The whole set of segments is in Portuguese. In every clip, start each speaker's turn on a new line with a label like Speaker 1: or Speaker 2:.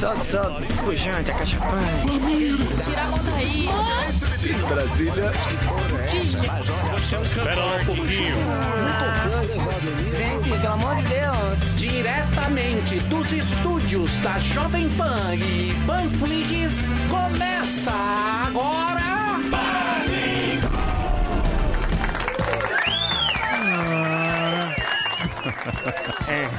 Speaker 1: Cansado, pujante, a caixa
Speaker 2: Tira a mão daí.
Speaker 1: Brasília.
Speaker 3: Espera lá um pouquinho.
Speaker 4: Gente, pelo amor de Deus.
Speaker 5: Diretamente dos estúdios da Jovem Pan e Panflix, começa agora.
Speaker 6: É.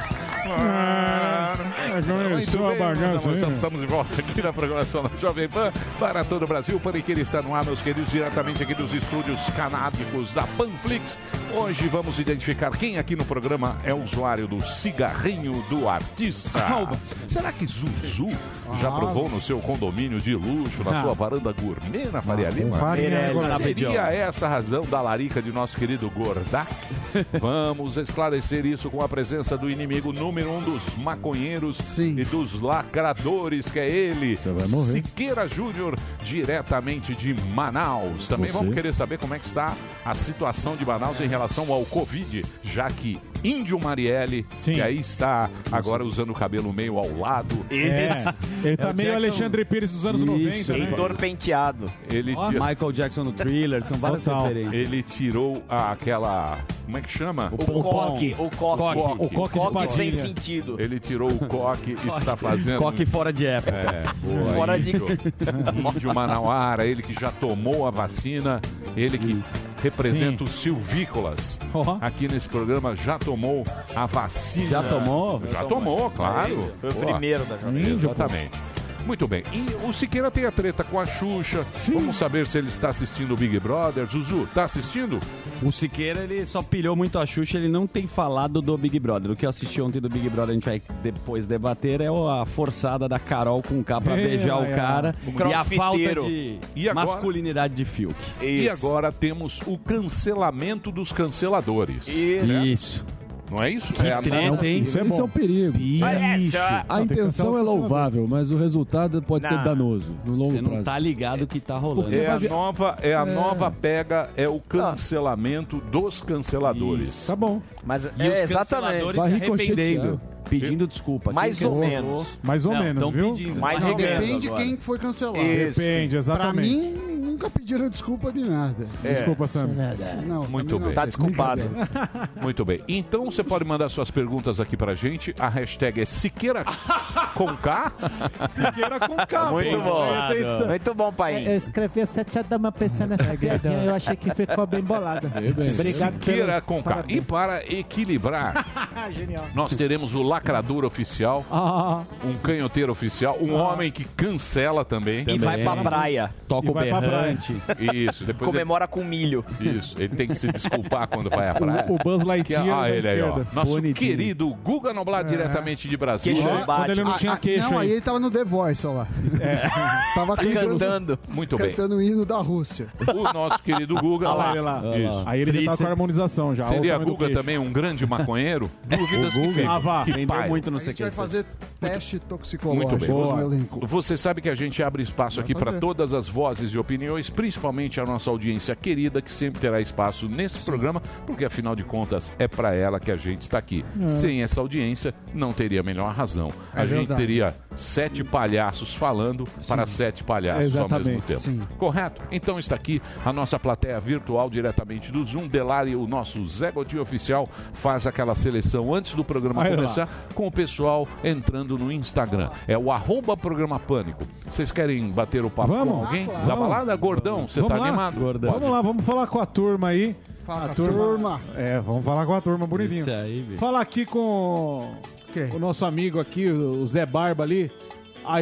Speaker 7: É,
Speaker 6: Muito bem, meus amores,
Speaker 8: hein?
Speaker 6: Estamos estamos de volta aqui na programação da Jovem Pan para todo o Brasil. O Paniqueira está no ar, meus queridos, diretamente aqui dos estúdios canábicos da Panflix. Hoje vamos identificar quem aqui no programa é usuário do cigarrinho do artista.
Speaker 8: Alba.
Speaker 6: Será que Zuzu já
Speaker 8: Ah.
Speaker 6: provou no seu condomínio de luxo, na
Speaker 8: Ah.
Speaker 6: sua varanda gourmet na Faria
Speaker 8: Ah, com
Speaker 6: Lima?
Speaker 8: farinha,
Speaker 6: Seria
Speaker 8: agora.
Speaker 6: essa a razão da larica de nosso querido Gordak? Vamos esclarecer isso com a presença do inimigo número um dos maconheiros e dos lacradores, que é ele,
Speaker 8: morrer.
Speaker 6: Siqueira Júnior, diretamente de Manaus. Também
Speaker 8: Você.
Speaker 6: vamos querer saber como é que está a situação de Manaus em relação ao Covid, já que Índio Marielle, que aí está agora usando o cabelo meio ao lado.
Speaker 8: É, ele tá meio Alexandre Pires dos anos 90, né?
Speaker 6: penteado. Ele
Speaker 8: Ó,
Speaker 6: Michael Jackson no Thriller, são
Speaker 8: várias referências.
Speaker 6: Ele tirou a- aquela... Como é que chama? O,
Speaker 8: pompom. coque.
Speaker 9: O coque. O coque de Coque sem
Speaker 6: patinha.
Speaker 9: sentido.
Speaker 6: Ele tirou o coque e
Speaker 9: Coque.
Speaker 6: está fazendo...
Speaker 9: Coque fora de época.
Speaker 6: É, boa.
Speaker 9: Fora de-
Speaker 6: Índio. Índio Manauara, ele que já tomou a vacina, ele que representa os silvícolas. Aqui nesse programa já tomou a vacina.
Speaker 8: Já tomou?
Speaker 6: Já tomou, claro.
Speaker 8: Foi o
Speaker 6: Pô.
Speaker 8: primeiro da Jovem Pan.
Speaker 6: Exatamente. Muito bem. E o Siqueira tem a treta com a Xuxa. Vamos saber se ele está assistindo o Big Brother. Zuzu, tá assistindo?
Speaker 9: O Siqueira, ele só pilhou muito a Xuxa, ele não tem falado do Big Brother. O que eu assisti ontem do Big Brother, a gente vai depois debater, é a forçada da Carol com K pra
Speaker 8: É,
Speaker 9: beijar
Speaker 8: é.
Speaker 9: o cara
Speaker 8: O
Speaker 9: e a falta
Speaker 8: crossfiteiro.
Speaker 9: de
Speaker 6: E agora?
Speaker 9: masculinidade de Fiuk.
Speaker 6: E agora temos o cancelamento dos canceladores.
Speaker 9: Isso. Isso.
Speaker 6: Não é isso?
Speaker 10: Que
Speaker 6: é a
Speaker 10: treta,
Speaker 6: nova-
Speaker 10: hein? Isso é
Speaker 9: um
Speaker 10: bom.
Speaker 11: um perigo.
Speaker 9: Bicho.
Speaker 11: A intenção é louvável, mas o resultado pode ser
Speaker 9: Não.
Speaker 11: danoso no longo
Speaker 9: Você não
Speaker 11: prazo.
Speaker 9: tá ligado o que tá rolando.
Speaker 6: É a nova, é a nova pega, é o cancelamento dos canceladores.
Speaker 9: Tá. Isso.
Speaker 6: Tá bom.
Speaker 9: Mas
Speaker 6: é, exatamente.
Speaker 9: se
Speaker 6: Vai ricochetear.
Speaker 9: arrependendo, pedindo desculpa.
Speaker 6: Mais
Speaker 9: Quem
Speaker 6: ou
Speaker 9: cancelou-
Speaker 6: menos.
Speaker 8: Mais ou
Speaker 9: Não,
Speaker 8: menos,
Speaker 9: tão
Speaker 8: viu?
Speaker 9: pedindo.
Speaker 8: Mais
Speaker 9: ou menos
Speaker 12: Depende
Speaker 9: agora.
Speaker 12: quem que foi cancelado.
Speaker 8: Isso. Depende, exatamente.
Speaker 12: Pra mim, nunca pediram desculpa de nada.
Speaker 6: É. Desculpa,
Speaker 8: Sam.
Speaker 12: Não,
Speaker 6: Muito
Speaker 12: também não
Speaker 6: bem.
Speaker 12: sei. Brincadeira.
Speaker 6: Muito bem. Então você pode mandar suas perguntas aqui pra gente. A hashtag é Siqueira com K.
Speaker 8: Siqueira com
Speaker 6: K.
Speaker 13: Muito bom. Muito bom, pai.
Speaker 14: É, Eu escrevi às sete horas da manhã pensando
Speaker 8: É
Speaker 14: nessa piadinha, eu achei que ficou bem bolada. Obrigado
Speaker 6: Siqueira
Speaker 14: pelos
Speaker 6: com K.
Speaker 14: parabéns.
Speaker 6: E para equilibrar,
Speaker 14: Genial.
Speaker 6: nós teremos o lacrador oficial, um canhoteiro oficial, um homem que cancela também.
Speaker 9: E vai pra praia. Toca o berrante.
Speaker 6: Isso. Depois ele-
Speaker 9: Comemora com milho.
Speaker 6: Isso, ele tem que se desculpar quando vai à praia.
Speaker 8: O- o Buzz Lightyear né?
Speaker 6: Que-
Speaker 8: da
Speaker 6: ah, ele aí, ó.
Speaker 8: esquerda.
Speaker 6: Nosso
Speaker 8: Bonitinho.
Speaker 6: querido Guga Noblar, diretamente de Brasília.
Speaker 8: Queixo Ó, de quando bate. ele não tinha
Speaker 12: Ah,
Speaker 8: queixo
Speaker 12: não,
Speaker 8: aí. Tá
Speaker 12: aí ele tava no The Voice, ó lá. Tava cantando.
Speaker 6: Muito bem.
Speaker 12: é. cantando o hino da Rússia.
Speaker 6: O nosso querido Guga.
Speaker 8: Olha lá, ele lá.
Speaker 6: Isso.
Speaker 8: Aí ele já tá com a harmonização já. olha o
Speaker 6: Seria
Speaker 8: tamanho do
Speaker 6: Guga
Speaker 8: queixo.
Speaker 6: também um grande maconheiro? Dúvidas
Speaker 8: O
Speaker 6: que
Speaker 8: Guga.
Speaker 6: fica.
Speaker 8: Ah, vá.
Speaker 6: Que
Speaker 8: Vendeu
Speaker 6: pai.
Speaker 8: muito
Speaker 12: A gente vai fazer teste toxicológico.
Speaker 6: Muito bem.
Speaker 12: no
Speaker 6: Boa.
Speaker 12: elenco.
Speaker 6: Você sabe que a gente abre espaço aqui para
Speaker 12: fazer.
Speaker 6: todas as vozes e opiniões, principalmente a nossa audiência querida, que sempre terá espaço nesse programa, porque afinal de contas é para ela que a gente está aqui.
Speaker 8: É.
Speaker 6: Sem essa audiência, não teria a melhor razão.
Speaker 8: É
Speaker 6: a gente
Speaker 8: verdade.
Speaker 6: teria sete palhaços falando para sete palhaços ao mesmo
Speaker 8: Exatamente,
Speaker 6: tempo.
Speaker 8: sim.
Speaker 6: Correto? Então está aqui a nossa plateia virtual diretamente do Zoom. Delari, o nosso Zé Godinho Oficial, faz aquela seleção antes do programa
Speaker 8: Olha lá.
Speaker 6: começar com o pessoal entrando no Instagram. É o arroba programa pânico. Vocês querem bater o papo
Speaker 8: Vamos.
Speaker 6: com alguém?
Speaker 8: Ah, claro.
Speaker 6: Da
Speaker 8: Vamos.
Speaker 6: balada? Gordão, você tá
Speaker 8: Vamos lá?
Speaker 6: animado?
Speaker 8: Vamos lá, vamos falar com a turma aí.
Speaker 12: Fala
Speaker 8: a
Speaker 12: com a turma.
Speaker 8: É, vamos falar com a turma bonitinho.
Speaker 9: Isso aí, bicho.
Speaker 8: Fala aqui com o nosso amigo aqui, o Zé Barba ali.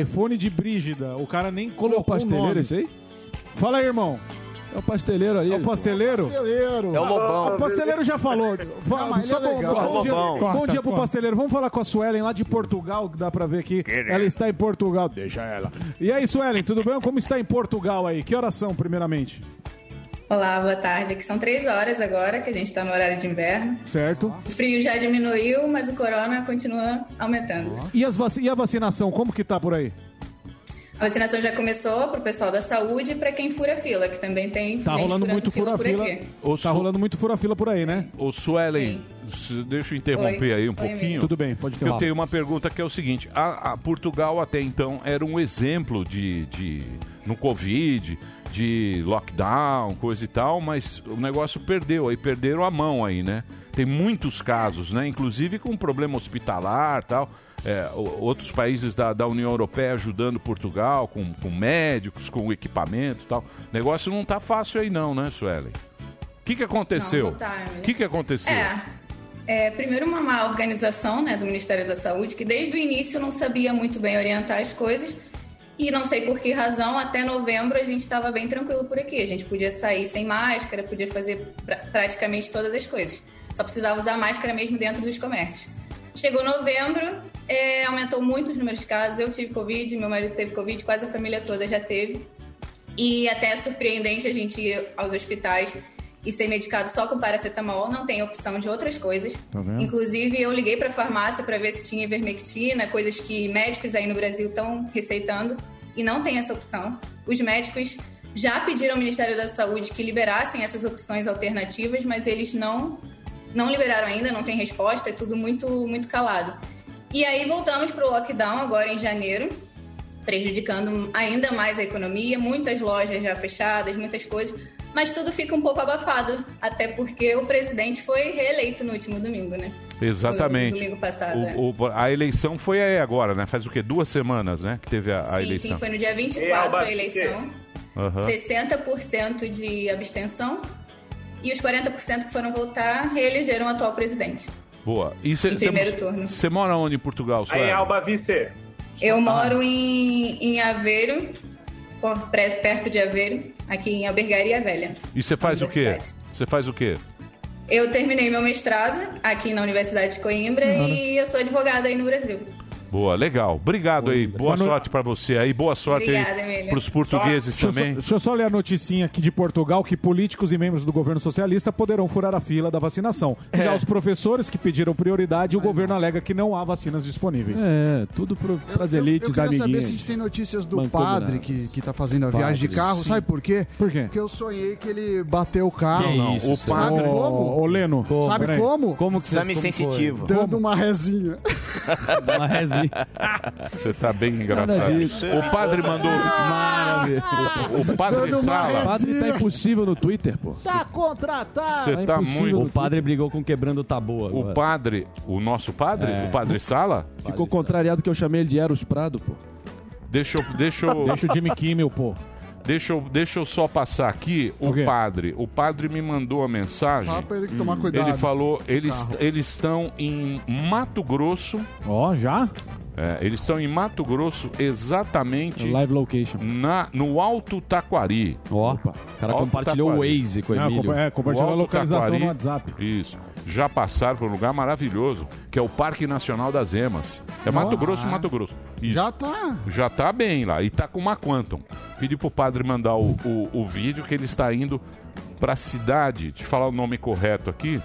Speaker 8: iPhone de Brígida. O cara nem colocou o
Speaker 11: pasteleiro
Speaker 8: nome.
Speaker 11: esse aí?
Speaker 8: Fala aí, irmão.
Speaker 11: É o pasteleiro aí.
Speaker 8: É o pasteleiro?
Speaker 12: Pasteleiro.
Speaker 8: É o Lobão. O pasteleiro já falou. Va-
Speaker 12: Não, mas ele
Speaker 8: Só
Speaker 12: é
Speaker 8: bom,
Speaker 12: legal.
Speaker 8: bom, dia,
Speaker 12: Lobão.
Speaker 8: bom
Speaker 12: Corta,
Speaker 8: dia pro
Speaker 12: corta.
Speaker 8: pasteleiro. Vamos falar com a Suelen lá de Portugal, que dá pra ver aqui. Ela está em Portugal. Deixa ela. E aí, Suelen, tudo bem? Como está em Portugal aí? Que horas são, primeiramente?
Speaker 15: Olá, boa tarde. Aqui são três horas agora, que a gente está no horário de inverno.
Speaker 8: Certo?
Speaker 15: O frio já diminuiu, mas o corona continua aumentando.
Speaker 8: E, as vaci- e a vacinação, como que tá por aí?
Speaker 15: A vacinação já começou para o pessoal da saúde e para quem fura fila, que também tem
Speaker 8: Tá
Speaker 15: gente
Speaker 8: rolando
Speaker 15: furando
Speaker 8: muito fura-fila.
Speaker 15: por aqui.
Speaker 8: Tá rolando muito fura-fila por aí, né?
Speaker 6: Ô, Suelen, s- deixa eu
Speaker 8: Oi.
Speaker 6: interromper aí um
Speaker 8: Oi,
Speaker 6: pouquinho.
Speaker 8: amigo. Tudo bem, pode
Speaker 6: Eu
Speaker 8: interromper.
Speaker 6: tenho uma pergunta que é o seguinte: a, a Portugal até então era um exemplo de, de- no Covid, de lockdown, coisa e tal, mas o negócio perdeu aí, perderam a mão aí, né? Tem muitos casos, né? Inclusive com problema hospitalar tal. É, o- outros países da, da União Europeia ajudando Portugal com, com médicos, com equipamento e tal. O negócio não tá fácil aí, não, né, Suelen? O que, que
Speaker 15: Não,
Speaker 6: aconteceu?
Speaker 15: não tá,
Speaker 6: O
Speaker 15: Emily.
Speaker 6: que, que aconteceu?
Speaker 15: É. É, primeiro, uma má organização né, do Ministério da Saúde, que desde o início não sabia muito bem orientar as coisas. E não sei por que razão, até novembro a gente estava bem tranquilo por aqui. A gente podia sair sem máscara, podia fazer pra- praticamente todas as coisas. Só precisava usar máscara mesmo dentro dos comércios. Chegou novembro, é, aumentou muito os números de casos. Eu tive Covid, meu marido teve Covid, quase a família toda já teve. E até é surpreendente a gente ir aos hospitais e ser medicado só com paracetamol, não tem opção de outras coisas.
Speaker 3: Tá
Speaker 16: Né?
Speaker 3: vendo?
Speaker 15: Inclusive, eu liguei para a farmácia para ver se tinha ivermectina, coisas que médicos aí no Brasil estão receitando, e não tem essa opção. Os médicos já pediram ao Ministério da Saúde que liberassem essas opções alternativas, mas eles não não liberaram ainda, não tem resposta, é tudo muito muito calado. E aí voltamos para o lockdown agora em janeiro, prejudicando ainda mais a economia, muitas lojas já fechadas, muitas coisas, mas tudo fica um pouco abafado, até porque o presidente foi reeleito no último domingo, né?
Speaker 6: Exatamente.
Speaker 15: No domingo passado, é.
Speaker 6: O- o- a eleição foi aí agora, né? Faz o quê? Duas semanas, né? Que teve a, a
Speaker 15: Sim,
Speaker 6: eleição.
Speaker 15: sim, foi no dia
Speaker 2: Ei,
Speaker 15: 24
Speaker 2: Alba,
Speaker 15: a eleição,
Speaker 6: Aham.
Speaker 15: 60% de abstenção e os 40% que foram votar reelegeram o atual presidente.
Speaker 6: Boa. E
Speaker 15: Em primeiro turno.
Speaker 6: Você mora onde em Portugal, Sueli?
Speaker 4: Aí, Alba Vice.
Speaker 6: Ah.
Speaker 15: Eu moro em, em Aveiro, por- pre- perto de Aveiro, aqui em Albergaria Velha.
Speaker 6: E você faz o quê? Você faz o quê?
Speaker 15: Eu terminei meu mestrado aqui na Universidade de Coimbra
Speaker 6: Uhum.
Speaker 15: e eu sou advogada aí no Brasil.
Speaker 6: Boa, legal. Obrigado aí. Boa sorte pra você aí. Boa sorte
Speaker 15: Obrigada,
Speaker 6: aí
Speaker 15: Emílio.
Speaker 6: pros portugueses
Speaker 8: Deixa eu, só,
Speaker 6: também.
Speaker 8: deixa eu só ler a noticinha aqui de Portugal que políticos e membros do governo socialista poderão furar a fila da vacinação. Já os professores que pediram prioridade, o governo alega que não há vacinas disponíveis.
Speaker 11: É, tudo pro, pras
Speaker 12: Eu
Speaker 11: elites,
Speaker 12: queria saber se a
Speaker 11: amiguinhos.
Speaker 12: gente tem notícias do
Speaker 11: Mancomunadas.
Speaker 12: padre que, que tá fazendo a viagem de
Speaker 11: Padre,
Speaker 12: carro.
Speaker 11: sim.
Speaker 12: Sabe por quê?
Speaker 8: Por quê?
Speaker 12: Porque eu sonhei que ele bateu o carro.
Speaker 8: Que isso,
Speaker 12: o
Speaker 8: senhor.
Speaker 12: padre
Speaker 8: Ô,
Speaker 12: como?
Speaker 8: ô, Leno. Como?
Speaker 12: Sabe
Speaker 8: Peraí.
Speaker 12: como?
Speaker 8: Como que Exame vocês- como foi? sensitivo.
Speaker 12: Dando uma resinha.
Speaker 6: Uma resinha. Você tá bem engraçado.
Speaker 11: Nada disso.
Speaker 6: O padre mandou. Maravilha. O padre
Speaker 11: Dando uma
Speaker 6: Sala.
Speaker 11: O padre tá impossível no Twitter, pô.
Speaker 14: Tá contratado.
Speaker 8: É
Speaker 6: Você tá muito.
Speaker 9: O padre brigou com quebrando o tabu agora.
Speaker 6: O padre, o nosso padre,
Speaker 9: É.
Speaker 6: o padre Sala,
Speaker 11: Ficou contrariado que eu chamei ele de Eros Prado, pô.
Speaker 6: deixa eu, deixa eu...
Speaker 11: Deixa o Jimmy
Speaker 8: Kimmel, pô.
Speaker 6: Deixa eu, deixa eu só passar aqui o, padre. O padre me mandou a mensagem.
Speaker 12: Fala pra ele que tomar
Speaker 6: Hum.
Speaker 12: cuidado.
Speaker 6: Ele falou, eles,
Speaker 12: Carro.
Speaker 6: eles estão em Mato Grosso. É,
Speaker 8: Ó, já?
Speaker 6: eles estão em Mato Grosso exatamente
Speaker 11: Live location.
Speaker 6: na, no Alto Taquari.
Speaker 9: Ó, o cara compartilhou o Waze com o Emílio.
Speaker 6: compa-
Speaker 9: compartilhou a
Speaker 6: o Alto
Speaker 9: localização
Speaker 6: Taquari,
Speaker 9: no WhatsApp.
Speaker 6: Isso. Já passaram por um lugar maravilhoso, que é o Parque Nacional das Emas. É Mato
Speaker 12: Ó.
Speaker 6: Grosso, Mato Grosso. Isso.
Speaker 12: Já tá.
Speaker 6: Já tá bem lá. E tá com uma Quantum. Pedi pro padre mandar o, o, o vídeo que ele está indo pra cidade. Deixa eu falar o nome correto aqui.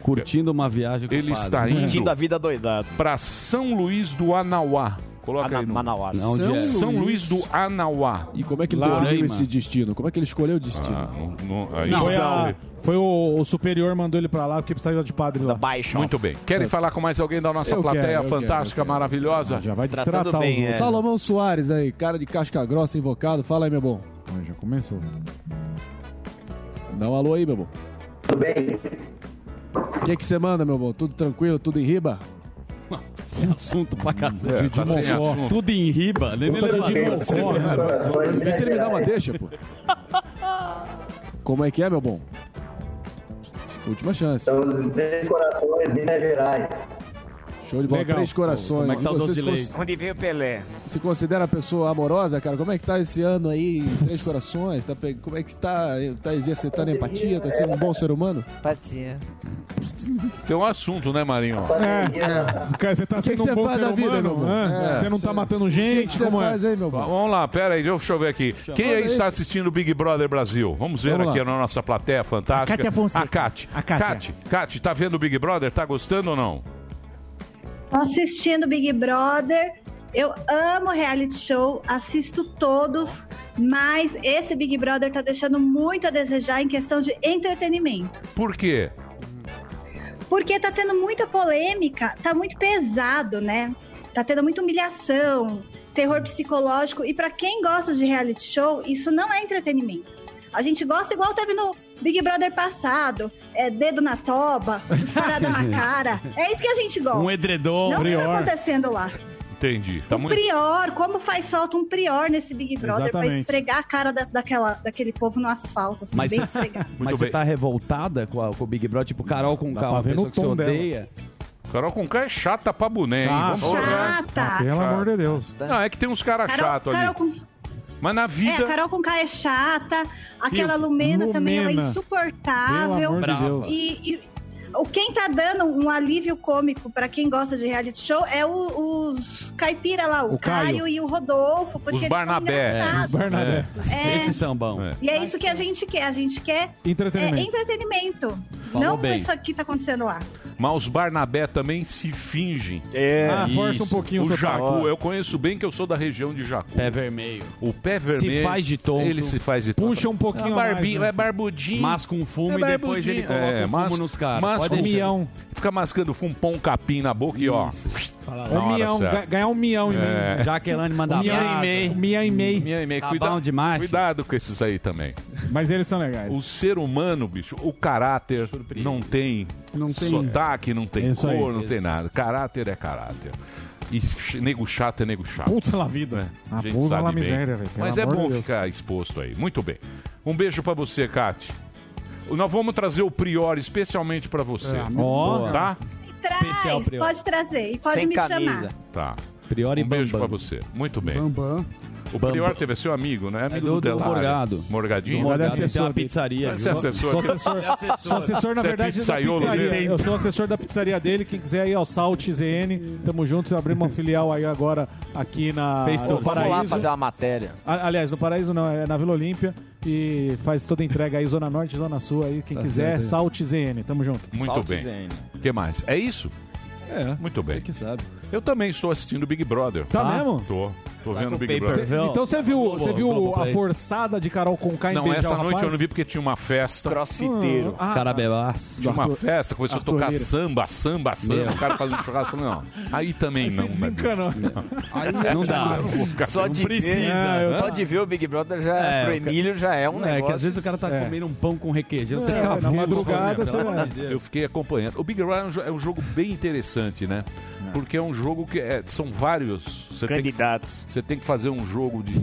Speaker 9: Curtindo uma viagem com
Speaker 6: Ele
Speaker 9: o padre.
Speaker 6: está indo.
Speaker 9: Curtindo a
Speaker 6: vida doidada. Pra São Luís do Anauá. Coloca aí. No...
Speaker 9: Manauá.
Speaker 6: São,
Speaker 9: Não, onde é?
Speaker 6: São Luís do Anauá.
Speaker 11: E como é que ele
Speaker 6: Lá-
Speaker 11: definiu
Speaker 6: Roraima.
Speaker 11: esse destino? Como é que ele escolheu o destino?
Speaker 6: Ah, Não, aí
Speaker 8: Não, foi,
Speaker 6: são-
Speaker 8: a- foi o, o superior mandou ele pra lá porque precisava de padre lá. É.
Speaker 6: Muito bem. Querem falar com mais alguém da nossa
Speaker 8: Eu
Speaker 6: plateia
Speaker 8: quero, eu
Speaker 6: fantástica, maravilhosa?
Speaker 8: Já vai
Speaker 11: Tratando bem, é. Salomão Soares aí, cara de casca grossa, invocado. Fala aí, meu bom.
Speaker 10: Ah,
Speaker 8: Já começou.
Speaker 11: Dá um alô aí, meu bom.
Speaker 10: Tudo bem?
Speaker 11: O que que você manda, meu bom? Tudo tranquilo? Tudo em riba?
Speaker 9: Sem assunto pra cacete.
Speaker 11: É, tá sem assunto.
Speaker 9: Tudo em riba. né? assim, Nem me
Speaker 11: Puta
Speaker 9: levanta.
Speaker 11: de Mocó, né? Vê se ele me dá uma deixa, pô. Como é que é, meu bom? Última chance.
Speaker 10: São os três corações de Minas Gerais.
Speaker 11: Show de bola.
Speaker 10: Legal.
Speaker 11: Três corações.
Speaker 10: Como é que tá o
Speaker 11: E
Speaker 10: doce de
Speaker 11: você se
Speaker 10: leite?
Speaker 11: cons-
Speaker 13: Onde veio o Pelé?
Speaker 11: Se considera a pessoa amorosa, cara? Como é que tá esse ano aí em Três Corações? Tá pe- Como é que tá, tá exercitando empatia? Tá sendo um bom ser humano?
Speaker 13: Empatia.
Speaker 6: Tem um assunto, né, Marinho?
Speaker 8: É. Cara, você tá
Speaker 11: O que
Speaker 8: sendo
Speaker 11: que você
Speaker 8: um bom
Speaker 11: faz
Speaker 8: ser
Speaker 11: da vida,
Speaker 8: humano,
Speaker 11: meu bom?
Speaker 8: né?
Speaker 11: É,
Speaker 8: Você não tá matando gente,
Speaker 11: que que você
Speaker 8: como é?
Speaker 11: faz aí, meu bom?
Speaker 6: Vamos lá, pera aí, deixa eu ver aqui. Quem aí
Speaker 11: aí.
Speaker 6: está assistindo o Big Brother Brasil? Vamos ver
Speaker 11: Vamos
Speaker 6: aqui
Speaker 11: lá.
Speaker 6: na nossa plateia fantástica.
Speaker 11: A Cátia Fonseca.
Speaker 6: A Cate.
Speaker 11: A Cátia.
Speaker 6: Cate, Cate, tá vendo o Big Brother? Tá gostando ou não?
Speaker 17: Assistindo Big Brother
Speaker 3: Eu amo reality show, assisto todos, mas esse Big Brother tá deixando muito a desejar em questão de entretenimento.
Speaker 6: Por quê?
Speaker 3: Porque tá tendo muita polêmica, tá muito pesado, né? Tá tendo muita humilhação, terror psicológico. E pra quem gosta de reality show, isso não é entretenimento. A gente gosta igual teve no Big Brother passado. É dedo na toba, parada na cara. É isso que a gente gosta.
Speaker 9: Um edredom,
Speaker 3: não o que tá
Speaker 9: prior.
Speaker 3: acontecendo lá.
Speaker 6: Entendi. Tá
Speaker 3: Um
Speaker 6: muito.
Speaker 3: prior, como faz falta um prior nesse Big Brother pra
Speaker 9: Exatamente.
Speaker 3: esfregar a cara da- daquela, daquele povo no asfalto, assim,
Speaker 9: Mas,
Speaker 3: bem esfregar.
Speaker 9: mas você tá revoltada com, a- com o Big Brother? Tipo, Carol com
Speaker 6: pra
Speaker 9: K, uma
Speaker 6: ver
Speaker 9: pessoa
Speaker 6: no
Speaker 9: que você
Speaker 6: tom dela.
Speaker 9: odeia.
Speaker 6: Carol com K é chata pra boné, hein?
Speaker 8: Chata.
Speaker 6: Vamos lá.
Speaker 3: Chata.
Speaker 8: Pelo amor de Deus.
Speaker 6: Não, é que tem uns caras
Speaker 3: Carol-
Speaker 6: chatos
Speaker 3: Carol
Speaker 6: ali.
Speaker 3: com-
Speaker 6: Mas na
Speaker 3: É, a
Speaker 6: vida.
Speaker 3: Carol com K é chata, aquela Lumena, também ela é
Speaker 6: Lumena.
Speaker 3: insuportável.
Speaker 6: Pelo amor de
Speaker 3: E, e o- quem tá dando um alívio cômico pra quem gosta de reality show é o- os caipira lá, o,
Speaker 9: O Caio.
Speaker 3: e o Rodolfo, porque
Speaker 9: Os
Speaker 3: eles
Speaker 9: Barnabé.
Speaker 3: são engraçados. É.
Speaker 9: Esse sambão.
Speaker 3: E é isso que a gente quer, a gente quer
Speaker 6: Entretenimento.
Speaker 3: é, entretenimento.
Speaker 6: Falou
Speaker 3: não
Speaker 6: bem.
Speaker 3: isso aqui tá acontecendo lá.
Speaker 6: Mas os Barnabé também se fingem.
Speaker 9: É, Ah, força
Speaker 6: isso.
Speaker 9: um pouquinho o
Speaker 6: o
Speaker 9: seu
Speaker 6: Jacu.
Speaker 9: papo.
Speaker 6: Eu conheço bem que eu sou da região de Jacu.
Speaker 9: Pé vermelho.
Speaker 6: O pé
Speaker 9: Se
Speaker 6: vermelho.
Speaker 9: faz de tonto.
Speaker 6: Ele se faz de tonto.
Speaker 9: Puxa um pouquinho
Speaker 6: É
Speaker 9: mais,
Speaker 6: barbinho,
Speaker 9: né?
Speaker 6: é barbudinho. É
Speaker 9: Masca um fumo e depois ele coloca o fumo nos caras. Pode
Speaker 6: Pode
Speaker 9: deixar.
Speaker 6: mião. Fica mascando fumo, põe um capim na boca e ó.
Speaker 8: lá.
Speaker 6: na
Speaker 8: Um
Speaker 6: hora
Speaker 8: mião,
Speaker 6: certa.
Speaker 8: ga- ganhar um mião e
Speaker 6: É.
Speaker 8: meio.
Speaker 9: Jaqueline manda
Speaker 8: Um mião
Speaker 9: abraço.
Speaker 8: Mião e meio.
Speaker 6: Um Mião e meio.
Speaker 8: Tá
Speaker 6: Cuida-
Speaker 8: bom demais.
Speaker 6: Cuidado com esses aí também.
Speaker 8: Mas eles são legais.
Speaker 6: O ser humano, bicho, o caráter não tem,
Speaker 12: Não tem-
Speaker 6: sotaque, não tem
Speaker 8: É isso
Speaker 6: cor,
Speaker 8: aí.
Speaker 6: não tem
Speaker 8: Isso.
Speaker 6: nada. Caráter é caráter. E ch- nego chato é nego chato. Né?
Speaker 8: Puta lá vida.
Speaker 6: A
Speaker 8: Ah,
Speaker 6: gente
Speaker 8: puta
Speaker 6: sabe
Speaker 8: lá
Speaker 6: bem.
Speaker 8: miséria, velho. Pelo
Speaker 6: Mas é
Speaker 8: amor de
Speaker 6: bom
Speaker 8: Deus.
Speaker 6: ficar exposto aí. Muito bem. Um beijo pra você, Kati. Nós vamos trazer o Prior especialmente pra você.
Speaker 3: Ah, muito
Speaker 6: Ó,
Speaker 3: boa.
Speaker 6: tá?
Speaker 3: Traz,
Speaker 6: Especial, Prior.
Speaker 3: É pode trazer e pode me chamar.
Speaker 6: Tá. Prior e um beijo pra você. Muito bem.
Speaker 12: Bambam.
Speaker 6: O Prior teve é seu amigo, né? Amigo
Speaker 9: do- do
Speaker 6: Delari.
Speaker 9: Morgado.
Speaker 6: Morgadinho?
Speaker 9: Do Morgado, Ele tem assessor uma dele. pizzaria,
Speaker 6: Você é
Speaker 9: viu?
Speaker 6: assessor?
Speaker 8: Sou assessor, sou assessor na
Speaker 6: Você é
Speaker 8: verdade, da
Speaker 6: pizzaiolo
Speaker 8: pizzaria.
Speaker 6: dele?
Speaker 8: Eu sou assessor da pizzaria dele. Quem quiser ir ao Salt ZN, tamo junto. Abrimos uma filial aí agora aqui na
Speaker 13: Fez
Speaker 8: no
Speaker 13: tudo. Ah, Vamos
Speaker 8: Paraíso.
Speaker 13: lá fazer uma matéria.
Speaker 8: A- Aliás, no Paraíso não, é na Vila Olímpia. E faz toda a entrega aí, Zona Norte, Zona Sul aí. Quem
Speaker 6: Tá
Speaker 8: quiser,
Speaker 6: certo, é.
Speaker 8: Salt ZN. Tamo junto.
Speaker 6: Muito bem. O que mais? É isso? É. Muito bem. Você que
Speaker 11: sabe.
Speaker 6: Eu também estou assistindo Big Brother.
Speaker 8: Tá mesmo?
Speaker 6: Tô. Tô
Speaker 8: Tá
Speaker 6: vendo
Speaker 8: com
Speaker 6: Big
Speaker 8: pay
Speaker 6: Brother.
Speaker 8: per- Então você viu, você viu a
Speaker 6: força?
Speaker 8: forçada de Carol Conká em
Speaker 6: Não,
Speaker 8: beijar
Speaker 6: essa
Speaker 8: o
Speaker 6: noite
Speaker 8: rapaz?
Speaker 6: eu não vi porque tinha uma festa.
Speaker 9: Hum,
Speaker 8: Crossfiteiro. Os Ah. cara
Speaker 9: bebaço.
Speaker 6: Tinha uma
Speaker 8: Arthur-
Speaker 6: festa, começou
Speaker 8: Arthur
Speaker 6: a tocar
Speaker 8: Lira.
Speaker 6: samba, samba, samba.
Speaker 9: Meu.
Speaker 6: O cara fazendo churrasco. falou, Não, aí também não. né, bicho?
Speaker 13: Aí
Speaker 6: não dá.
Speaker 13: Só de,
Speaker 8: Ah,
Speaker 13: ver,
Speaker 8: né?
Speaker 13: só de ver o Big Brother já é, pro Emílio já é um
Speaker 9: É,
Speaker 13: negócio.
Speaker 9: que às vezes o cara tá comendo um pão com requeijão. você fica
Speaker 13: É, na
Speaker 9: puto,
Speaker 13: madrugada,
Speaker 9: né?
Speaker 13: você
Speaker 9: Pelo amor
Speaker 13: vai.
Speaker 9: de Deus.
Speaker 6: Eu fiquei acompanhando. O Big Brother é um jo- é um jogo bem interessante, né? Porque é um jogo que é- são vários candidatos. você tem que fazer um jogo de.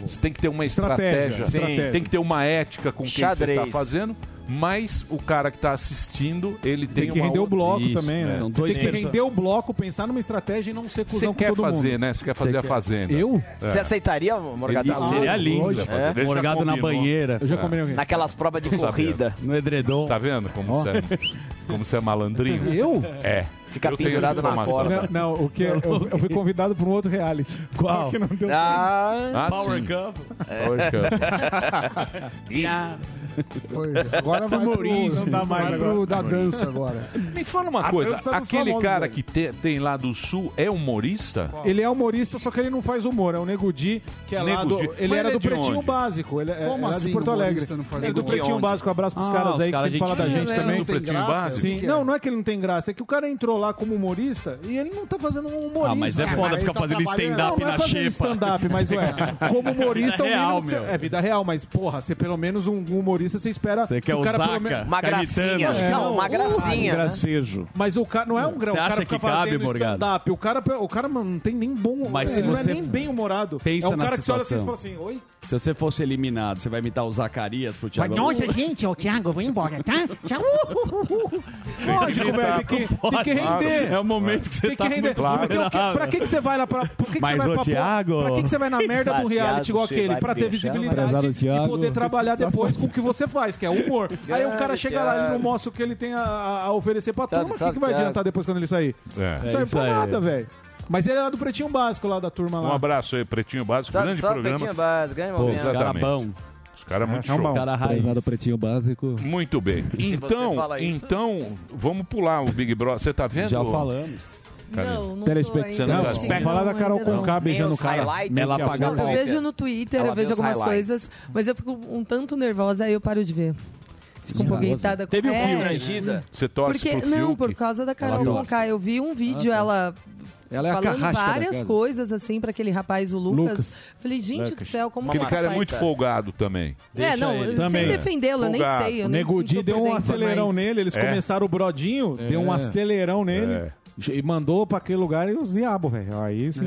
Speaker 6: Você tem que ter uma estratégia,
Speaker 13: Estratégia, Sim. estratégia.
Speaker 6: tem que ter uma ética com quem você
Speaker 13: Xadrez.
Speaker 6: está fazendo. Mas o cara que está assistindo, ele tem,
Speaker 8: Tem que
Speaker 6: uma é.
Speaker 8: render o
Speaker 6: outra-
Speaker 8: bloco também, né?
Speaker 6: São
Speaker 8: Você
Speaker 6: dois
Speaker 8: tem que
Speaker 6: perso-
Speaker 8: render o bloco, pensar numa estratégia e não ser
Speaker 6: Você
Speaker 8: cuzão com
Speaker 6: quer
Speaker 8: todo
Speaker 6: fazer,
Speaker 8: mundo.
Speaker 6: né? É. Você quer fazer a fazenda.
Speaker 8: Eu?
Speaker 13: Você aceitaria, Morgado? tá
Speaker 6: Ele- Seria lindo. fazer. Ele já combinou. Eu já combinei alguém.
Speaker 13: É? Naquelas provas de
Speaker 6: Tô sabendo.
Speaker 13: corrida.
Speaker 9: No edredom.
Speaker 6: Tá vendo como, você, é, como você é malandrinho?
Speaker 8: Eu?
Speaker 6: É.
Speaker 13: Fica
Speaker 6: Eu tenho essa
Speaker 13: pendurado na
Speaker 6: informação.
Speaker 13: corda.
Speaker 8: Não, não, o que é- eu, eu fui convidado para um outro reality.
Speaker 9: Qual?
Speaker 8: Só que não deu
Speaker 13: Ah,
Speaker 6: Ah, sim. Power Cup.
Speaker 12: Foi. Agora vai pro,
Speaker 6: Maurício.
Speaker 12: não dá mais
Speaker 6: Vai
Speaker 12: agora.
Speaker 6: pro
Speaker 12: da dança agora.
Speaker 6: Me fala Uma coisa, aquele cara que te- tem lá do sul é humorista?
Speaker 8: Ele é humorista, só que ele não faz humor. É o Nego Di, que é lá
Speaker 6: Nego
Speaker 8: do...
Speaker 6: Di.
Speaker 8: Ele
Speaker 6: Mas
Speaker 8: era
Speaker 6: ele é
Speaker 8: do
Speaker 6: de
Speaker 8: Pretinho
Speaker 6: onde?
Speaker 8: Básico. Ele é,
Speaker 12: Como
Speaker 8: era
Speaker 12: assim,
Speaker 8: de Porto Alegre.
Speaker 12: humorista não faz
Speaker 8: Ele é do
Speaker 12: humor?
Speaker 8: Pretinho
Speaker 12: De onde?
Speaker 8: Básico. Abraço pros
Speaker 12: Ah,
Speaker 8: caras
Speaker 12: os
Speaker 8: aí que
Speaker 12: caras
Speaker 8: sempre
Speaker 12: gente
Speaker 8: falam da
Speaker 12: fina,
Speaker 8: gente
Speaker 12: né?
Speaker 8: também.
Speaker 12: Não tem Pretinho graça, Básico? o
Speaker 8: Sim.
Speaker 12: que que é?
Speaker 8: Não, não é que ele não tem graça. É que o cara entrou lá como humorista e ele não tá fazendo um humorismo.
Speaker 9: Ah, mas é foda
Speaker 8: Ele
Speaker 9: ficar
Speaker 8: tá
Speaker 9: fazendo
Speaker 8: trabalhando.
Speaker 9: stand-up
Speaker 8: Não, não é
Speaker 9: na
Speaker 8: fazendo
Speaker 9: xepa.
Speaker 8: stand-up, mas ué, como
Speaker 9: Vida
Speaker 8: humorista... o mínimo
Speaker 9: real,
Speaker 8: que você-
Speaker 9: meu.
Speaker 8: É vida real, mas porra, você pelo menos um um humorista, você espera...
Speaker 9: Você
Speaker 8: que
Speaker 9: quer
Speaker 8: o
Speaker 9: o
Speaker 8: cara pelo
Speaker 9: Zaca?
Speaker 8: menos-
Speaker 9: Ficar imitando?
Speaker 8: Acho que
Speaker 9: Não,
Speaker 8: não.
Speaker 9: é
Speaker 8: um
Speaker 9: uma gracinha, né? Gracejo.
Speaker 8: Mas o cara não é um grão.
Speaker 9: Você
Speaker 8: o
Speaker 9: acha
Speaker 8: cara fica
Speaker 9: que cabe,
Speaker 8: fazendo
Speaker 9: Morgado?
Speaker 8: stand-up. O cara, o cara mano, não tem nem bom...
Speaker 9: Mas se
Speaker 8: ele
Speaker 9: você
Speaker 8: não é nem bem humorado.
Speaker 9: Pensa
Speaker 8: é um
Speaker 9: na
Speaker 8: cara que você olha assim e
Speaker 9: situação.
Speaker 8: fala assim, oi?
Speaker 9: Se você fosse eliminado, você vai imitar o Zacarias pro
Speaker 8: assim,
Speaker 9: Thiago.
Speaker 14: gente, ô Thiago, eu vou embora, tá? Tchau.
Speaker 8: Lógico, velho, tem que, tem que
Speaker 9: Claro.
Speaker 8: render.
Speaker 9: É o momento que você
Speaker 8: tem que
Speaker 9: tá
Speaker 8: render.
Speaker 9: muito
Speaker 8: Porque o que-
Speaker 9: vulnerável.
Speaker 8: pra que, que você vai lá? Pra, por que que
Speaker 9: Mas,
Speaker 8: você vai
Speaker 9: ô,
Speaker 8: pra, porra-
Speaker 9: Thiago.
Speaker 8: pra que, que você vai na merda de um
Speaker 9: Vai,
Speaker 8: reality
Speaker 9: Thiago,
Speaker 8: igual
Speaker 9: você
Speaker 8: aquele?
Speaker 9: vai
Speaker 8: Pra ter
Speaker 9: beijar,
Speaker 8: visibilidade
Speaker 9: abraçar o
Speaker 8: e
Speaker 9: Thiago. Tá
Speaker 8: poder trabalhar depois com o que você faz, que é humor. Aí o cara
Speaker 9: Thiago,
Speaker 8: chega lá, ele não
Speaker 9: Thiago.
Speaker 8: mostra o que ele tem a, a- a oferecer pra
Speaker 9: Thiago,
Speaker 8: turma. O que,
Speaker 9: Thiago,
Speaker 8: que vai
Speaker 9: Thiago.
Speaker 8: adiantar depois quando ele sair?
Speaker 6: É.
Speaker 8: Não serve
Speaker 6: Isso
Speaker 8: pra
Speaker 6: aí.
Speaker 8: nada, velho. Mas ele é lá do Pretinho Básico, lá da turma
Speaker 6: Um
Speaker 8: lá.
Speaker 6: abraço aí, Pretinho Básico.
Speaker 13: Só-
Speaker 6: grande
Speaker 13: só
Speaker 6: programa.
Speaker 13: Pretinho Básico, ganha
Speaker 6: Pô,
Speaker 13: momento.
Speaker 6: exatamente.
Speaker 13: Cara bom.
Speaker 6: Os caras muito
Speaker 13: são
Speaker 6: show.
Speaker 13: bom. Cara raiz.
Speaker 11: Lá do Pretinho Básico.
Speaker 6: Muito bem.
Speaker 13: você
Speaker 6: Então,
Speaker 13: fala aí.
Speaker 6: então, vamos pular o Big Brother. Você tá vendo?
Speaker 9: Já falamos.
Speaker 6: Karina?
Speaker 4: Não, não
Speaker 9: né,
Speaker 8: Telespectador.
Speaker 4: tô ainda.
Speaker 8: Não,
Speaker 4: Sim,
Speaker 8: pega. Fala da Carol
Speaker 4: ainda não.
Speaker 8: Conká beijando o cara.
Speaker 9: Ela
Speaker 8: Meio que
Speaker 9: apaga
Speaker 8: a
Speaker 9: a
Speaker 8: boca.
Speaker 4: Eu vejo no Twitter,
Speaker 9: Ela
Speaker 4: eu
Speaker 9: vê os
Speaker 4: vejo algumas
Speaker 9: highlights.
Speaker 4: coisas, mas eu fico um tanto nervosa, aí eu paro de ver. Fico um pouco irritada. com-
Speaker 6: Teve um
Speaker 4: É,
Speaker 6: fio, né? Você torce
Speaker 4: Porque,
Speaker 6: pro Fiuk?
Speaker 4: não, por causa da Carol
Speaker 6: torce.
Speaker 4: Conká. Eu vi um vídeo,
Speaker 6: Ah, tá.
Speaker 4: ela...
Speaker 6: Ela é a
Speaker 4: falando
Speaker 6: carrasca da
Speaker 4: várias
Speaker 6: casa.
Speaker 4: coisas, assim, pra aquele rapaz, o Lucas.
Speaker 6: Lucas.
Speaker 4: Falei, gente do
Speaker 6: Lucas.
Speaker 4: céu, como
Speaker 6: Aquele
Speaker 4: que
Speaker 6: cara é
Speaker 4: faz
Speaker 6: muito
Speaker 4: isso?
Speaker 6: folgado também.
Speaker 4: Deixa não, ele. sem defendê-lo, eu nem
Speaker 6: Folgado.
Speaker 4: sei, eu
Speaker 8: O
Speaker 4: nem-
Speaker 8: Nego Di
Speaker 4: não tô
Speaker 8: deu
Speaker 4: por
Speaker 8: um
Speaker 4: dentro,
Speaker 8: acelerão
Speaker 4: mas-
Speaker 8: nele, eles
Speaker 6: É.
Speaker 8: começaram o brodinho, deu um
Speaker 6: É.
Speaker 8: acelerão nele.
Speaker 6: É.
Speaker 8: E mandou pra aquele lugar e os diabos, velho. Aí sim.
Speaker 6: É.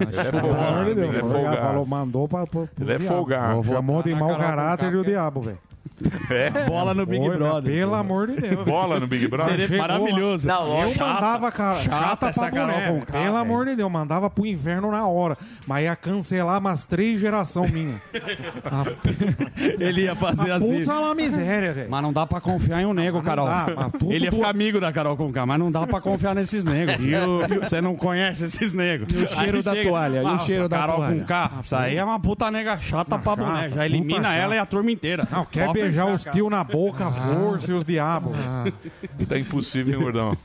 Speaker 6: Ele é
Speaker 8: acho que-
Speaker 6: folgado,
Speaker 8: pelo amor de Deus,
Speaker 6: ele é
Speaker 8: falou,
Speaker 6: folgado.
Speaker 8: falou, mandou pra. pra pros
Speaker 6: Ele é
Speaker 8: diabos.
Speaker 6: folgado.
Speaker 8: Chamou de
Speaker 6: Já tá
Speaker 8: mau
Speaker 6: na cara com
Speaker 8: caráter e o diabo, velho.
Speaker 9: Bola no Big
Speaker 8: Oi, meu,
Speaker 9: Brother.
Speaker 8: Pelo amor de Deus.
Speaker 6: Bola Tá no Big Brother?
Speaker 8: Chegou,
Speaker 9: maravilhoso.
Speaker 8: mano.
Speaker 9: Não, ó,
Speaker 8: eu
Speaker 9: chata.
Speaker 8: mandava cara,
Speaker 9: Chata
Speaker 8: chata,
Speaker 9: essa
Speaker 8: pra
Speaker 9: Carol
Speaker 8: boneco.
Speaker 9: Conká,
Speaker 8: Pelo
Speaker 9: velho.
Speaker 8: amor de Deus, mandava pro inverno na hora. Mas ia cancelar umas três gerações minhas.
Speaker 9: Ele ia fazer
Speaker 8: A
Speaker 9: assim.
Speaker 8: puta é uma miséria, velho.
Speaker 9: Mas não dá pra confiar em um nego, Carol.
Speaker 8: dá, mas tudo
Speaker 9: Ele ia ficar amigo da Carol Conká, mas não dá pra confiar nesses negros.
Speaker 8: E o- e o-
Speaker 9: Você não conhece esses negros.
Speaker 8: E o cheiro
Speaker 9: Aí
Speaker 8: da
Speaker 9: chega,
Speaker 8: toalha, e o
Speaker 9: "Ah,
Speaker 8: cheiro da
Speaker 9: Carol
Speaker 8: toalha?"
Speaker 9: Conká, isso aí é uma puta nega chata pra boné. né? Já elimina
Speaker 8: puta
Speaker 9: ela
Speaker 8: chata.
Speaker 9: e a turma inteira.
Speaker 8: Não, quer
Speaker 9: Pode
Speaker 8: beijar
Speaker 9: fechar,
Speaker 8: os
Speaker 9: cara. Ah.
Speaker 8: tios na boca, flor, seus diabos.
Speaker 6: Tá impossível, hein, gordão?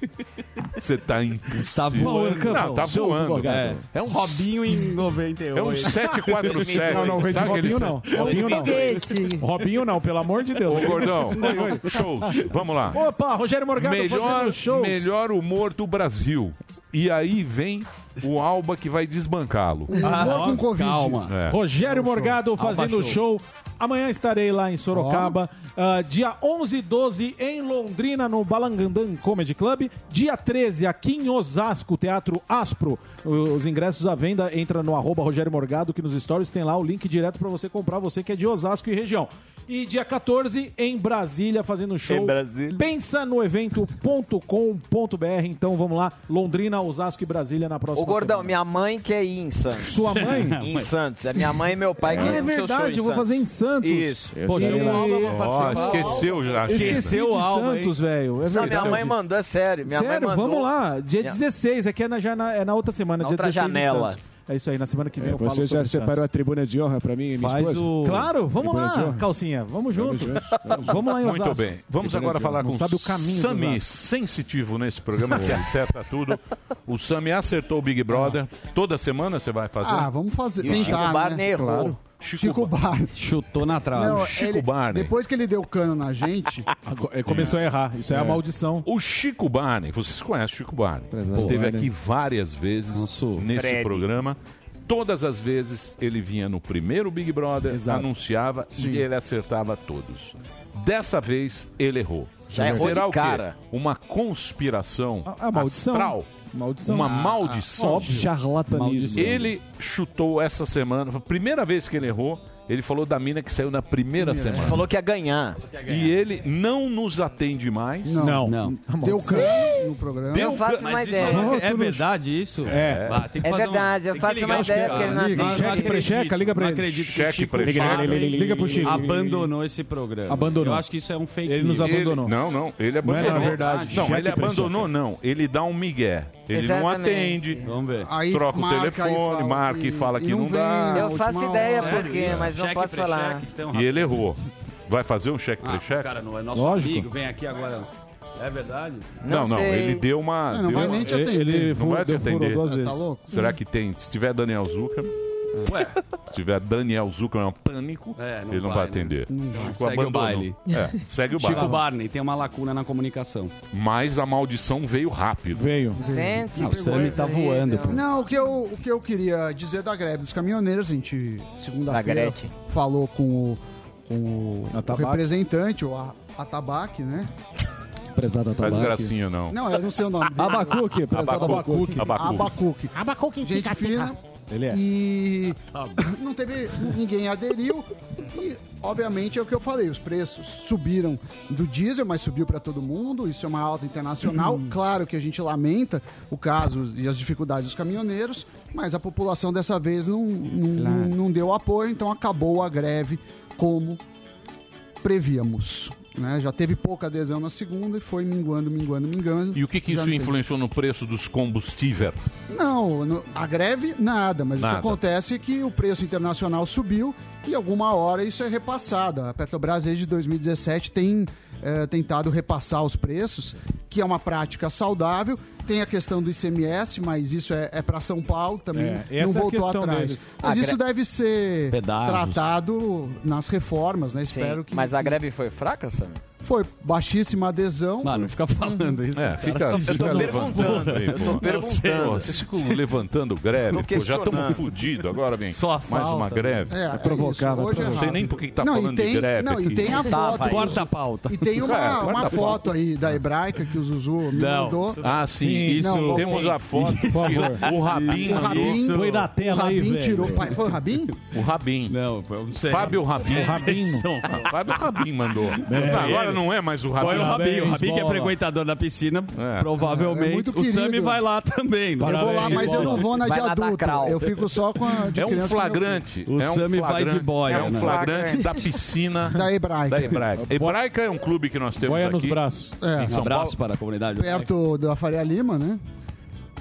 Speaker 6: Você tá impossível. Tá
Speaker 8: voando,
Speaker 6: Não, tá
Speaker 8: Campbell. Seu
Speaker 6: voando.
Speaker 8: advogado.
Speaker 6: É, é um
Speaker 9: Robinho em 98.
Speaker 6: É um 747.
Speaker 8: Não, não, veio de
Speaker 6: Sabe aquele
Speaker 8: Robinho não.
Speaker 6: set-
Speaker 8: Robinho não. Robinho não, pelo amor de Deus.
Speaker 6: Ô, gordão, shows. Vamos lá.
Speaker 8: Opa, Rogério Morgado
Speaker 6: melhor,
Speaker 8: fazendo shows.
Speaker 6: melhor humor do Brasil. E aí vem o Alba que vai desbancá-lo. É.
Speaker 8: Humor Ah, com Covid.
Speaker 6: Calma.
Speaker 8: Rogério Morgado
Speaker 6: Alfa
Speaker 8: fazendo show. Amanhã estarei lá em Sorocaba. Ah, dia 11 e 12 em Londrina, no Balangandã Comedy Club. Dia 13 aqui em Osasco, Teatro Aspro. O- Os ingressos à venda entra no arroba Rogério Morgado, que nos stories tem lá o link direto pra você comprar, você que é de Osasco e região. E dia 14 em Brasília, fazendo show.
Speaker 13: Em Brasília.
Speaker 8: Pensa no evento.com.br. Então vamos lá, Londrina, Osasco e Brasília na próxima
Speaker 13: Ô, Gordão,
Speaker 8: semana.
Speaker 13: minha mãe quer ir em Santos.
Speaker 8: Sua mãe?
Speaker 13: em Santos. É minha mãe e meu pai que
Speaker 8: Ah, é
Speaker 13: iam pro seu show
Speaker 8: verdade,
Speaker 13: em
Speaker 8: eu vou
Speaker 13: Santos.
Speaker 8: fazer em Santos.
Speaker 13: Isso. é.
Speaker 8: Eu Poxa, queria ir lá.
Speaker 13: Alba
Speaker 8: Ó, esqueceu já. Esqueci de Santos, velho, é
Speaker 13: Não, minha
Speaker 8: verdade.
Speaker 13: mãe mandou, é sério. Minha
Speaker 8: Sério,
Speaker 13: mãe mandou.
Speaker 8: vamos lá. Dia
Speaker 13: Minha-
Speaker 8: 16, aqui é na, já na, é na outra semana,
Speaker 13: Na
Speaker 8: dia
Speaker 13: outra
Speaker 8: 16 em
Speaker 13: janela.
Speaker 8: Santos. É isso aí, na semana que vem
Speaker 11: É,
Speaker 8: eu falo
Speaker 11: você já
Speaker 8: sobre
Speaker 11: separou
Speaker 8: Santos.
Speaker 11: a tribuna de honra pra mim e minha
Speaker 8: Faz
Speaker 11: esposa?
Speaker 8: o- Claro, vamos
Speaker 11: Tribuna de
Speaker 8: lá,
Speaker 11: honra.
Speaker 8: calcinha, vamos junto.
Speaker 11: Tribuna
Speaker 8: Vamos lá em Osasco.
Speaker 6: Muito bem. Vamos agora falar
Speaker 8: Não
Speaker 6: com
Speaker 8: sabe o caminho de
Speaker 6: Sami,
Speaker 8: Osasco.
Speaker 6: sensitivo nesse programa, que acerta tudo. O Sami acertou o Big Brother. Toda semana você vai fazer?
Speaker 12: Ah, vamos fazer.
Speaker 6: E o Chico
Speaker 12: tentar, né?
Speaker 6: Barney errou.
Speaker 12: Claro.
Speaker 6: Chico,
Speaker 12: Barney.
Speaker 9: Chutou na trave.
Speaker 12: Não, ele- Depois que ele deu cano na gente.
Speaker 8: Começou a errar. Isso é, a maldição.
Speaker 6: O Chico Barney, vocês conhecem o Chico Barney.
Speaker 12: Prezado
Speaker 6: Esteve
Speaker 12: Barney.
Speaker 6: aqui várias vezes nesse
Speaker 12: Fred.
Speaker 6: programa. Todas as vezes ele vinha no primeiro Big Brother, anunciava e ele acertava todos. Dessa vez ele errou.
Speaker 13: Já errou
Speaker 6: Será
Speaker 13: de
Speaker 6: o
Speaker 13: cara.
Speaker 6: quê? Uma conspiração
Speaker 8: A- a Ah, maldição.
Speaker 6: astral.
Speaker 8: Maldição.
Speaker 6: Uma
Speaker 8: Ah,
Speaker 6: maldição.
Speaker 8: óbvio. Charlatanismo. Maldição.
Speaker 6: Ele chutou essa semana, foi a primeira vez que ele errou, ele falou da mina que saiu na primeira
Speaker 13: Primeira.
Speaker 6: semana.
Speaker 13: Falou que ia ganhar.
Speaker 6: E ele não nos atende mais.
Speaker 12: Não.
Speaker 9: Não.
Speaker 12: Deu cano no programa.
Speaker 6: Deu
Speaker 13: Eu faço
Speaker 6: cano.
Speaker 13: uma
Speaker 6: Mas isso
Speaker 13: ideia.
Speaker 9: É, é verdade isso?
Speaker 6: É.
Speaker 9: Bah, tem que
Speaker 13: É
Speaker 9: fazer um-
Speaker 13: verdade, eu
Speaker 9: tem que
Speaker 13: faço
Speaker 9: ligar
Speaker 13: uma
Speaker 9: os
Speaker 13: ideia
Speaker 9: caras.
Speaker 13: que ele não
Speaker 9: Não
Speaker 13: atende.
Speaker 9: acredito,
Speaker 8: precheca, liga pra
Speaker 9: não
Speaker 8: ele.
Speaker 9: acredito que o
Speaker 8: Cheque
Speaker 9: Chico
Speaker 8: precheca.
Speaker 9: Barney
Speaker 8: Liga pro Chico.
Speaker 9: Abandonou esse programa.
Speaker 8: Abandonou.
Speaker 9: Eu acho que isso é um fake
Speaker 8: Ele nos
Speaker 9: news.
Speaker 8: abandonou.
Speaker 6: Não, não, ele
Speaker 8: Não é
Speaker 6: abandonou.
Speaker 8: na verdade,
Speaker 6: Não,
Speaker 8: cheque
Speaker 6: ele
Speaker 8: preenchido.
Speaker 6: abandonou, não. Ele dá um migué. Ele não
Speaker 13: Exatamente.
Speaker 6: atende.
Speaker 9: Vamos ver.
Speaker 13: Aí
Speaker 6: troca o
Speaker 13: marca, aí
Speaker 6: telefone,
Speaker 13: fala
Speaker 6: marca e
Speaker 13: que-
Speaker 6: fala
Speaker 13: e
Speaker 6: que
Speaker 13: não
Speaker 6: não, dá.
Speaker 13: vem, Eu faço última ideia hora. por quê, mas não posso falar.
Speaker 6: E ele errou. Vai fazer um cheque
Speaker 9: então, Ah,
Speaker 6: pre-cheque?
Speaker 9: cara, não é nosso
Speaker 6: Lógico.
Speaker 9: amigo, vem aqui agora. É verdade?
Speaker 6: Não, não, ele deu uma.
Speaker 9: Ah, Não, não
Speaker 6: deu
Speaker 9: vai
Speaker 6: uma-
Speaker 9: nem te atender.
Speaker 6: Ele
Speaker 9: Ele
Speaker 6: não
Speaker 9: furou-
Speaker 6: vai te
Speaker 9: deu- furou
Speaker 6: atender.
Speaker 9: duas vezes. Tá louco?
Speaker 6: Será que tem? Se tiver Daniel Zucker.
Speaker 9: Ué.
Speaker 6: Se tiver Daniel Zucker, é um pânico.
Speaker 9: É, não
Speaker 6: ele não
Speaker 9: vai,
Speaker 6: vai,
Speaker 9: né?
Speaker 6: atender.
Speaker 9: Não vai.
Speaker 6: Chico
Speaker 9: Segue o
Speaker 6: abandonou.
Speaker 9: baile.
Speaker 6: É, segue o baile.
Speaker 9: Chico Barney tem uma lacuna na comunicação.
Speaker 6: Mas a maldição veio rápido.
Speaker 8: Veio.
Speaker 9: Gente, Ah, o Sammy tá voando.
Speaker 12: Não, o que, eu, o que eu queria dizer é da greve dos caminhoneiros, a gente,
Speaker 13: Da
Speaker 12: segunda-feira,
Speaker 13: Gretchen.
Speaker 12: falou com o, com o- o
Speaker 8: Atabaque.
Speaker 12: representante, o A- Atabaque, né?
Speaker 6: Não faz gracinha, não.
Speaker 12: Não, eu não sei o nome dele.
Speaker 11: Abacuque, prezado
Speaker 6: Abacuque. Tá
Speaker 12: Abacuque.
Speaker 14: Abacuque.
Speaker 12: Gente fina.
Speaker 8: Ele é.
Speaker 12: E não teve. Ninguém aderiu. E, obviamente, é o que eu falei: os preços subiram do diesel, mas subiu para todo mundo. Isso é uma alta internacional.
Speaker 6: Hum.
Speaker 12: Claro que a gente lamenta o caso e as dificuldades dos caminhoneiros, mas a população dessa vez não, não, não- não deu apoio, então acabou a greve como prevíamos. né? Já teve pouca adesão na segunda e foi minguando, minguando, minguando.
Speaker 6: E o que, que
Speaker 12: Já
Speaker 6: isso
Speaker 12: não teve.
Speaker 6: influenciou no preço dos combustíveis?
Speaker 12: Não, no- a greve, nada. Mas
Speaker 6: Nada.
Speaker 12: o que acontece é que o preço internacional subiu e alguma hora isso é repassado. A Petrobras, desde 2017, tem eh, tentado repassar os preços, que é uma prática saudável. Tem a questão do ICMS, mas isso é, para São Paulo também,
Speaker 8: É, essa
Speaker 12: não
Speaker 8: é a
Speaker 12: voltou
Speaker 8: questão
Speaker 12: atrás.
Speaker 8: deles. Ah,
Speaker 12: Mas
Speaker 13: A
Speaker 12: isso
Speaker 13: gre-
Speaker 12: deve ser
Speaker 13: Pedágios.
Speaker 12: tratado nas reformas, né? Espero que
Speaker 13: Mas é a greve foi fraca, Sam?
Speaker 12: foi baixíssima adesão.
Speaker 9: Mano, fica
Speaker 13: Hum.
Speaker 9: falando isso.
Speaker 6: É, fica,
Speaker 13: Eu tô
Speaker 6: fica
Speaker 13: perguntando,
Speaker 6: aí,
Speaker 13: eu tô
Speaker 6: pô.
Speaker 13: perguntando.
Speaker 6: Pô, Vocês ficam levantando greve,
Speaker 13: Tô
Speaker 6: pô, já estamos
Speaker 13: questionando.
Speaker 6: fodidos agora, vem.
Speaker 13: Só a
Speaker 6: Mais
Speaker 13: falta,
Speaker 6: uma
Speaker 13: né?
Speaker 6: greve.
Speaker 12: É, É provocar, isso, vai hoje é provocar.
Speaker 6: Não sei nem
Speaker 12: rápido.
Speaker 6: por que que tá
Speaker 12: Não, e
Speaker 6: falando
Speaker 12: tem-
Speaker 6: de greve.
Speaker 12: não, e
Speaker 6: aqui.
Speaker 12: tem a Tá, foto. vai. Corta a
Speaker 9: pauta.
Speaker 12: E tem uma,
Speaker 6: É, corta
Speaker 12: uma
Speaker 6: a pauta.
Speaker 12: foto aí da hebraica que o Zuzu me
Speaker 6: Não.
Speaker 12: mandou.
Speaker 6: Ah, sim, isso-
Speaker 12: vou-
Speaker 6: temos a foto que
Speaker 12: Por favor.
Speaker 6: o Rabin
Speaker 12: O
Speaker 6: mandou.
Speaker 12: Rabin,
Speaker 6: Põe na tela
Speaker 12: o
Speaker 6: aí,
Speaker 12: Rabin
Speaker 6: velho.
Speaker 12: tirou. Pai, foi o Rabin?
Speaker 6: O Rabin. Não, eu não
Speaker 9: sei.
Speaker 6: Fábio Rabin.
Speaker 9: O Rabin.
Speaker 6: Ah, Fábio Rabin mandou.
Speaker 9: É,
Speaker 6: Agora
Speaker 9: ele.
Speaker 6: não é mais o Rabin.
Speaker 9: Foi o Rabin. O Rabin que é frequentador da piscina,
Speaker 12: É
Speaker 9: provavelmente.
Speaker 12: muito
Speaker 9: o Sami
Speaker 12: querido.
Speaker 9: vai lá também. né?
Speaker 12: eu vou lá, mas eu não vou na de
Speaker 9: Vai lá dar
Speaker 12: adulto.
Speaker 9: crawl.
Speaker 12: Eu fico só com a de
Speaker 6: É um
Speaker 12: criança.
Speaker 6: flagrante.
Speaker 9: O
Speaker 6: é um
Speaker 9: Sami vai de
Speaker 6: flagrante-
Speaker 9: boia,
Speaker 6: É um
Speaker 9: né?
Speaker 6: flagrante da piscina
Speaker 12: da Hebraica.
Speaker 6: Da Hebraica. Hebraica é um clube que nós temos
Speaker 12: Boia
Speaker 6: aqui.
Speaker 12: nos braços. É.
Speaker 6: Em São
Speaker 12: Um abraço
Speaker 6: Paulo. para a comunidade.
Speaker 12: Perto da Faria Lima, né?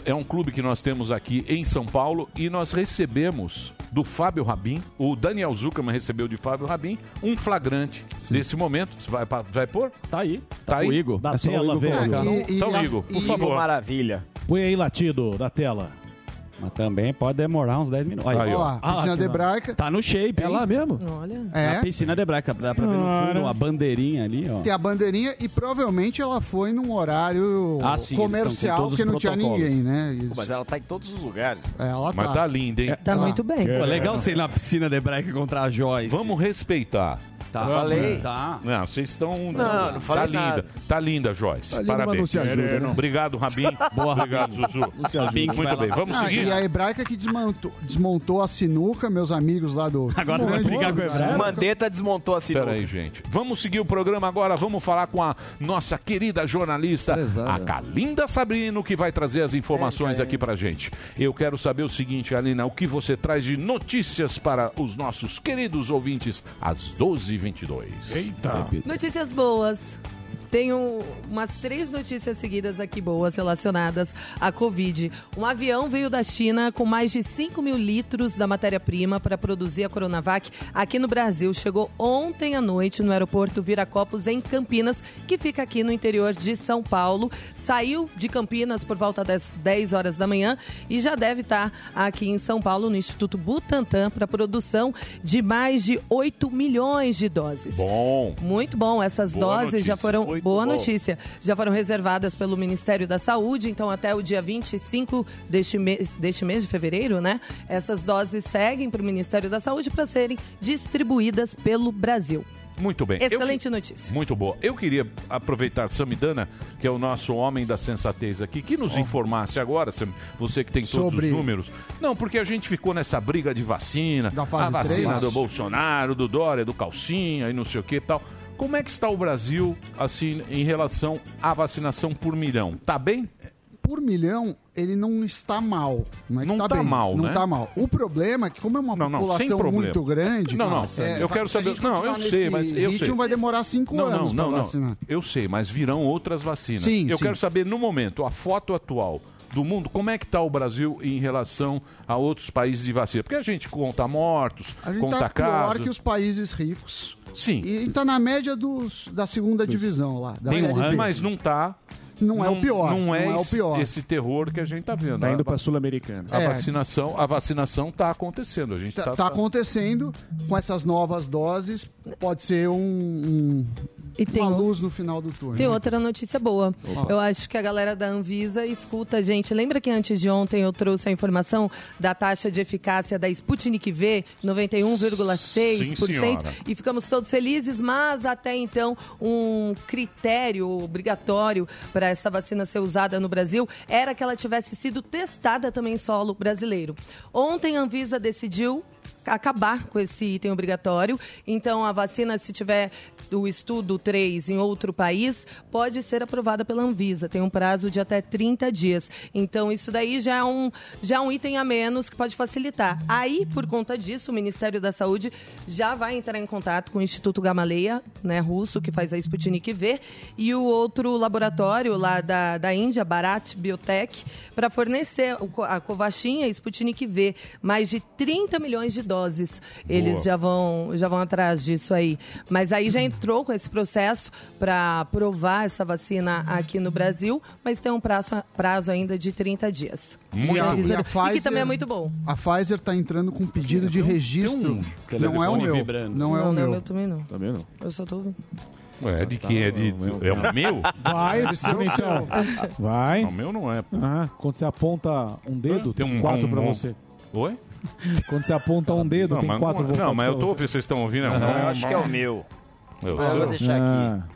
Speaker 6: É um clube que nós temos aqui em São Paulo e nós recebemos do Fábio Rabin, o Daniel Zuckerman recebeu de Fábio Rabin, um flagrante desse momento. Você vai, pa- vai pôr?
Speaker 9: Tá aí.
Speaker 6: Tá, aí.
Speaker 9: o Igor.
Speaker 6: Dá
Speaker 9: É só o
Speaker 6: tela,
Speaker 9: Igor
Speaker 6: velho.
Speaker 9: colocar.
Speaker 6: Então, então, Igor, por favor.
Speaker 13: Maravilha.
Speaker 9: Põe aí latido da tela. Mas também pode demorar uns 10 minutos.
Speaker 12: Aí, ó. Ó, piscina de
Speaker 9: que lá.
Speaker 12: Hebraica.
Speaker 9: Tá no shape. É lá mesmo?
Speaker 4: Olha.
Speaker 12: É.
Speaker 9: Na piscina de Hebraica. Dá pra ver no fundo a bandeirinha ali, ó.
Speaker 12: Tem a bandeirinha e provavelmente ela foi num horário
Speaker 9: Ah, sim, eles estão com
Speaker 12: comercial
Speaker 9: todos os
Speaker 12: que não tinha
Speaker 9: protocolos.
Speaker 12: ninguém, né?
Speaker 13: Pô, mas ela tá em todos os lugares.
Speaker 9: É,
Speaker 12: Ela
Speaker 6: Mas tá linda, hein?
Speaker 4: Tá muito bem.
Speaker 9: Pô, legal você ir na piscina de Hebraica contra a Joyce.
Speaker 6: Vamos respeitar.
Speaker 9: Tá,
Speaker 6: Vamos,
Speaker 9: falei.
Speaker 6: né?
Speaker 9: Tá.
Speaker 6: Não, vocês estão.
Speaker 9: Não, não falei
Speaker 6: tá linda.
Speaker 9: nada.
Speaker 6: Tá linda, Joyce.
Speaker 9: Tá linda, mas
Speaker 6: Parabéns.
Speaker 9: não se ajuda, né?
Speaker 6: Obrigado, Rabin.
Speaker 9: Boa,
Speaker 6: Obrigado,
Speaker 9: Rabin.
Speaker 6: Zuzu.
Speaker 9: Não se ajuda. Rabin que vai
Speaker 6: muito
Speaker 9: lá.
Speaker 6: tá bem. Vamos
Speaker 12: Ah,
Speaker 6: seguir.
Speaker 12: tá E a hebraica que desmontou, desmontou a sinuca, meus amigos lá do.
Speaker 6: Agora vai brigar com a Hebraica.
Speaker 13: Mandetta desmontou a sinuca.
Speaker 6: Peraí, gente. Vamos seguir o programa agora. Vamos falar com a nossa querida jornalista, a Kalinda Sabrino, que vai trazer as informações aqui pra gente. Eu quero saber o seguinte, Alina, o que você traz de notícias para os nossos queridos ouvintes às 12h22. Eita!
Speaker 4: Notícias boas. Tenho umas três notícias seguidas aqui boas relacionadas à Covid. Um avião veio da China com mais de 5 mil litros da matéria-prima para produzir a Coronavac aqui no Brasil. Chegou ontem à noite no aeroporto Viracopos, em Campinas, que fica aqui no interior de São Paulo. Saiu de Campinas por volta das 10 horas da manhã e já deve estar aqui em São Paulo, no Instituto Butantan, para produção de mais de 8 milhões de doses.
Speaker 6: Bom.
Speaker 4: Muito bom. Essas
Speaker 17: Boa
Speaker 4: doses
Speaker 17: notícia.
Speaker 4: já foram.
Speaker 17: Muito
Speaker 4: boa
Speaker 17: bom.
Speaker 4: notícia. Já foram reservadas pelo Ministério da Saúde. Então, até o dia 25 deste mês, deste mês de fevereiro, né? Essas doses seguem para o Ministério da Saúde para serem distribuídas pelo Brasil.
Speaker 6: Muito bem. Eu-
Speaker 4: Excelente notícia.
Speaker 6: Muito boa. Eu queria aproveitar Samidana, que é o nosso homem da sensatez aqui, que nos informasse agora, Sam, você que tem todos
Speaker 12: Sobre-
Speaker 6: os números. Não, porque a gente ficou nessa briga de vacina,
Speaker 12: fase
Speaker 6: a vacina
Speaker 12: três.
Speaker 6: do Bolsonaro, do Dória, do Calcinha e não sei o que e tal. Como é que está o Brasil, assim, em relação à vacinação por milhão? Tá bem?
Speaker 12: Por milhão, ele não está mal. Não, é que
Speaker 6: Não
Speaker 12: tá
Speaker 6: tá
Speaker 12: bem,
Speaker 6: mal,
Speaker 12: Não
Speaker 6: né?
Speaker 12: está mal. O problema é que, como é uma
Speaker 6: Não, não, sem
Speaker 12: população
Speaker 6: problema.
Speaker 12: muito grande.
Speaker 6: Não, não,
Speaker 12: é,
Speaker 6: eu
Speaker 12: vai-
Speaker 6: quero
Speaker 12: se a
Speaker 6: saber-
Speaker 12: gente
Speaker 6: não, eu
Speaker 12: continuar
Speaker 6: sei,
Speaker 12: nesse
Speaker 6: mas eu
Speaker 12: ritmo,
Speaker 6: sei.
Speaker 12: vai demorar cinco
Speaker 6: Não, não,
Speaker 12: anos pra
Speaker 6: não,
Speaker 12: vacinar.
Speaker 6: não. Eu sei, mas virão outras vacinas.
Speaker 12: Sim,
Speaker 6: Eu
Speaker 12: sim.
Speaker 6: quero saber no momento, a foto atual do mundo, como é que está o Brasil em relação a outros países de vacina? Porque a gente conta mortos,
Speaker 12: A gente
Speaker 6: conta
Speaker 12: está pior
Speaker 6: casos.
Speaker 12: que os países ricos.
Speaker 6: Sim.
Speaker 12: E está na média dos, da segunda divisão lá. Da
Speaker 6: Tem um
Speaker 12: Série B.
Speaker 6: ranking, mas não está.
Speaker 12: Não é o pior,
Speaker 6: Não é,
Speaker 12: não é o
Speaker 6: esse-
Speaker 12: pior.
Speaker 6: esse terror que a gente está vendo.
Speaker 11: Tá indo
Speaker 6: A-
Speaker 11: pra Sul-Americana.
Speaker 6: A
Speaker 12: É.
Speaker 6: vacinação, a vacinação está acontecendo. A gente
Speaker 12: Tá,
Speaker 6: está
Speaker 12: tá acontecendo com essas novas doses. Pode ser um, um- uma luz no final do turno.
Speaker 4: Tem outra notícia boa.
Speaker 12: Opa.
Speaker 4: Eu acho que a galera da Anvisa escuta, a gente. Lembra que antes de ontem eu trouxe a informação da taxa de eficácia da Sputnik V, 91,6%,
Speaker 17: senhora.
Speaker 4: e ficamos todos felizes, mas até então um critério obrigatório para essa vacina ser usada no Brasil era que ela tivesse sido testada também em solo brasileiro. Ontem a Anvisa decidiu acabar com esse item obrigatório. Então a vacina se tiver o estudo 3 em outro país, pode ser aprovada pela Anvisa. Tem um prazo de até 30 dias. Então isso daí já é um já é um item a menos que pode facilitar. Aí, por conta disso, o Ministério da Saúde já vai entrar em contato com o Instituto Gamaleya, né, russo, que faz a Sputnik V, e o outro laboratório lá da, da Índia, Bharat Biotech, para fornecer o co- a Covaxin e a Sputnik V, mais de 30 milhões de doses. Eles
Speaker 17: Boa.
Speaker 4: já vão já vão atrás disso aí. Mas aí já entrou com esse processo para aprovar essa vacina aqui no Brasil, mas tem um prazo, prazo ainda de 30 dias.
Speaker 12: E a- e a
Speaker 4: Analisando- e que
Speaker 12: Pfizer-
Speaker 4: também é muito bom.
Speaker 12: A Pfizer tá entrando com pedido de registro. Não é o meu. Não é o
Speaker 4: Não,
Speaker 12: meu.
Speaker 4: também não.
Speaker 11: Também não.
Speaker 4: Eu só tô ouvindo.
Speaker 6: Ué, é de quem? É, de, é o meu?
Speaker 12: é
Speaker 8: Vai, Luciano, então. Vai.
Speaker 6: O meu não é.
Speaker 8: Ah, quando você aponta um dedo, tem quatro pra você.
Speaker 6: Oi?
Speaker 8: Quando você aponta um dedo, tem
Speaker 6: mas
Speaker 8: quatro
Speaker 6: não, é-
Speaker 8: pra
Speaker 6: não,
Speaker 8: você.
Speaker 6: mas eu tô ouvindo, vocês estão ouvindo? um
Speaker 8: Ah,
Speaker 6: Não,
Speaker 8: eu acho que é o
Speaker 13: meu.
Speaker 6: Eu
Speaker 8: Ah,
Speaker 6: sou.
Speaker 8: vou deixar aqui.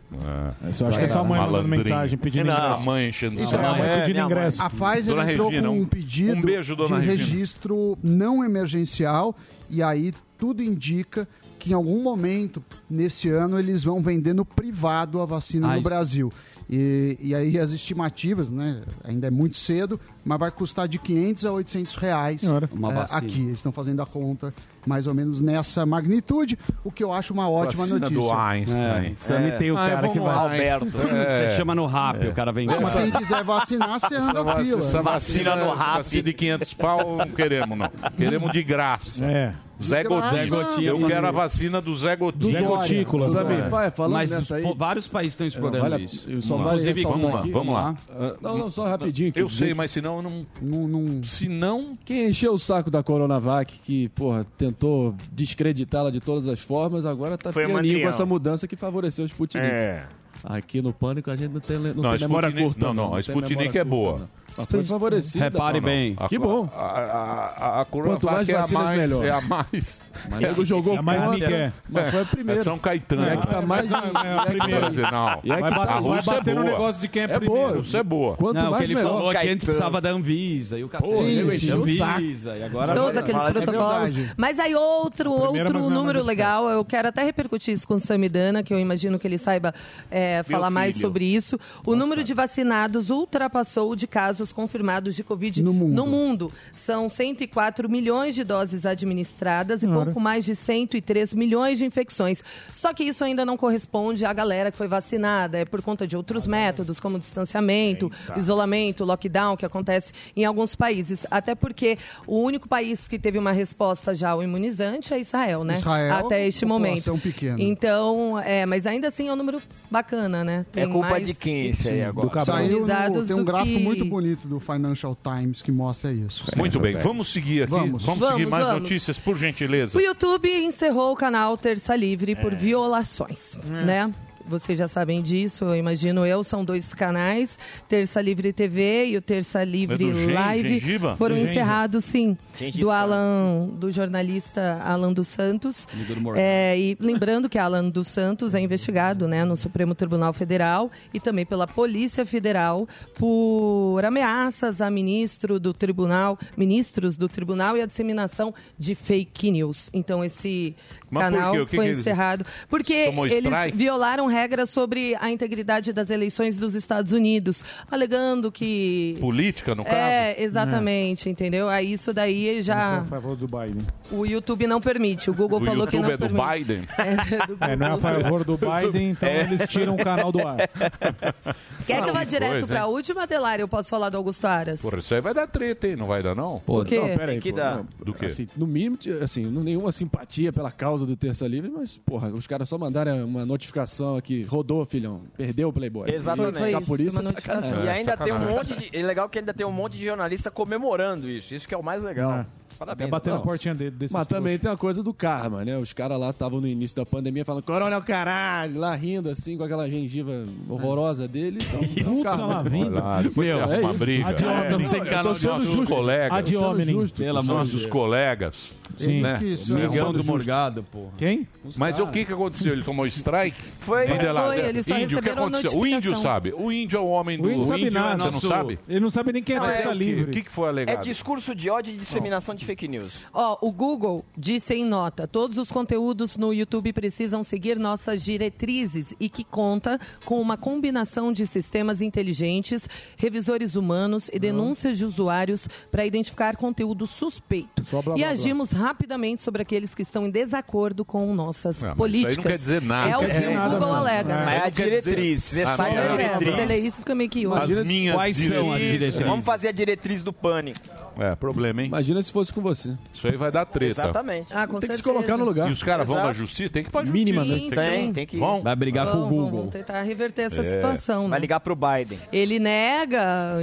Speaker 6: É.
Speaker 8: Isso, acho que é sua mãe mandando
Speaker 6: Malandrinho.
Speaker 8: mensagem pedindo
Speaker 6: Não,
Speaker 8: ingresso.
Speaker 6: A mãe enchendo
Speaker 8: Então, a mãe pedindo ingresso.
Speaker 12: A Pfizer
Speaker 6: É, Dona
Speaker 12: entrou
Speaker 6: Regina,
Speaker 12: com
Speaker 6: um-
Speaker 12: um pedido
Speaker 6: um beijo,
Speaker 12: de
Speaker 6: Dona Regina.
Speaker 12: registro não emergencial e aí tudo indica que em algum momento nesse ano eles vão vender no privado a vacina
Speaker 9: Ah,
Speaker 12: no
Speaker 9: isso.
Speaker 12: Brasil. E, e aí as estimativas, né? Ainda é muito cedo, mas vai custar de 500 a 800 reais
Speaker 8: Senhora.
Speaker 12: eh,
Speaker 8: Uma vacina.
Speaker 12: aqui. Eles estão fazendo a conta mais ou menos nessa magnitude, o que eu acho uma ótima
Speaker 6: Vacina
Speaker 12: notícia.
Speaker 6: do Einstein.
Speaker 9: É, isso ali tem o cara que vai. Você chama no rap, o cara vem.
Speaker 12: Não, Ah, mas quem quiser vacinar, você anda
Speaker 6: Essa
Speaker 12: na
Speaker 6: vac-
Speaker 12: fila.
Speaker 6: essa vacina, é vacina de 500 pau não queremos, não. Queremos de graça.
Speaker 8: É.
Speaker 6: Zé
Speaker 9: De
Speaker 6: Gotinha.
Speaker 9: graça. Zé Gotinha.
Speaker 6: Eu quero a vacina do Zé Gotinha.
Speaker 9: Zé Gotícula.
Speaker 6: Sabe?
Speaker 11: vai, falando
Speaker 9: Mas
Speaker 11: nessa
Speaker 9: os-
Speaker 11: aí-
Speaker 9: vários países estão explorando
Speaker 11: Olha,
Speaker 9: isso.
Speaker 11: eu só
Speaker 9: Vamos
Speaker 11: vale
Speaker 9: lá.
Speaker 11: ressaltar
Speaker 6: vamos lá,
Speaker 11: aqui-
Speaker 6: vamos lá.
Speaker 11: Ah, Não, não, só rapidinho. aqui,
Speaker 6: Eu
Speaker 11: dizer
Speaker 6: sei,
Speaker 11: que-
Speaker 6: mas senão eu não.
Speaker 12: Não, não...
Speaker 6: Se não.
Speaker 11: Quem encheu o saco da Coronavac, que, porra, tentou descreditá-la de todas as formas, agora tá
Speaker 6: Foi o
Speaker 11: pianinho com
Speaker 6: Mandrião.
Speaker 11: essa mudança que favoreceu os Sputnik.
Speaker 6: É.
Speaker 11: Aqui no Pânico a gente não tem, não
Speaker 6: Não, a
Speaker 11: tem memória
Speaker 6: Sputnik-
Speaker 11: curta.
Speaker 6: não, não, a
Speaker 11: tem
Speaker 6: Sputnik
Speaker 11: memória
Speaker 6: é boa.
Speaker 11: curta, não. Mas Foi favorecida. pô, não.
Speaker 6: A-
Speaker 11: que bom.
Speaker 6: A, a, a, a Coronavac
Speaker 11: Quanto mais
Speaker 6: é a
Speaker 11: vacinas,
Speaker 6: mais.
Speaker 11: melhor.
Speaker 6: É a mais.
Speaker 11: Mas nego jogou
Speaker 6: é a mais
Speaker 11: contra,
Speaker 6: Miguel.
Speaker 11: mas foi a primeira.
Speaker 6: É São Caetano.
Speaker 11: E é que tá mais-
Speaker 6: Não, é
Speaker 11: e é que
Speaker 6: a
Speaker 11: tá-
Speaker 6: primeira. Não.
Speaker 11: e é que tá-
Speaker 6: a
Speaker 11: vai
Speaker 6: Rússia é
Speaker 11: bater no
Speaker 6: boa.
Speaker 11: negócio de quem é
Speaker 6: É
Speaker 11: primeiro.
Speaker 6: boa, isso é boa.
Speaker 11: Quanto
Speaker 9: não, o que
Speaker 11: mais
Speaker 9: ele
Speaker 11: melhor.
Speaker 9: falou que antes
Speaker 11: Caetano.
Speaker 9: precisava da Anvisa e o cacete.
Speaker 11: Porra,
Speaker 9: Anvisa,
Speaker 11: encheu o saco.
Speaker 9: e agora
Speaker 4: Todos
Speaker 9: vai-
Speaker 4: aqueles
Speaker 9: fala-
Speaker 4: protocolos.
Speaker 9: É verdade.
Speaker 4: mas aí outro,
Speaker 9: primeira, mas
Speaker 4: outro
Speaker 9: não é mais
Speaker 4: número
Speaker 9: eficaz.
Speaker 4: legal, eu quero até repercutir isso com o Samidana, que eu imagino que ele saiba é, falar mais
Speaker 2: filho.
Speaker 4: sobre isso. O número de vacinados ultrapassou o de casos confirmados de Covid no mundo. São 104 milhões de doses administradas e
Speaker 2: Senhora.
Speaker 4: pouco mais de 103 milhões de infecções. Só que isso ainda não corresponde à galera que foi vacinada, é por conta de outros métodos, como distanciamento,
Speaker 12: Tá.
Speaker 4: isolamento, lockdown, que acontece em alguns países. Até porque o único país que teve uma resposta já ao imunizante é Israel, né?
Speaker 12: Israel,
Speaker 4: Até este
Speaker 12: população
Speaker 4: momento.
Speaker 12: pequena.
Speaker 4: Então, é, mas ainda assim é um número bacana, né?
Speaker 13: É culpa
Speaker 4: mais
Speaker 13: de quem isso aí agora?
Speaker 12: Saiu no-
Speaker 4: imunizados
Speaker 12: tem um
Speaker 4: do
Speaker 12: gráfico
Speaker 4: que-
Speaker 12: muito bonito do Financial Times que mostra isso.
Speaker 6: Muito bem, vamos seguir aqui. Vamos,
Speaker 12: Vamos.
Speaker 6: seguir
Speaker 4: Vamos,
Speaker 6: mais
Speaker 4: vamos.
Speaker 6: notícias, por gentileza.
Speaker 4: O YouTube encerrou o canal Terça Livre
Speaker 2: É.
Speaker 4: por violações,
Speaker 12: É.
Speaker 4: né? Vocês já sabem disso, eu imagino eu. São dois canais, Terça Livre TV e o Terça Livre
Speaker 2: É do Gen-
Speaker 4: Live.
Speaker 2: Gengiva?
Speaker 4: Foram
Speaker 2: Do Gengiva.
Speaker 4: encerrados, sim,
Speaker 2: Gengis
Speaker 4: do
Speaker 2: Khan.
Speaker 4: Alan, do jornalista Alan dos Santos.
Speaker 2: Igor Moura.
Speaker 4: É, e lembrando que Alan dos Santos é investigado né, no Supremo Tribunal Federal e também pela Polícia Federal por ameaças a ministro do tribunal, ministros do tribunal e a disseminação de fake news. Então esse
Speaker 2: Mas por
Speaker 4: canal
Speaker 2: quê? O que
Speaker 4: foi
Speaker 2: que eles-
Speaker 4: encerrado. Porque
Speaker 2: Tomou
Speaker 4: eles
Speaker 2: strike?
Speaker 4: violaram regras sobre a integridade das eleições dos Estados Unidos, alegando que.
Speaker 6: Política, no caso?
Speaker 4: É, exatamente, entendeu? Aí isso daí
Speaker 8: Foi
Speaker 4: já.
Speaker 2: é
Speaker 8: a favor do Biden.
Speaker 4: O YouTube não permite. O Google
Speaker 6: O
Speaker 4: falou que
Speaker 6: YouTube
Speaker 4: não
Speaker 6: é do
Speaker 4: permite.
Speaker 6: Biden?
Speaker 4: É, do
Speaker 8: É, não é a
Speaker 4: Google.
Speaker 8: favor do Biden, então
Speaker 6: É.
Speaker 8: eles tiram o canal do ar.
Speaker 4: Quer que eu vá
Speaker 6: Que
Speaker 4: direto
Speaker 6: coisa,
Speaker 4: pra
Speaker 6: hein?
Speaker 4: última, Delário? Eu posso falar do Augusto Aras?
Speaker 6: Porra, isso aí vai dar treta, hein? Não vai dar, não?
Speaker 11: Pô,
Speaker 4: O quê?
Speaker 11: Não, peraí,
Speaker 4: Tem que
Speaker 11: pô,
Speaker 4: dar.
Speaker 11: não.
Speaker 6: Do quê?
Speaker 11: Assim, no mínimo, t- assim, não- nenhuma simpatia pela causa do Terça Livre, mas, porra, os caras só mandaram uma notificação aqui, rodou, filhão, perdeu o Playboy. Tá
Speaker 13: Exatamente.
Speaker 11: E, a polícia, é
Speaker 12: é
Speaker 11: sacanagem.
Speaker 13: E ainda tem um monte de. É legal que ainda tem um monte de jornalista comemorando isso. Isso que é o mais legal. Parabéns.
Speaker 11: Não, Mas também tem a coisa do karma, né? Os caras lá estavam no início da pandemia falando corona é o caralho, lá rindo assim com aquela gengiva horrorosa dele. Então, é o karma.
Speaker 6: Olha lá, depois
Speaker 11: Meu,
Speaker 6: você arruma
Speaker 11: é
Speaker 6: uma
Speaker 11: isso.
Speaker 6: briga.
Speaker 11: Ad hominem.
Speaker 6: É,
Speaker 11: Sem
Speaker 6: eu tô
Speaker 11: canal de
Speaker 6: sendo
Speaker 11: ódio.
Speaker 6: justo. colegas.
Speaker 11: Ad
Speaker 6: Eu tô sendo
Speaker 11: hominem.
Speaker 6: justo.
Speaker 11: Pelo amor de
Speaker 6: Nossos
Speaker 11: Deus.
Speaker 6: colegas.
Speaker 11: Sim.
Speaker 6: né?
Speaker 11: Que isso,
Speaker 6: Não
Speaker 11: é.
Speaker 6: são do
Speaker 11: Justo.
Speaker 6: Morgado, porra.
Speaker 8: Quem?
Speaker 6: Mas o que que aconteceu? Ele tomou strike?
Speaker 13: Foi.
Speaker 6: Líder lá.
Speaker 8: Foi, eles só
Speaker 6: índio, o que
Speaker 8: receberam
Speaker 6: aconteceu? O índio
Speaker 8: notificação.
Speaker 6: sabe. O índio é o homem do...
Speaker 8: O índio sabe
Speaker 6: índio é
Speaker 8: nada.
Speaker 6: Você não
Speaker 8: nosso-
Speaker 6: sabe?
Speaker 8: Ele não sabe nem quem é
Speaker 6: Não, é
Speaker 8: terça
Speaker 6: o quê?
Speaker 8: livre.
Speaker 6: O que que foi
Speaker 13: É
Speaker 6: alegado?
Speaker 13: discurso de ódio e disseminação de fake news.
Speaker 4: Ó, o Google disse em nota: todos os conteúdos no YouTube precisam seguir nossas diretrizes e que conta com uma combinação de sistemas inteligentes, revisores humanos e denúncias de usuários para identificar conteúdo suspeito.
Speaker 2: Só blá,
Speaker 4: e
Speaker 2: blá, blá.
Speaker 6: Ah,
Speaker 4: agimos rapidamente sobre aqueles que estão em desacordo com nossas
Speaker 6: Ah, Mas
Speaker 4: políticas.
Speaker 6: Isso aí não quer dizer nada.
Speaker 4: É o que o Google alega. né?
Speaker 13: Mas é a diretriz, você sai da
Speaker 4: Pois é,
Speaker 13: diretriz.
Speaker 4: você lê isso fica meio que
Speaker 13: As
Speaker 4: hoje.
Speaker 13: minhas
Speaker 6: quais são as
Speaker 13: diretrizes?
Speaker 6: diretrizes?
Speaker 13: Vamos fazer a diretriz do pânico.
Speaker 6: É, problema, hein?
Speaker 11: Imagina se fosse com você.
Speaker 6: Isso aí vai dar treta.
Speaker 11: Exatamente. Ah, com Tem que se certeza. colocar no lugar.
Speaker 6: E os caras vão
Speaker 11: Exato.
Speaker 6: na justiça? Tem que ir pra justiça.
Speaker 11: Minimamente. Tem, tem que ir.
Speaker 6: Vão?
Speaker 11: Vai brigar
Speaker 4: Vão, vão, vão tentar reverter essa
Speaker 13: É.
Speaker 4: situação.
Speaker 13: Vai
Speaker 4: Né?
Speaker 13: ligar pro Biden.
Speaker 4: Ele nega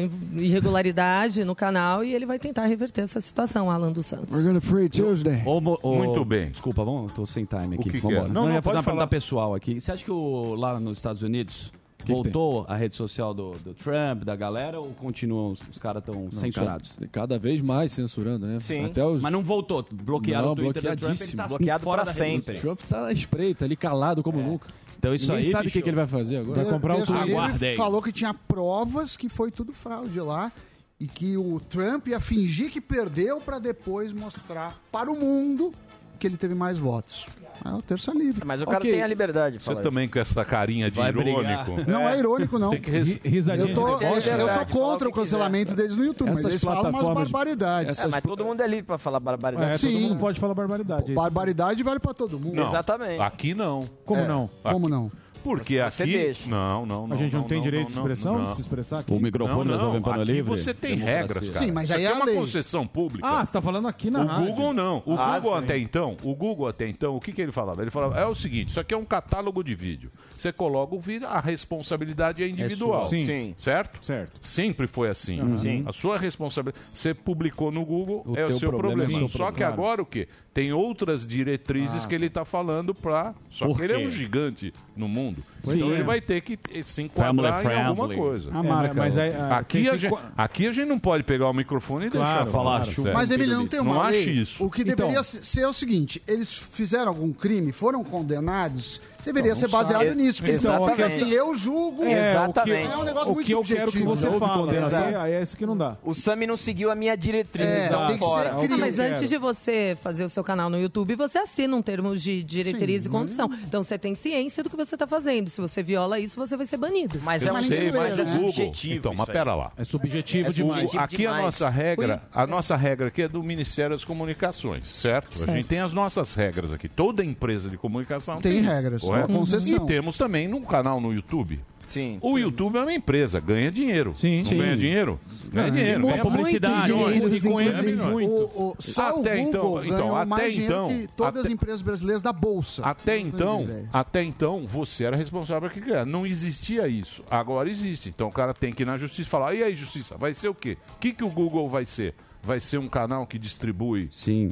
Speaker 4: irregularidade no canal e ele vai tentar reverter essa situação, Alan dos Santos.
Speaker 11: We're gonna free Tuesday.
Speaker 6: Muito bem.
Speaker 9: Desculpa, vamos, tô sem time aqui.
Speaker 6: que que
Speaker 9: Vambora.
Speaker 6: é?
Speaker 9: Não,
Speaker 6: Não,
Speaker 9: eu
Speaker 6: não,
Speaker 9: ia fazer uma
Speaker 6: pode falar.
Speaker 9: pergunta pessoal aqui. Você acha que o- lá nos Estados Unidos voltou a rede social do, do Trump, da galera, ou continuam, os, os caras estão
Speaker 11: Não,
Speaker 9: censurados?
Speaker 11: Cada, cada vez mais censurando, né?
Speaker 9: Sim.
Speaker 11: Até os...
Speaker 9: Mas não voltou. Bloquearam
Speaker 11: Não,
Speaker 9: o Twitter do Trump, ele
Speaker 11: bloqueadíssimo.
Speaker 9: tá fora da rede social.
Speaker 11: O Trump tá na espreita, ali calado como nunca.
Speaker 9: Então isso
Speaker 11: Ninguém
Speaker 9: aí,
Speaker 11: sabe o que,
Speaker 9: bicho.
Speaker 11: que ele vai fazer agora.
Speaker 12: Deus livre,
Speaker 9: Aguarda aí.
Speaker 12: falou que tinha provas que foi tudo fraude lá e que o Trump ia fingir que perdeu pra depois mostrar para o mundo que ele teve mais votos. É o terça livre.
Speaker 13: Mas o cara tem a liberdade. de
Speaker 6: Você
Speaker 13: falar
Speaker 6: também com essa carinha de
Speaker 13: Vai brigar.
Speaker 6: irônico.
Speaker 12: Não é irônico, não.
Speaker 6: Tem que res...
Speaker 12: Eu, tô- eu sou contra o
Speaker 13: que quiser.
Speaker 12: cancelamento deles no YouTube, mas
Speaker 6: Essas
Speaker 12: eles falam umas
Speaker 6: plataformas de-
Speaker 12: barbaridades.
Speaker 13: É, mas todo mundo é livre pra falar barbaridade.
Speaker 12: É, todo Sim. mundo
Speaker 13: pode falar barbaridade.
Speaker 12: Barbaridade vale pra todo mundo.
Speaker 6: Não. Aqui não.
Speaker 13: Como
Speaker 6: não?
Speaker 12: Como não?
Speaker 6: Porque
Speaker 12: Você
Speaker 6: aqui...
Speaker 12: deixa.
Speaker 6: Não, não, não.
Speaker 8: A gente não tem direito de
Speaker 6: não,
Speaker 8: expressão,
Speaker 6: não.
Speaker 8: de se expressar aqui?
Speaker 6: Não,
Speaker 8: O microfone
Speaker 6: não,
Speaker 8: da Jovem Pan é
Speaker 6: aqui
Speaker 8: livre?
Speaker 6: você tem
Speaker 8: Democracia.
Speaker 6: regras, cara.
Speaker 8: Sim, mas
Speaker 6: Isso
Speaker 8: aí
Speaker 6: aqui
Speaker 8: é
Speaker 6: é
Speaker 8: a
Speaker 6: uma
Speaker 8: lei.
Speaker 6: concessão pública.
Speaker 8: Ah, você tá falando aqui na
Speaker 6: O
Speaker 8: rádio.
Speaker 6: Google não. O
Speaker 8: Ah,
Speaker 6: Google
Speaker 8: sim.
Speaker 6: até então, o Google até então, o que, que ele falava? Ele falava, é o seguinte, isso aqui é um catálogo de vídeo. Você coloca o vídeo, a responsabilidade é individual.
Speaker 8: sua. Sim. Sim.
Speaker 6: Certo?
Speaker 8: Certo.
Speaker 6: Sempre foi assim.
Speaker 8: Uhum. Sim.
Speaker 6: A sua responsabilidade. Você publicou no Google,
Speaker 8: O
Speaker 6: é o
Speaker 8: teu
Speaker 6: seu
Speaker 8: problema
Speaker 6: problema.
Speaker 8: é o seu
Speaker 6: Só
Speaker 8: problema.
Speaker 6: que agora o quê? Tem outras diretrizes
Speaker 8: Ah.
Speaker 6: que ele está falando para. Só
Speaker 8: Por
Speaker 6: que ele é
Speaker 8: quê?
Speaker 6: um gigante no mundo.
Speaker 8: Pois
Speaker 6: então
Speaker 8: é.
Speaker 6: ele vai ter que eh, se enquadrar
Speaker 8: Family
Speaker 6: em alguma
Speaker 8: friendly.
Speaker 6: coisa.
Speaker 8: A É, marca. mas aí, ah,
Speaker 6: aqui,
Speaker 8: tem
Speaker 6: a
Speaker 8: que
Speaker 6: gente, aqui a gente não pode pegar o microfone e deixar
Speaker 8: Claro,
Speaker 6: falar.
Speaker 8: claro.
Speaker 6: sério.
Speaker 12: Mas ele não tem uma
Speaker 6: Não
Speaker 12: lei.
Speaker 6: acho isso. Então.
Speaker 12: O que
Speaker 8: Então,
Speaker 12: deveria se- ser é o seguinte: eles fizeram algum crime, foram condenados, deveria
Speaker 6: Não,
Speaker 12: ser
Speaker 6: não
Speaker 12: baseado
Speaker 6: sabe.
Speaker 12: nisso. Porque
Speaker 8: Então,
Speaker 12: senão fica
Speaker 8: ok.
Speaker 12: assim, eu julgo.
Speaker 8: É, o que-
Speaker 12: É um negócio
Speaker 8: o
Speaker 12: muito
Speaker 8: que eu quero que
Speaker 12: subjetivo,
Speaker 8: você
Speaker 12: né?
Speaker 8: fale.
Speaker 12: Exato.
Speaker 8: Aí, aí é isso que não dá.
Speaker 13: O Sami não seguiu a minha diretriz.
Speaker 8: É,
Speaker 13: então,
Speaker 8: tem que ser
Speaker 13: fora.
Speaker 4: Ah, mas antes de você fazer o seu canal no YouTube, você assina um termo de diretriz
Speaker 13: Sim.
Speaker 4: e condição. Então você tem ciência do que você está fazendo. Se você viola isso, você vai ser banido.
Speaker 6: Mas eu sei, mas o Google. Então, mas pera lá.
Speaker 8: É subjetivo
Speaker 6: O-
Speaker 8: demais.
Speaker 6: aqui a nossa regra, a nossa regra aqui é do Ministério das Comunicações, certo?
Speaker 12: Certo.
Speaker 6: A gente tem as nossas regras aqui. Toda empresa de comunicação
Speaker 12: Tem
Speaker 6: tem,
Speaker 12: regras,
Speaker 6: correto?
Speaker 12: uma concessão.
Speaker 6: E temos também num canal no YouTube.
Speaker 13: Sim.
Speaker 6: O YouTube é uma empresa, ganha dinheiro. Sim, Não
Speaker 8: sim.
Speaker 6: ganha dinheiro? Ganha
Speaker 12: Ah,
Speaker 8: Ganha.
Speaker 6: dinheiro.
Speaker 8: Muito
Speaker 6: Ganha
Speaker 12: né?
Speaker 8: publicidade,
Speaker 6: milhões,
Speaker 8: dinheiro,
Speaker 6: ganha
Speaker 8: inclusive.
Speaker 6: milhões.
Speaker 12: O, o, só
Speaker 6: Até
Speaker 12: o
Speaker 6: então-
Speaker 12: Google
Speaker 6: então,
Speaker 12: ganhou
Speaker 6: até
Speaker 12: mais
Speaker 6: então,
Speaker 12: dinheiro que todas as
Speaker 6: até-
Speaker 12: empresas brasileiras da Bolsa.
Speaker 6: Até então,
Speaker 12: ideia.
Speaker 6: até então, você era responsável por criar. Não existia isso. Agora existe. Então o cara tem que ir na justiça e falar: e aí, justiça, vai ser o quê? O que, que o Google vai ser? Vai ser um canal que distribui. é,
Speaker 9: Sim.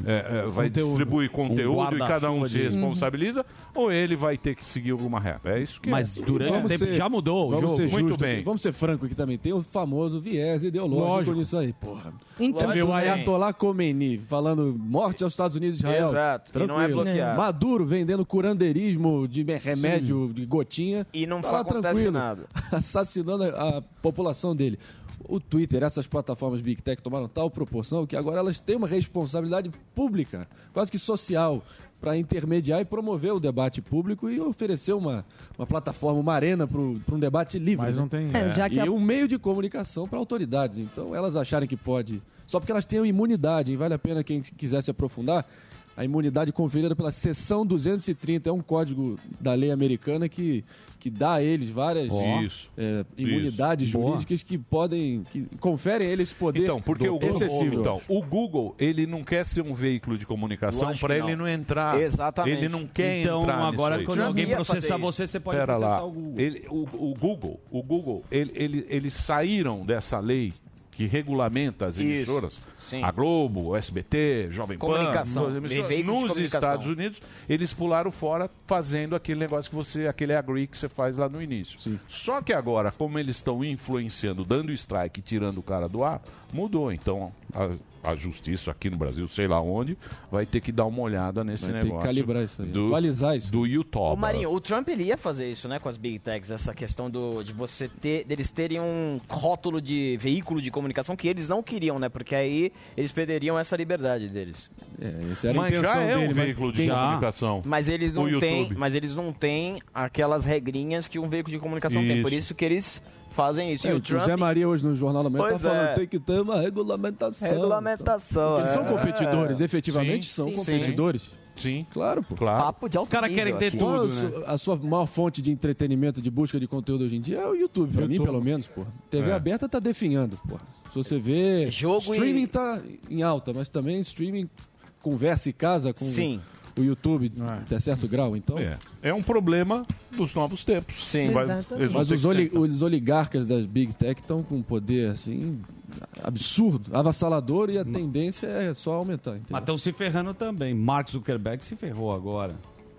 Speaker 6: vai
Speaker 9: Conteúdo.
Speaker 6: distribuir
Speaker 9: Um
Speaker 6: conteúdo e
Speaker 9: guarda-chuva
Speaker 6: cada um se
Speaker 9: de-
Speaker 6: responsabiliza, ou ele vai ter que seguir alguma regra? É isso que
Speaker 9: Mas
Speaker 6: é.
Speaker 9: durante o tempo já mudou o
Speaker 11: vamos
Speaker 9: jogo.
Speaker 11: Ser justo,
Speaker 6: Muito bem.
Speaker 11: aqui. Vamos ser franco aqui também. Tem o famoso viés ideológico
Speaker 9: Lógico.
Speaker 11: nisso aí, porra.
Speaker 4: Então,
Speaker 11: Você vê o
Speaker 4: tudo bem.
Speaker 11: Ayatollah Khomeini falando morte aos Estados Unidos e Israel.
Speaker 13: Exato, e não é bloqueado.
Speaker 11: Maduro vendendo curanderismo de me- remédio de gotinha.
Speaker 13: E não
Speaker 11: Tá lá
Speaker 13: acontece
Speaker 11: tranquilo,
Speaker 13: nada.
Speaker 11: Assassinando a, a população dele. O Twitter, essas plataformas Big Tech tomaram tal proporção que agora elas têm uma responsabilidade pública, quase que social, para intermediar e promover o debate público e oferecer uma, uma plataforma, uma arena para um debate livre.
Speaker 8: Mas
Speaker 11: né?
Speaker 8: não tem- É, já que
Speaker 11: E
Speaker 8: a-
Speaker 11: um meio de comunicação para autoridades. Então, elas acharem que pode. Só porque elas tenham imunidade, hein? vale a pena quem quiser se aprofundar. A imunidade conferida pela seção 230 é um código da lei americana que, que dá a eles várias
Speaker 6: Ó. Isso.
Speaker 11: é, imunidades
Speaker 6: Isso.
Speaker 11: jurídicas que podem. que conferem a eles esse poder
Speaker 6: Então, porque o Google,
Speaker 11: excessivo.
Speaker 6: então, o Google, ele não quer ser um veículo de comunicação
Speaker 11: Lógico
Speaker 6: para
Speaker 11: que
Speaker 6: ele
Speaker 11: não.
Speaker 6: não entrar.
Speaker 11: Exatamente.
Speaker 6: Ele não quer
Speaker 11: Então,
Speaker 6: entrar nisso
Speaker 11: agora,
Speaker 6: aí.
Speaker 11: quando alguém Trump ia processar fazer você, isso. você pode
Speaker 6: Pera
Speaker 11: processar
Speaker 6: lá.
Speaker 11: o Google.
Speaker 6: Ele- o, o Google, o Google, ele- ele- eles saíram dessa lei que regulamenta as
Speaker 13: Isso.
Speaker 6: emissoras,
Speaker 13: Sim.
Speaker 6: a Globo, o SBT, Jovem Pan,
Speaker 13: Comunicação.
Speaker 6: as
Speaker 13: Veículo
Speaker 6: emissoras.
Speaker 13: de
Speaker 6: nos
Speaker 13: comunicação.
Speaker 6: Estados Unidos, eles pularam fora fazendo aquele negócio que você, aquele agree que você faz lá no início. Só que agora, como eles estão influenciando, dando strike, e tirando o cara do ar, mudou. Então, a, a justiça aqui no Brasil, sei lá onde, vai ter que dar uma olhada nesse
Speaker 11: Vai ter que
Speaker 6: negócio.
Speaker 11: calibrar isso aí,
Speaker 6: do,
Speaker 11: atualizar isso.
Speaker 6: Do YouTube.
Speaker 13: Ô, Marinho, o Trump ele ia fazer isso, né, com as big techs, essa questão do de você ter, deles terem um rótulo de veículo de comunicação que eles não queriam, né? Porque aí eles perderiam essa liberdade deles.
Speaker 11: É,
Speaker 6: essa era a Mas intenção já é um dele, mas veículo de quem- comunicação.
Speaker 13: Mas eles
Speaker 6: O
Speaker 13: não têm,
Speaker 6: YouTube.
Speaker 13: mas eles não têm aquelas regrinhas que um veículo de comunicação tem.
Speaker 11: Isso.
Speaker 13: Por isso que eles fazem isso.
Speaker 11: É,
Speaker 13: e o
Speaker 11: o
Speaker 13: Trump
Speaker 11: José Maria hoje no Jornal da Manhã tá
Speaker 13: Pois é.
Speaker 11: falando tem que ter uma regulamentação.
Speaker 13: Regulamentação,
Speaker 11: Porque Eles são
Speaker 13: é.
Speaker 11: competidores, efetivamente
Speaker 13: Sim,
Speaker 11: são
Speaker 13: sim,
Speaker 11: competidores.
Speaker 13: sim.
Speaker 6: Sim.
Speaker 11: Claro, pô.
Speaker 6: Claro.
Speaker 13: Papo de alto
Speaker 11: O cara
Speaker 13: nível
Speaker 11: quer
Speaker 13: aqui.
Speaker 11: ter tudo,
Speaker 6: né?
Speaker 11: A sua maior fonte de entretenimento, de busca de conteúdo hoje em dia é o YouTube, pra mim,
Speaker 13: YouTube.
Speaker 11: pelo menos, pô. TV
Speaker 13: É.
Speaker 11: aberta tá definhando, pô. Se você vê...
Speaker 13: Jogo e-
Speaker 11: Streaming tá em alta, mas também streaming conversa e casa com
Speaker 6: Sim.
Speaker 11: o YouTube até certo grau, então...
Speaker 6: É. É um problema dos novos tempos.
Speaker 11: Sim.
Speaker 6: Vai- eles vão
Speaker 11: Mas
Speaker 6: ter
Speaker 11: os,
Speaker 6: que
Speaker 11: oli-
Speaker 6: ser-
Speaker 11: os oligarcas das Big Tech estão com um poder, assim, absurdo, avassalador, e a tendência é só aumentar. entendeu?
Speaker 9: Mas estão se ferrando também. Mark Zuckerberg se ferrou agora.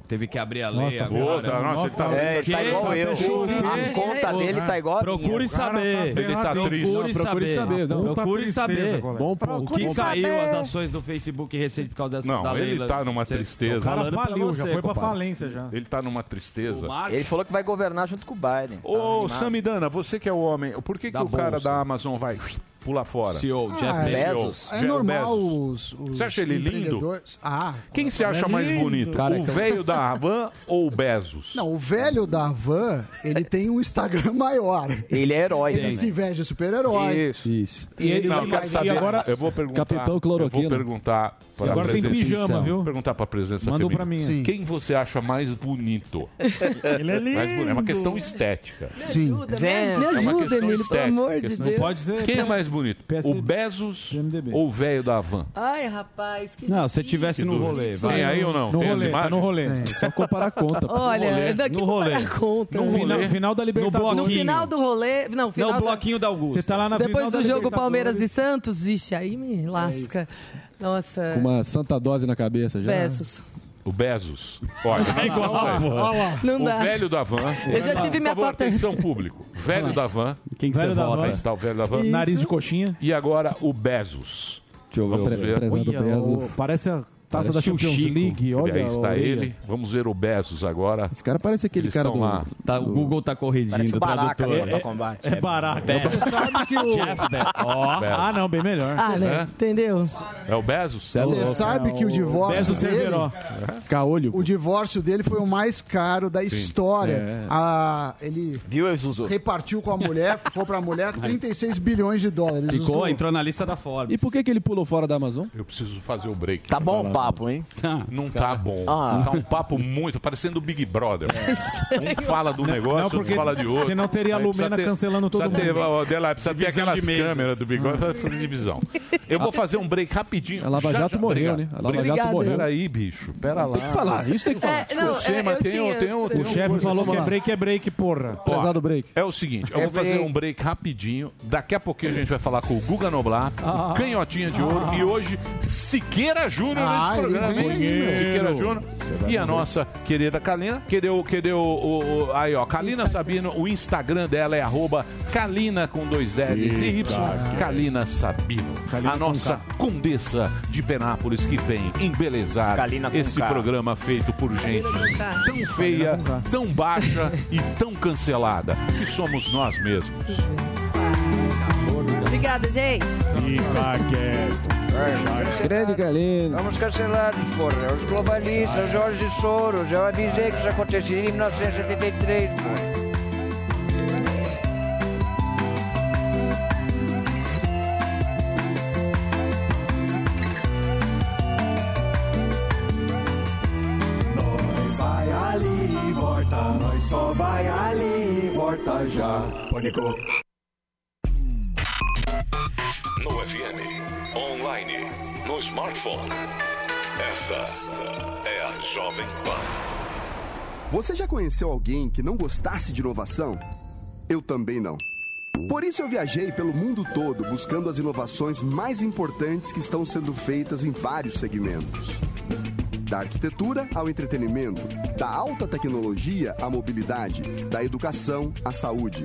Speaker 9: Teve que abrir a lei
Speaker 11: Nossa,
Speaker 9: agora.
Speaker 6: puta, nossa, você tá- É, ele
Speaker 9: Que-
Speaker 6: tá igual eu. A conta dele tá igual a minha.
Speaker 9: Procure
Speaker 6: O cara tá
Speaker 9: saber.
Speaker 6: ferrado. Ele tá triste.
Speaker 9: Procure
Speaker 6: Não, procure
Speaker 9: saber.
Speaker 6: saber, não. Puta
Speaker 9: Procure
Speaker 6: tristeza,
Speaker 9: saber.
Speaker 6: colega.
Speaker 9: Bom
Speaker 6: Bom
Speaker 9: ponto. Que
Speaker 6: ponto.
Speaker 9: caiu
Speaker 6: Saber.
Speaker 9: as ações do Facebook recente por causa dessa
Speaker 6: Não,
Speaker 9: da
Speaker 6: ele
Speaker 9: Leila.
Speaker 6: tá numa
Speaker 9: Cê- tô
Speaker 6: tristeza.
Speaker 9: falando pra você, compadre.
Speaker 6: Ele tá numa tristeza.
Speaker 13: Ele falou que vai governar junto com o Biden. Tá
Speaker 6: Ô,
Speaker 13: animado.
Speaker 6: Samidana, você que é o homem, por que, que
Speaker 13: Da
Speaker 6: o cara
Speaker 13: bolsa.
Speaker 6: da Amazon vai pular fora?
Speaker 9: CEO,
Speaker 12: Ah, é, É
Speaker 6: Jeff
Speaker 12: normal
Speaker 6: Bezos.
Speaker 12: os, os
Speaker 6: Você acha ele lindo?
Speaker 12: empreendedores- Ah,
Speaker 6: Quem você acha mais
Speaker 12: lindo.
Speaker 6: bonito? o velho da Havan ou o Bezos?
Speaker 12: Não, o velho da Van, ele tem um Instagram maior.
Speaker 13: Ele é herói
Speaker 12: Ele né?
Speaker 6: também.
Speaker 12: se inveja de super-herói.
Speaker 6: Isso.
Speaker 12: E ele
Speaker 6: não,
Speaker 12: vai-
Speaker 6: eu quero
Speaker 12: e
Speaker 6: saber.
Speaker 12: agora-
Speaker 6: eu vou perguntar.
Speaker 12: Capitão
Speaker 6: Eu
Speaker 12: Cloroquina.
Speaker 6: vou perguntar para
Speaker 8: agora
Speaker 6: a
Speaker 8: tem
Speaker 6: presença.
Speaker 8: pijama, viu?
Speaker 6: Vou perguntar para a presença
Speaker 8: Mandou
Speaker 6: feminina.
Speaker 8: pra mim. Sim.
Speaker 6: Quem você acha mais bonito?
Speaker 8: Ele é
Speaker 6: Mais bonito. É uma
Speaker 8: lindo.
Speaker 6: questão estética.
Speaker 12: Sim.
Speaker 4: me ajuda, Emílio, pelo amor de
Speaker 6: questão
Speaker 4: Deus.
Speaker 6: estética.
Speaker 4: Não pode ser
Speaker 6: Quem é
Speaker 4: pelo-
Speaker 6: mais bonito? O Bezos ou o velho da Havan?
Speaker 4: Ai, rapaz, que
Speaker 9: Não, se tivesse no rolê. vai.
Speaker 6: Tem aí ou não?
Speaker 9: No
Speaker 6: Tem as
Speaker 9: rolê, tá
Speaker 6: imagens?
Speaker 9: no rolê. Tem, só comparar a conta, pô.
Speaker 4: Olha,
Speaker 9: No rolê,
Speaker 4: É, daqui
Speaker 9: no
Speaker 4: não
Speaker 9: rolê.
Speaker 4: para conta.
Speaker 9: No
Speaker 4: né?
Speaker 9: rolê.
Speaker 8: Final da Libertadores.
Speaker 4: No final do rolê. Não, final
Speaker 9: Não,
Speaker 4: da-
Speaker 9: bloquinho da Augusta.
Speaker 8: Você tá lá na
Speaker 4: Depois
Speaker 8: final
Speaker 4: do
Speaker 8: da
Speaker 4: jogo Palmeiras e
Speaker 8: Libertadores.
Speaker 4: Santos, vixe, aí me lasca. Nossa.
Speaker 11: É Com uma santa dose na cabeça já.
Speaker 4: Bezos.
Speaker 6: O Bezos. Olha,
Speaker 4: É igual,
Speaker 6: olha,
Speaker 4: pô.
Speaker 6: olha.
Speaker 4: Não
Speaker 6: o
Speaker 4: dá.
Speaker 6: velho da van.
Speaker 4: Eu já tive minha
Speaker 6: Por favor,
Speaker 4: cota.
Speaker 6: Atenção público. Velho da van.
Speaker 9: Quem
Speaker 8: que Velho você da vota? van.
Speaker 6: Aí está o velho da van.
Speaker 8: Isso. Nariz de coxinha.
Speaker 6: E agora o Bezos. Deixa eu ver. Vamos ver.
Speaker 8: Olha, o- Parece a taça da Champions League. Olha
Speaker 6: Aí está
Speaker 8: a orelha.
Speaker 6: ele. Vamos ver o Bezos agora. Esse
Speaker 11: cara parece aquele
Speaker 6: Eles
Speaker 11: cara
Speaker 6: estão
Speaker 11: do-
Speaker 6: lá.
Speaker 9: Tá, o Google tá corrigindo o tradutor.
Speaker 8: É, é barato.
Speaker 9: Bezos.
Speaker 8: Você sabe que o...
Speaker 9: Jeff Bezos. Ó.
Speaker 6: Bezos.
Speaker 8: Ah, não, bem melhor.
Speaker 4: Ah, né? Entendeu?
Speaker 6: É o Bezos?
Speaker 12: Você
Speaker 8: É
Speaker 12: sabe
Speaker 11: é
Speaker 12: que o divórcio dele,
Speaker 11: Caolho.
Speaker 12: o divórcio dele foi o mais caro da história.
Speaker 11: É.
Speaker 12: Ah, ele
Speaker 13: Viu, Zuzu?
Speaker 12: repartiu com a mulher, ficou pra mulher 36 bilhões de dólares.
Speaker 9: Ficou,
Speaker 12: Zuzu.
Speaker 9: entrou na lista da Forbes.
Speaker 11: E então. por que, que ele pulou fora da Amazon?
Speaker 6: Eu preciso fazer o break.
Speaker 13: Tá bom o papo, hein?
Speaker 6: Não tá bom.
Speaker 13: Ah.
Speaker 6: Tá um papo muito, parecendo o Big Brother. Um fala do negócio,
Speaker 8: Não, porque
Speaker 6: outro fala de outro.
Speaker 8: senão teria a
Speaker 6: Aí precisa
Speaker 8: Lumena cancelando todo
Speaker 6: precisa Ter,
Speaker 8: mundo.
Speaker 6: ó, dela, precisa ter
Speaker 8: Divisão
Speaker 6: aquelas
Speaker 8: de mesas.
Speaker 6: câmeras do Big Brother pra fazer divisão. Eu vou fazer um break rapidinho.
Speaker 11: A Lava
Speaker 6: Já,
Speaker 11: Jato
Speaker 6: já,
Speaker 11: morreu,
Speaker 6: obrigado.
Speaker 11: né? A Lava
Speaker 6: Obrigado.
Speaker 11: Jato morreu.
Speaker 6: Peraí, bicho, pera lá.
Speaker 11: Tem que falar, isso tem que falar.
Speaker 4: É, não,
Speaker 6: Você,
Speaker 4: é,
Speaker 6: mas
Speaker 4: eu
Speaker 11: um,
Speaker 6: tem- um,
Speaker 4: tinha-
Speaker 6: tem- tem-
Speaker 8: O chefe falou que é break, é break, porra.
Speaker 6: Ó, É o seguinte, eu
Speaker 8: É
Speaker 6: vou fazer
Speaker 8: break.
Speaker 6: um break rapidinho. Daqui a pouquinho a gente vai falar com o Guga Noblar,
Speaker 8: Ah.
Speaker 6: Canhotinha de Ouro e hoje Siqueira Júnior
Speaker 12: Ah,
Speaker 6: nesse
Speaker 12: ele
Speaker 6: programa, hein?
Speaker 12: vem, meu.
Speaker 6: Siqueira Júnior.
Speaker 12: vai
Speaker 6: E a
Speaker 12: morrer.
Speaker 6: nossa querida Kalina, quereu, quereu o, o- aí ó, Kalina Sabino, o Instagram dela é arroba Kalina com dois L's e Y,
Speaker 8: Eita,
Speaker 6: Kalina Sabino, a nossa condessa de Penápolis que vem embelezar
Speaker 13: Kalina com
Speaker 6: esse
Speaker 13: K.
Speaker 6: programa feito por gente tão feia, tão baixa e tão cancelada que somos nós mesmos.
Speaker 4: Obrigada, gente.
Speaker 8: Fica quieto.
Speaker 11: Grande galera.
Speaker 17: Vamos cancelar, porra. Os globalistas, Jorge Soros, eu avisei que isso aconteceria em 1973, porra.
Speaker 18: Nós vai ali e volta, nós só vai ali e volta já. Pânico.
Speaker 7: No FM, online, no smartphone. Esta é a Jovem Pan.
Speaker 19: Você já conheceu alguém que não gostasse de inovação? Eu também não. Por isso eu viajei pelo mundo todo buscando as inovações mais importantes que estão sendo feitas em vários segmentos. Da arquitetura ao entretenimento, da alta tecnologia à mobilidade, da educação à saúde.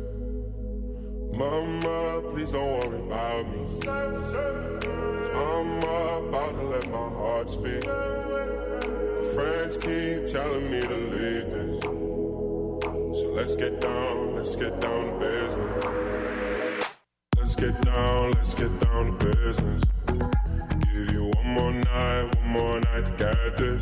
Speaker 16: Mama, please don't worry about me. 'Cause I'm about to let my heart speak. My friends keep telling me to leave this. So let's get down, let's get down to business. Let's get down, let's get down to business. Give you one more night, one more night to get this.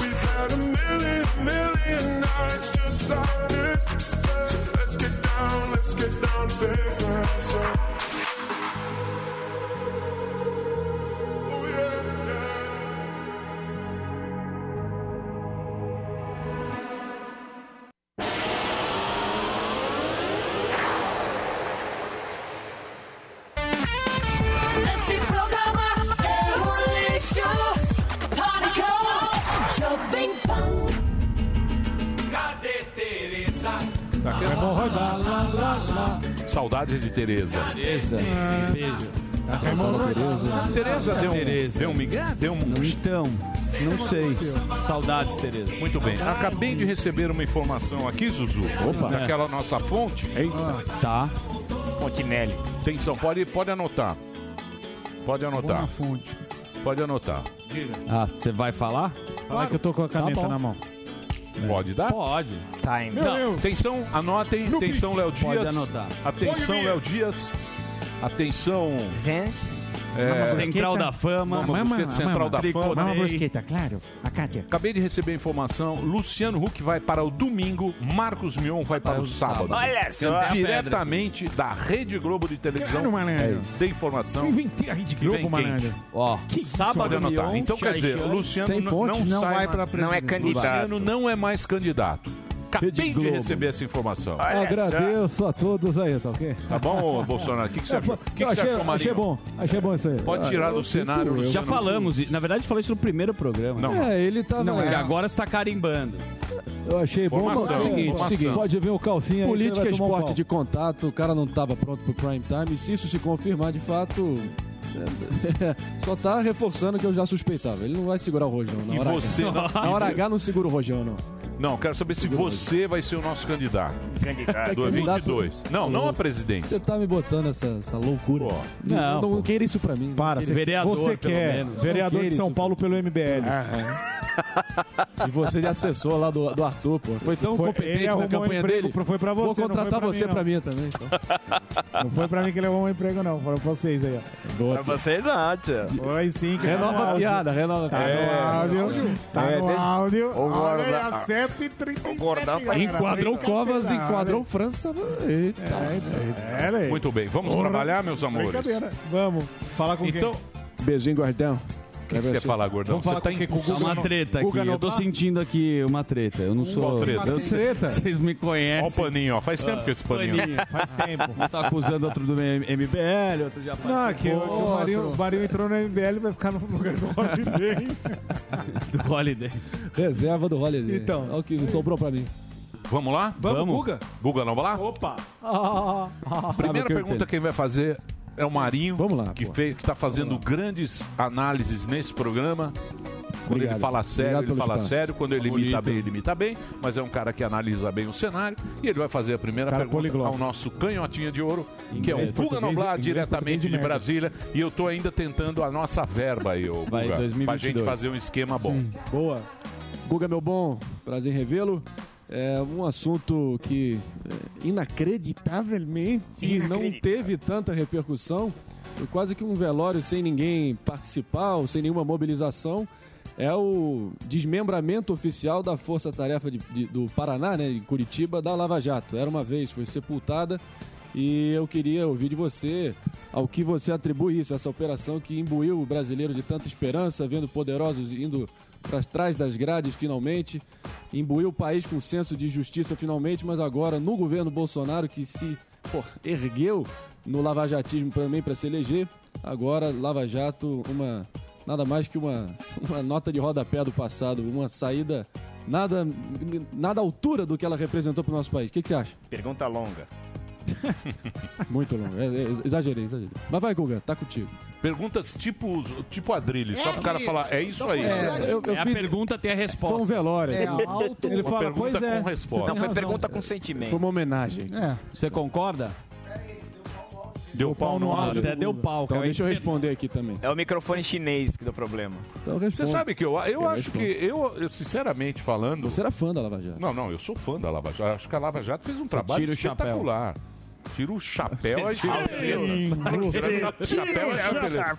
Speaker 16: We've had a million, million nights just like this. So let's get down, let's get down to business.
Speaker 18: Esse programa é um lixo. Pânico. Jovem Pan. Cadê Tereza?
Speaker 6: Tá aqui, vai bom rodar. Saudades de Tereza.
Speaker 9: Tereza. Beijo.
Speaker 6: Tereza. Tereza deu um- deu um migué? Deu um...
Speaker 9: Então, não sei. Saudades, Tereza.
Speaker 6: Muito bem. Acabei de receber uma informação aqui, Zuzu.
Speaker 9: Opa.
Speaker 6: Daquela nossa fonte.
Speaker 9: Eita. Tá.
Speaker 6: Fontinelli. Atenção, pode, pode anotar. Pode anotar. fonte. Pode anotar.
Speaker 9: Ah, você vai falar? É
Speaker 6: Fala Tá que eu tô com a caneta na mão. Pode dar?
Speaker 9: Pode.
Speaker 6: Tá,
Speaker 9: então. Meu Deus.
Speaker 6: Atenção, anotem.
Speaker 9: No
Speaker 6: Atenção,
Speaker 9: pique.
Speaker 6: Léo Dias.
Speaker 9: Pode anotar. Põe
Speaker 6: Atenção,
Speaker 9: minha.
Speaker 6: Léo Dias. Atenção.
Speaker 9: Mama
Speaker 6: É,
Speaker 9: Brusqueta. Central da Fama.
Speaker 6: Mama
Speaker 9: Mama,
Speaker 6: Brusqueta,
Speaker 9: mama.
Speaker 6: Central da Fama.
Speaker 9: Mama Brusqueta,
Speaker 6: claro. A Kátia. Acabei de receber a informação. Luciano Huck vai para o domingo. Marcos Mion vai para o sábado. É
Speaker 18: Olha só.
Speaker 6: Diretamente da Rede Globo de televisão.
Speaker 8: Caralho, malandro.
Speaker 6: É, de informação.
Speaker 8: Eu inventei a Rede
Speaker 6: Que vem
Speaker 8: Globo,
Speaker 6: quente.
Speaker 8: malandro.
Speaker 9: Ó,
Speaker 6: Que isso,
Speaker 8: sábado,
Speaker 6: olha, anotar.
Speaker 8: Mion,
Speaker 6: Então quer dizer, o
Speaker 8: Chaychan,
Speaker 6: Luciano
Speaker 8: sem
Speaker 6: n-
Speaker 8: fonte,
Speaker 6: não,
Speaker 8: não
Speaker 6: sai
Speaker 8: vai
Speaker 6: mais-
Speaker 8: pra Não é presidente. candidato.
Speaker 6: Luciano não é mais candidato. Acabei de
Speaker 8: Globo.
Speaker 6: receber essa informação.
Speaker 8: Agradeço a todos aí, tá ok?
Speaker 6: Tá bom, ô, Bolsonaro? O que, que você achou? O que, que
Speaker 8: Eu
Speaker 6: você
Speaker 8: achei,
Speaker 6: achou, Marinho?
Speaker 8: achei bom, achei bom isso aí.
Speaker 6: Pode tirar
Speaker 11: Ah,
Speaker 6: do cenário. Luciano
Speaker 9: Já
Speaker 6: Huck.
Speaker 9: falamos, e- na verdade falou isso no primeiro programa. né?
Speaker 6: Não.
Speaker 8: É, ele tava-
Speaker 9: Não,
Speaker 8: é.
Speaker 9: e agora está carimbando.
Speaker 8: Eu achei bom.
Speaker 9: Formação,
Speaker 8: mas é o seguinte,
Speaker 9: formação.
Speaker 8: seguinte, pode vir o calcinha aí, que
Speaker 11: Política,
Speaker 8: ele vai tomar um
Speaker 11: esporte
Speaker 8: pau.
Speaker 11: de contato, o cara não estava pronto pro prime time. E se isso se confirmar, de fato, é, só tá reforçando o que eu já suspeitava. Ele não vai segurar o rojão. Na
Speaker 6: E
Speaker 11: hora
Speaker 6: você?
Speaker 11: H. Na hora H não segura o rojão, não.
Speaker 6: Não, quero saber se você vai ser o nosso candidato.
Speaker 11: Candidato.
Speaker 6: Do 22. Não, não a presidência.
Speaker 11: Você tá me botando essa, essa loucura.
Speaker 8: Não,
Speaker 11: Não, não, queira isso pra mim.
Speaker 8: Para, você, você quer vereador de São Paulo pelo MBL.
Speaker 11: Ah, E você já acessou lá do, do Arthur, pô. Foi tão
Speaker 8: Foi- ele
Speaker 11: competente
Speaker 8: arrumou
Speaker 11: na
Speaker 8: um
Speaker 11: campanha
Speaker 8: emprego,
Speaker 11: dele.
Speaker 8: pro- foi pra
Speaker 11: Vou
Speaker 8: você, não foi
Speaker 11: contratar
Speaker 8: pra mim,
Speaker 11: você
Speaker 8: não.
Speaker 11: pra mim também. então.
Speaker 8: Não foi pra mim que levou um emprego, não. Foram pra vocês aí, ó.
Speaker 13: Pra vocês não, tia.
Speaker 8: Foi sim. que tá
Speaker 11: Renova
Speaker 8: no
Speaker 11: a
Speaker 8: áudio.
Speaker 11: piada, renova a
Speaker 8: Tá
Speaker 11: piada.
Speaker 8: no
Speaker 11: É.
Speaker 8: áudio. Tá
Speaker 11: É,
Speaker 8: no
Speaker 11: deixa-
Speaker 8: áudio.
Speaker 11: Ô, tá-
Speaker 8: Olha aí,
Speaker 11: Gordão.
Speaker 8: a 7h37.
Speaker 11: Gordão
Speaker 8: galera.
Speaker 11: Enquadrou
Speaker 8: Fica
Speaker 11: Covas,
Speaker 8: pelado.
Speaker 11: enquadrou França. né? Eita.
Speaker 6: é,
Speaker 8: é.
Speaker 6: Muito bem, vamos
Speaker 11: Porra.
Speaker 6: trabalhar, meus amores. O
Speaker 8: Brincadeira. Vamos. Falar com
Speaker 6: Então-
Speaker 11: Beijinho, Gordão.
Speaker 6: que, que você quer falar, gordão?
Speaker 9: Vamos falar
Speaker 6: Você tá
Speaker 9: com quem? Com o
Speaker 6: impulsionando-
Speaker 9: Guga uma treta aqui.
Speaker 6: Guga
Speaker 9: Eu tô
Speaker 6: Noblar?
Speaker 9: sentindo aqui uma treta. Eu não sou.
Speaker 6: Qual treta?
Speaker 9: Eu sei-
Speaker 6: Treta?
Speaker 9: Vocês me conhecem.
Speaker 6: Ó o paninho, ó. Faz tempo que esse paninho-
Speaker 8: Faz tempo.
Speaker 9: Um tá acusando outro do MBL, outro já participou.
Speaker 8: Não, Ah, que o, que o Marinho, o Marinho entrou no MBL e vai ficar no lugar do Rodney.
Speaker 9: do Holiday.
Speaker 11: Reserva do Holiday.
Speaker 8: Então.
Speaker 11: Olha o que sobrou pra mim.
Speaker 6: Vamos lá?
Speaker 11: Vamos, Guga?
Speaker 6: Guga Noblar?
Speaker 8: Opa!
Speaker 6: Primeira pergunta quem vai fazer é o Marinho, que fez, que está fazendo grandes análises nesse programa. Quando
Speaker 11: Obrigado.
Speaker 6: ele fala sério,
Speaker 11: Obrigado
Speaker 6: ele
Speaker 11: pelo
Speaker 6: fala
Speaker 11: espaço.
Speaker 6: sério. Quando ele
Speaker 11: Bonito.
Speaker 6: imita bem, ele imita bem. Mas é um cara que analisa bem o cenário. E ele vai fazer a primeira
Speaker 8: Cara
Speaker 6: pergunta
Speaker 8: poliglota.
Speaker 6: ao nosso canhotinha de ouro, que é o
Speaker 8: Inglês,
Speaker 6: Guga
Speaker 8: português,
Speaker 6: Noblar,
Speaker 8: inglês, português
Speaker 6: diretamente
Speaker 8: e
Speaker 6: de
Speaker 8: merda.
Speaker 6: Brasília. E eu estou ainda tentando a nossa verba aí, ô
Speaker 11: Vai,
Speaker 6: Guga, pra
Speaker 11: 2022.
Speaker 6: gente fazer um esquema bom.
Speaker 11: Boa. Guga, meu bom, prazer em revê-lo. É um assunto que é, inacreditavelmente não teve tanta repercussão. Foi quase que um velório sem ninguém participar, ou sem nenhuma mobilização. É o desmembramento oficial da Força Tarefa de- de- do Paraná, né, em Curitiba, da Lava Jato. Era uma vez, foi sepultada. E eu queria ouvir de você ao que você atribui isso, essa operação que imbuiu o brasileiro de tanta esperança, vendo poderosos indo para trás das grades finalmente, imbuiu o país com senso de justiça finalmente, mas agora no governo Bolsonaro que se pô, ergueu no lavajatismo também para se eleger, agora Lava Jato uma nada mais que uma, uma nota de rodapé do passado, uma saída nada nada à altura do que ela representou para o nosso país. O que que você acha?
Speaker 14: Pergunta longa.
Speaker 11: Muito longo. É, é, exagerei, exagerei. Mas vai, Guga, tá contigo.
Speaker 6: Perguntas tipo, tipo Adrilho, só pro cara
Speaker 11: que-
Speaker 6: falar, é isso aí.
Speaker 11: É, eu- eu É, a fiz-
Speaker 9: pergunta tem a resposta.
Speaker 11: Foi um velório.
Speaker 9: É alto.
Speaker 11: Ele
Speaker 6: Uma
Speaker 11: fala,
Speaker 6: pergunta
Speaker 11: pois é.
Speaker 6: com resposta.
Speaker 11: você tem
Speaker 9: Não, foi
Speaker 11: razão.
Speaker 9: pergunta com sentimento.
Speaker 11: Foi uma homenagem.
Speaker 9: É. Você concorda?
Speaker 6: Deu pau
Speaker 9: no áudio. Até deu pau,
Speaker 11: Então
Speaker 9: cara.
Speaker 11: deixa eu responder aqui também.
Speaker 13: É o microfone chinês que deu problema.
Speaker 11: Então responde.
Speaker 6: Você sabe que eu, eu
Speaker 11: Eu
Speaker 6: acho que,
Speaker 11: respondo.
Speaker 6: eu, eu sinceramente falando.
Speaker 11: Você era fã da Lava Jato.
Speaker 6: Não, não, eu sou fã da Lava Jato. Acho que a Lava Jato fez um
Speaker 11: Você
Speaker 6: trabalho
Speaker 11: tira o chapéu.
Speaker 6: espetacular. Tira o chapéu e
Speaker 11: Você tira-
Speaker 6: o
Speaker 11: Você
Speaker 6: chapéu é
Speaker 11: tira o
Speaker 6: beleza.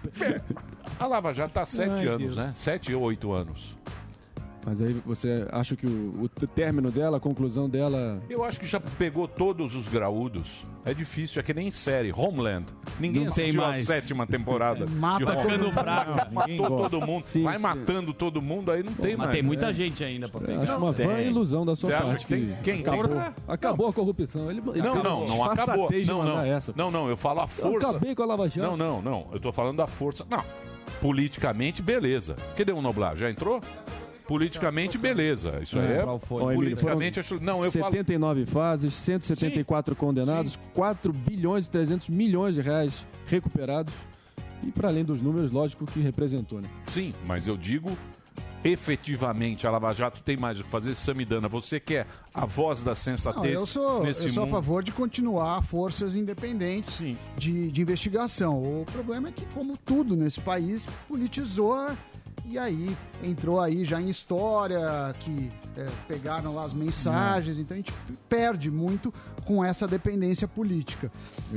Speaker 6: A Lava Jato tá há sete
Speaker 11: Ai,
Speaker 6: anos,
Speaker 11: Deus.
Speaker 6: né? Sete ou oito anos.
Speaker 11: Mas aí você acha que o, o t- término dela, a conclusão dela.
Speaker 6: Eu acho que já pegou todos os graúdos. É difícil, é que nem série. Homeland. Ninguém
Speaker 9: Não tem
Speaker 6: assistiu a
Speaker 9: mais.
Speaker 6: sétima temporada.
Speaker 9: Mata
Speaker 6: de
Speaker 9: todo
Speaker 6: Homeland.
Speaker 9: mundo. Não, ninguém
Speaker 6: Matou
Speaker 9: gosta.
Speaker 6: todo mundo.
Speaker 9: Sim,
Speaker 6: Vai
Speaker 9: sim.
Speaker 6: matando todo mundo, aí não tem
Speaker 9: Mas
Speaker 6: mais.
Speaker 9: tem muita
Speaker 6: É.
Speaker 9: gente ainda pra pegar.
Speaker 11: Acho uma vã é ilusão da sua
Speaker 6: Você acha
Speaker 11: parte.
Speaker 6: que tem- quem tem?
Speaker 11: acabou acabou a corrupção. Ele, ele
Speaker 6: Não, não, não acabou.
Speaker 11: Disfarçatez de
Speaker 6: Não,
Speaker 11: mandar
Speaker 6: não.
Speaker 11: Essa.
Speaker 6: não, não, eu falo a força.
Speaker 11: acabei com a Lava Jato.
Speaker 6: Não, não, não. Eu tô falando da força. Não. Politicamente, beleza. Cadê o Noblar? Já entrou? Politicamente, beleza. Isso aí é.
Speaker 11: Qual foi?
Speaker 6: Politicamente, acho. Não, eu falo.
Speaker 11: 79 fases, 174 condenados, 4 bilhões e 300 milhões de reais recuperados. E para além dos números, lógico que representou, né?
Speaker 6: Sim, mas eu digo efetivamente a Lava Jato tem mais o que fazer. Samidana, você quer a voz da
Speaker 12: Não,
Speaker 6: sensatez
Speaker 12: eu sou, eu
Speaker 6: nesse
Speaker 12: sou a
Speaker 6: mundo?
Speaker 12: favor de continuar forças independentes de, de investigação. O problema é que, como tudo nesse país, politizou a- e aí entrou aí já em história, que é, pegaram lá as mensagens, então a gente perde muito com essa dependência política.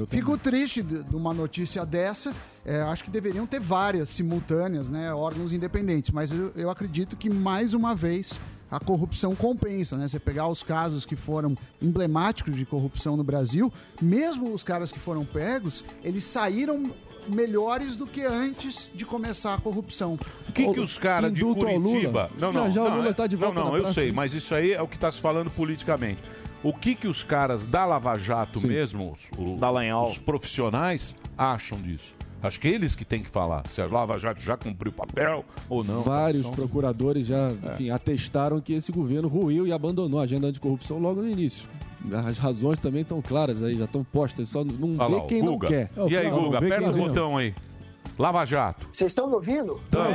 Speaker 12: Fico triste de, de uma notícia dessa. é, acho que deveriam ter várias simultâneas, né? Órgãos independentes, mas eu, eu acredito que mais uma vez a corrupção compensa, né? Você pegar os casos que foram emblemáticos de corrupção no Brasil, mesmo os caras que foram pegos, eles saíram melhores do que antes de começar a corrupção.
Speaker 6: O que, que os caras de Curitiba. Não, não, não, é-
Speaker 12: tá
Speaker 11: tá
Speaker 6: Não, não, eu sei, mas isso aí é o que está se falando politicamente. O que, que os caras da Lava Jato mesmo, os, o- os profissionais, acham disso? Acho que eles que têm que falar. Se a Lava Jato já cumpriu o papel ou não.
Speaker 11: Vários
Speaker 6: Então,
Speaker 11: procuradores já enfim, atestaram que esse governo ruiu e abandonou a agenda anticorrupção logo no início. As razões também estão claras aí, já estão postas. Só não
Speaker 6: Olha
Speaker 11: vê
Speaker 6: lá, o
Speaker 11: quem não
Speaker 6: Guga.
Speaker 11: quer.
Speaker 6: E aí,
Speaker 11: Só É, não
Speaker 6: Guga,
Speaker 11: vê
Speaker 6: aperta
Speaker 11: quem
Speaker 6: o
Speaker 11: não.
Speaker 6: botão aí. Lava Jato.
Speaker 20: Vocês estão me ouvindo?
Speaker 6: Tamo.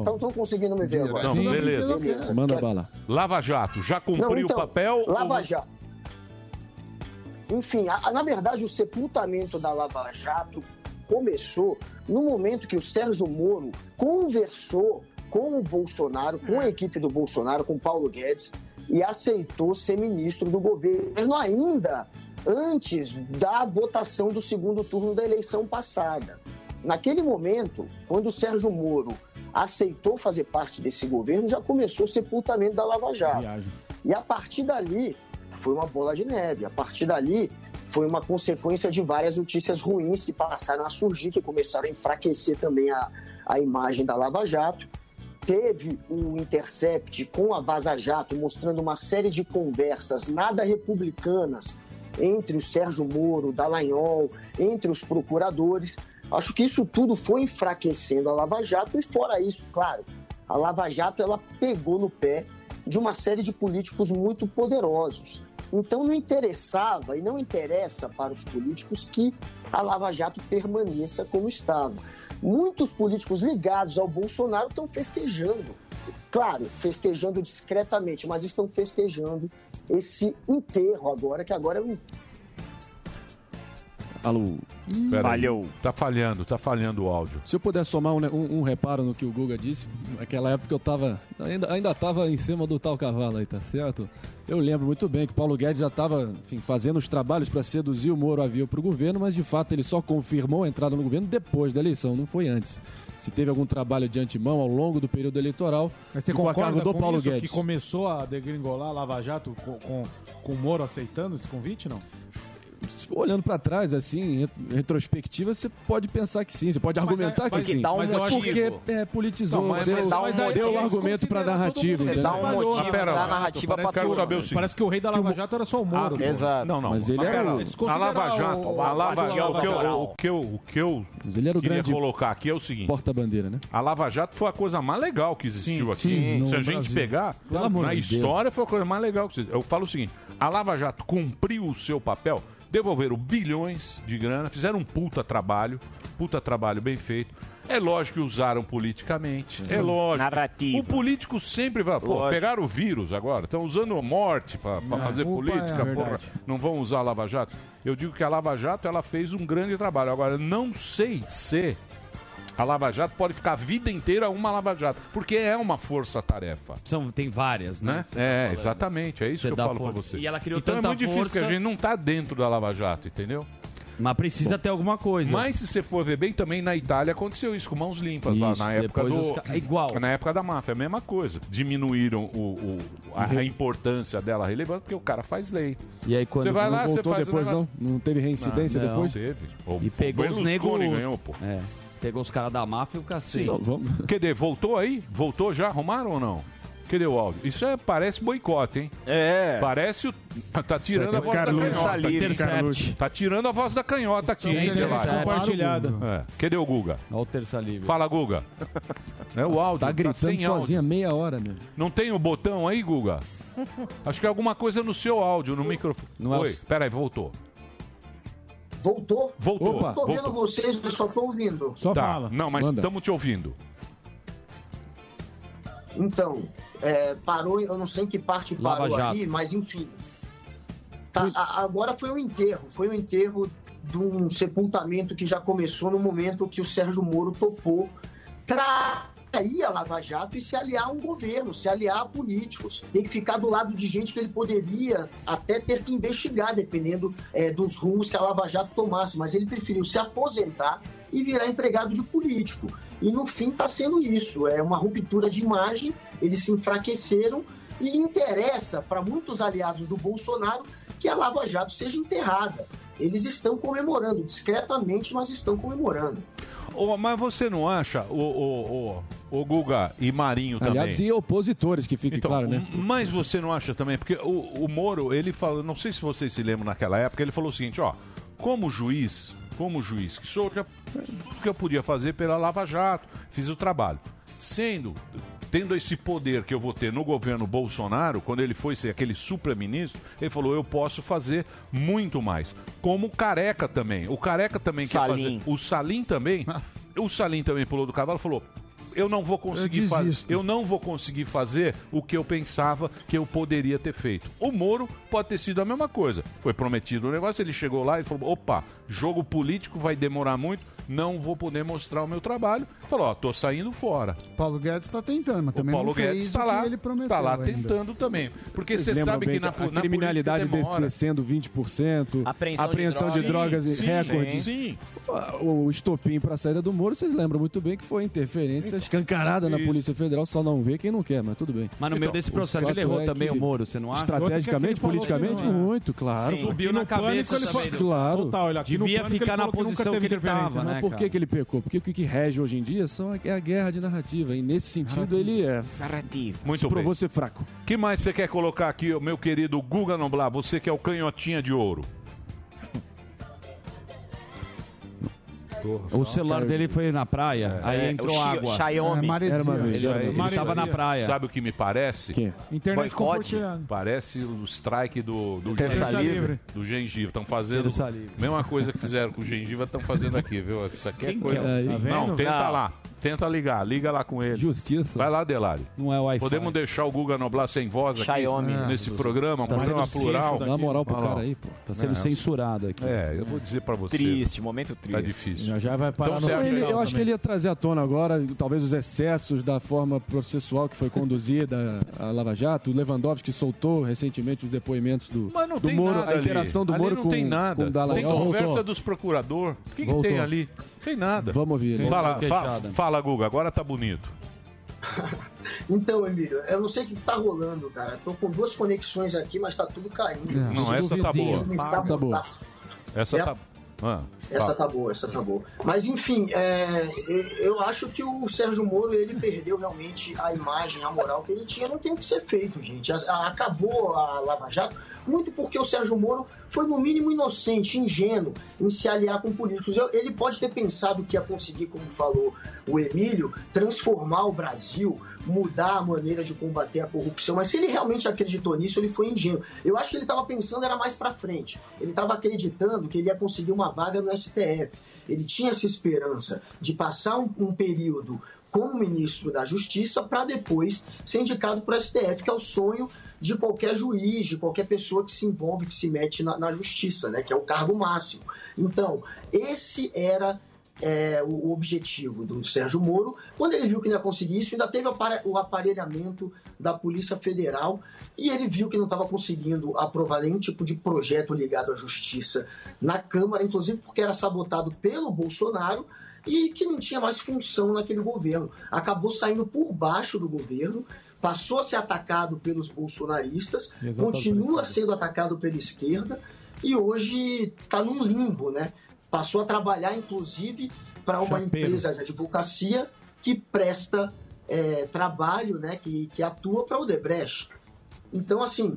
Speaker 20: Então estão conseguindo me ver agora.
Speaker 6: Tá Não, beleza.
Speaker 11: Manda bala.
Speaker 6: Lava Jato, já
Speaker 20: Não,
Speaker 6: cumpriu
Speaker 20: então,
Speaker 6: o papel?
Speaker 20: Lava Jato. Enfim, a- a- na verdade, o sepultamento da Lava Jato começou no momento que o Sérgio Moro conversou com o Bolsonaro, com a equipe do Bolsonaro, com Paulo Guedes, e aceitou ser ministro do governo ainda antes da votação do segundo turno da eleição passada. Naquele momento, quando o Sérgio Moro aceitou fazer parte desse governo, já começou o sepultamento da Lava Jato. E a partir dali, foi uma bola de neve. A partir dali, foi uma consequência de várias notícias ruins que passaram a surgir, que começaram a enfraquecer também a, a imagem da Lava Jato. Teve o Intercept com a Vaza Jato mostrando uma série de conversas nada republicanas entre o Sérgio Moro, o Dallagnol, entre os procuradores. Acho que isso tudo foi enfraquecendo a Lava Jato e fora isso, claro, a Lava Jato ela pegou no pé de uma série de políticos muito poderosos. Então não interessava e não interessa para os políticos que a Lava Jato permaneça como estava. Muitos políticos ligados ao Bolsonaro estão festejando. Claro, festejando discretamente, mas estão festejando esse enterro agora, que agora é um
Speaker 11: Alô.
Speaker 6: Pera aí. Tá falhando, tá falhando o áudio.
Speaker 11: Se eu puder somar um, ne- um- um reparo no que o Guga disse, naquela época eu tava. Ainda, ainda tava em cima do tal cavalo aí, tá certo? Eu lembro muito bem que o Paulo Guedes já tava enfim, fazendo os trabalhos para seduzir o Moro a vir pro governo, mas de fato ele só confirmou a entrada no governo depois da eleição, não foi antes. Se teve algum trabalho de antemão ao longo do período eleitoral,
Speaker 8: Mas você
Speaker 11: ficou a
Speaker 8: concorda
Speaker 11: cargo do
Speaker 8: com
Speaker 11: Paulo
Speaker 8: isso que
Speaker 11: Guedes.
Speaker 8: começou a degringolar a Lava Jato com, com, com o Moro aceitando esse convite, não?
Speaker 11: Olhando para trás, assim, em re- retrospectiva, você pode pensar que sim, você pode
Speaker 8: Mas
Speaker 11: argumentar
Speaker 8: é-
Speaker 11: que
Speaker 8: mas-
Speaker 11: sim.
Speaker 8: dá um
Speaker 11: Mas eu acho que
Speaker 8: motivo.
Speaker 11: é, politizou,
Speaker 8: Não, mas-
Speaker 11: deu,
Speaker 8: mas dá um
Speaker 11: deu
Speaker 8: motivo.
Speaker 11: o argumento para narrativa.
Speaker 8: Você
Speaker 11: entendeu?
Speaker 8: dá um Mas motivo pera pra lá. narrativa Parece pra que eu quero tudo. saber o seguinte. Parece que o rei da Lava Jato era só o Moro. Ah, exato.
Speaker 6: Não, não.
Speaker 8: Mas ele
Speaker 6: Pera
Speaker 8: era
Speaker 6: lá.
Speaker 8: o-
Speaker 6: A Lava Jato,
Speaker 8: o-
Speaker 6: a Lava
Speaker 8: o-
Speaker 6: Jato, o que eu-
Speaker 8: o-
Speaker 6: o que eu, o que eu
Speaker 11: era o
Speaker 6: queria
Speaker 11: grande
Speaker 6: colocar aqui é o seguinte.
Speaker 11: Porta-bandeira, né?
Speaker 6: A Lava Jato foi a coisa mais legal que existiu aqui.
Speaker 11: sim,
Speaker 6: Se
Speaker 11: no
Speaker 6: a gente
Speaker 11: Brasil.
Speaker 6: pegar,
Speaker 11: Pelo amor
Speaker 6: na
Speaker 11: de Deus.
Speaker 6: história foi a coisa mais legal que existiu. Eu falo o seguinte: a Lava Jato cumpriu o seu papel, devolveram bilhões de grana, fizeram um puta trabalho, puta trabalho bem feito. É lógico que usaram politicamente. É lógico.
Speaker 13: Narrativa.
Speaker 6: O político sempre vai. Pô,
Speaker 13: Lógico.
Speaker 6: pegaram o vírus agora, estão usando a morte pra, pra
Speaker 13: Ah,
Speaker 6: fazer
Speaker 13: opa,
Speaker 6: política,
Speaker 13: é
Speaker 6: porra.
Speaker 13: verdade.
Speaker 6: Não vão usar a Lava Jato? Eu digo que a Lava Jato ela fez um grande trabalho. Agora, não sei se a Lava Jato pode ficar a vida inteira uma Lava Jato, porque é uma força-tarefa.
Speaker 9: São, tem várias, né?
Speaker 6: Né? É, exatamente, é isso
Speaker 9: Você
Speaker 6: que eu
Speaker 9: dá
Speaker 6: falo pra
Speaker 9: força.
Speaker 6: você.
Speaker 9: E ela criou
Speaker 6: então é
Speaker 9: tanta
Speaker 6: muito difícil
Speaker 9: força-
Speaker 6: porque a gente não tá dentro da Lava Jato, entendeu?
Speaker 9: Mas precisa ter alguma coisa.
Speaker 6: Mas se você for ver bem, também na Itália aconteceu isso com mãos limpas lá
Speaker 9: Isso,
Speaker 6: na época
Speaker 9: depois
Speaker 6: do.
Speaker 9: os ca- é igual.
Speaker 6: Na época da máfia, é a mesma coisa. Diminuíram o, o- a, a importância dela relevante, porque o cara faz lei.
Speaker 9: E aí quando
Speaker 6: você vai
Speaker 11: não
Speaker 6: lá, você
Speaker 11: voltou
Speaker 6: faz o
Speaker 11: depois,
Speaker 6: negócio-
Speaker 11: não? Ah, Não teve reincidência
Speaker 9: Ah, Não, não.
Speaker 11: depois?
Speaker 6: Teve. O-
Speaker 9: E pegou
Speaker 6: o
Speaker 9: os negros.
Speaker 6: Berlusconi ganhou, pô.
Speaker 9: É. Pegou os caras da máfia e o cacete.
Speaker 6: Sim. Quer dizer, voltou aí? Voltou já? Arrumaram ou não? Cadê o áudio? Isso é, parece boicote, hein? É. Parece o.
Speaker 11: é
Speaker 6: Tá tirando a voz
Speaker 8: Carluxo.
Speaker 6: da canhota.
Speaker 8: Salini. Intercept.
Speaker 6: Tá tirando a voz da canhota aqui,
Speaker 8: Sim,
Speaker 6: hein,
Speaker 8: intercept
Speaker 6: Delari?
Speaker 8: compartilhado.
Speaker 6: É. Cadê o Guga?
Speaker 9: Olha o terça livre.
Speaker 6: Fala, Guga. É o áudio.
Speaker 11: Tá gritando
Speaker 6: sem áudio.
Speaker 11: sozinha meia hora, meu.
Speaker 6: Não tem o botão aí, Guga? Acho que é alguma coisa no seu áudio, no microfone.
Speaker 11: Não é
Speaker 6: Oi,
Speaker 11: o-
Speaker 6: peraí, voltou.
Speaker 20: Voltou?
Speaker 6: Voltou.
Speaker 20: Eu tô vendo
Speaker 6: voltou.
Speaker 20: vocês, eu só tô ouvindo.
Speaker 6: Tá. Não, mas estamos te ouvindo.
Speaker 20: Então, é, parou, eu não sei em que parte
Speaker 6: Lava
Speaker 20: parou
Speaker 6: Jato.
Speaker 20: ali, mas enfim. Tá, a- agora foi um enterro, foi um enterro de um sepultamento que já começou no momento que o Sérgio Moro topou trair a Lava Jato e se aliar a um governo, se aliar a políticos. Tem que ficar do lado de gente que ele poderia até ter que investigar, dependendo é, dos rumos que a Lava Jato tomasse. Mas ele preferiu se aposentar e virar empregado de tá político. E no fim está sendo isso, é uma ruptura de imagem, eles se enfraqueceram E interessa para muitos aliados do Bolsonaro que a Lava Jato seja enterrada. Eles estão comemorando, discretamente, mas estão comemorando.
Speaker 6: Ô, mas você não acha, o, o, o, o Guga e Marinho também?
Speaker 11: Aliados e opositores, que fique
Speaker 6: Então,
Speaker 11: claro, né?
Speaker 9: um,
Speaker 6: m- Mas você não acha também? Porque o, o Moro, ele falou, não sei se vocês se lembram naquela época, ele falou o seguinte, ó, como juiz, como juiz que sou, já, tudo que eu podia fazer pela Lava Jato, fiz o trabalho. Sendo, tendo esse poder que eu vou ter no governo Bolsonaro, quando ele foi ser aquele supra-ministro, ele falou, eu posso fazer muito mais. Como o Careca também. O Careca também
Speaker 13: Salim.
Speaker 6: quer fazer. O Salim também. O Salim também pulou do cavalo e falou... Eu não vou conseguir
Speaker 12: Eu
Speaker 6: fazer
Speaker 12: desisto.
Speaker 6: eu não vou conseguir fazer o que eu pensava que eu poderia ter feito. O Moro pode ter sido a mesma coisa. Foi prometido o negócio, ele chegou lá e falou: opa, jogo político vai demorar muito, não vou poder mostrar o meu trabalho. Falou: ó, tô saindo fora.
Speaker 12: Paulo Guedes está tentando, mas também
Speaker 6: Paulo
Speaker 12: não fez
Speaker 6: Guedes está
Speaker 12: o que
Speaker 6: lá,
Speaker 12: ele prometeu
Speaker 6: tá lá
Speaker 12: ainda.
Speaker 6: tentando também. Porque
Speaker 11: Vocês
Speaker 6: você
Speaker 11: lembram
Speaker 6: sabe
Speaker 11: bem
Speaker 6: que na,
Speaker 11: a
Speaker 6: po- na
Speaker 11: criminalidade
Speaker 6: política demora.
Speaker 11: descendo 20%,
Speaker 6: Apreensão de
Speaker 11: apreensão de
Speaker 6: drogas.
Speaker 11: drogas,
Speaker 6: Sim,
Speaker 11: e recorde.
Speaker 6: sim,
Speaker 11: O o estopim para a saída do Moro, vocês lembram muito bem que foi interferência escancarada na
Speaker 9: Então, Isso.
Speaker 11: Polícia Federal, só não vê quem não quer, mas tudo bem.
Speaker 9: Mas no meio desse
Speaker 11: o
Speaker 9: processo
Speaker 11: fato
Speaker 9: ele errou
Speaker 11: é
Speaker 9: também
Speaker 11: que
Speaker 9: o Moro, você não acha?
Speaker 11: Estrategicamente,
Speaker 9: Outro que é que ele
Speaker 11: politicamente,
Speaker 9: falou também, não é?
Speaker 11: muito, claro.
Speaker 9: Sim, subiu na
Speaker 11: Aqui no Pânico
Speaker 9: cabeça
Speaker 11: ele
Speaker 9: também
Speaker 11: falou-
Speaker 9: do-
Speaker 11: Claro.
Speaker 9: Total, ele aqui no Devia Pânico ele ficar na falou que nunca posição teve que ele interferência, tava,
Speaker 11: Mas
Speaker 9: né,
Speaker 11: por
Speaker 9: cara?
Speaker 11: que, que ele pecou? Porque o que que rege hoje em dia são a, é a guerra de narrativa. E nesse sentido ele é.
Speaker 6: Narrativa. Muito
Speaker 11: se provou
Speaker 6: bem.
Speaker 11: ser fraco.
Speaker 6: que mais você quer colocar aqui, meu querido Guga Noblar? Você que é o canhotinha de ouro.
Speaker 9: O celular
Speaker 6: Caiu.
Speaker 9: dele foi na
Speaker 6: É.
Speaker 9: praia, aí entrou água. Era uma vez, era uma vez. Ele tava na praia.
Speaker 6: Sabe o que me parece?
Speaker 9: Internet
Speaker 6: Boicote.
Speaker 9: compartilhada.
Speaker 6: Parece o strike do, do,
Speaker 9: Terça
Speaker 6: gengiva.
Speaker 9: livre.
Speaker 6: do gengiva. Estão fazendo
Speaker 9: Terça
Speaker 6: mesma coisa que fizeram com o gengiva, estão fazendo aqui, viu? Isso aqui é
Speaker 9: Quem
Speaker 6: coisa.
Speaker 9: que é? Tá vendo?
Speaker 6: Não, tenta
Speaker 9: Não.
Speaker 6: lá. Tenta ligar, liga lá com ele.
Speaker 11: Justiça.
Speaker 6: Vai lá, Delari.
Speaker 9: Não é o iPhone.
Speaker 6: Podemos deixar o Guga Noblar sem voz aqui
Speaker 9: Xiaomi.
Speaker 6: nesse
Speaker 9: Ah,
Speaker 6: programa, um
Speaker 9: tá
Speaker 6: programa
Speaker 9: sendo
Speaker 6: plural.
Speaker 9: censurado aqui. Dá moral pro
Speaker 6: Olha lá. né?
Speaker 9: cara aí, pô. Tá sendo censurado aqui.
Speaker 6: É, eu vou dizer pra você.
Speaker 9: Triste, momento
Speaker 6: Tá
Speaker 9: triste.
Speaker 6: difícil.
Speaker 9: Já- já vai parar
Speaker 6: então,
Speaker 9: no-
Speaker 6: você acha
Speaker 11: Ele-
Speaker 6: que-
Speaker 11: eu acho que ele ia trazer à tona agora, talvez os excessos da forma processual que foi conduzida a Lava Jato. O Lewandowski soltou recentemente os depoimentos do,
Speaker 6: Mas não
Speaker 11: do
Speaker 6: tem
Speaker 11: Moro,
Speaker 6: nada
Speaker 11: a
Speaker 6: ali.
Speaker 11: interação do
Speaker 6: Ali
Speaker 11: Moro
Speaker 6: não
Speaker 11: com,
Speaker 6: tem nada.
Speaker 11: com o Dalai
Speaker 6: Tem
Speaker 11: Lama.
Speaker 6: conversa
Speaker 11: Voltou.
Speaker 6: dos procurador. O que, que
Speaker 11: Voltou.
Speaker 6: tem ali? Não Tem nada.
Speaker 11: Vamos ouvir ele.
Speaker 6: Fala,
Speaker 11: Voltou
Speaker 6: fa-
Speaker 11: queixada.
Speaker 6: fala, Guga. Agora tá bonito.
Speaker 20: Então, Emílio, eu não sei o que tá rolando, cara. Tô com duas conexões aqui, mas tá tudo caindo.
Speaker 6: Não, essa tá boa.
Speaker 20: Tá boa.
Speaker 6: Essa
Speaker 20: É a-
Speaker 6: tá. Ah,
Speaker 20: Essa
Speaker 6: fala.
Speaker 20: tá boa, essa tá boa. Mas enfim, é, eu- eu acho que o Sérgio Moro ele perdeu realmente a imagem, a moral que ele tinha. Não tem o que ser feito, gente. A- a- Acabou a Lava Jato muito porque o Sérgio Moro foi no mínimo inocente, ingênuo em se aliar com políticos. Eu- Ele pode ter pensado que ia conseguir, como falou o Emílio, transformar o Brasil, mudar a maneira de combater a corrupção. Mas se ele realmente acreditou nisso, ele foi ingênuo. Eu acho que ele estava pensando era mais para frente. Ele estava acreditando que ele ia conseguir uma vaga no STF. Ele tinha essa esperança de passar um, um período como ministro da Justiça para depois ser indicado para o STF, que é o sonho de qualquer juiz, de qualquer pessoa que se envolve, que se mete na, na justiça, né? Que é o cargo máximo. Então, esse era é, o o objetivo do Sérgio Moro. Quando ele viu que não ia conseguir isso, ainda teve apare- o aparelhamento da Polícia Federal e ele viu que não estava conseguindo aprovar nenhum tipo de projeto ligado à justiça na Câmara, inclusive porque era sabotado pelo Bolsonaro e que não tinha mais função naquele governo. Acabou saindo por baixo do governo, passou a ser atacado pelos bolsonaristas,
Speaker 11: Exaltado
Speaker 20: continua sendo atacado pela esquerda e hoje está num limbo, né? Passou a trabalhar, inclusive, para uma empresa de advocacia que presta é, trabalho, né? Que, que atua para o Debrecht. Então, assim,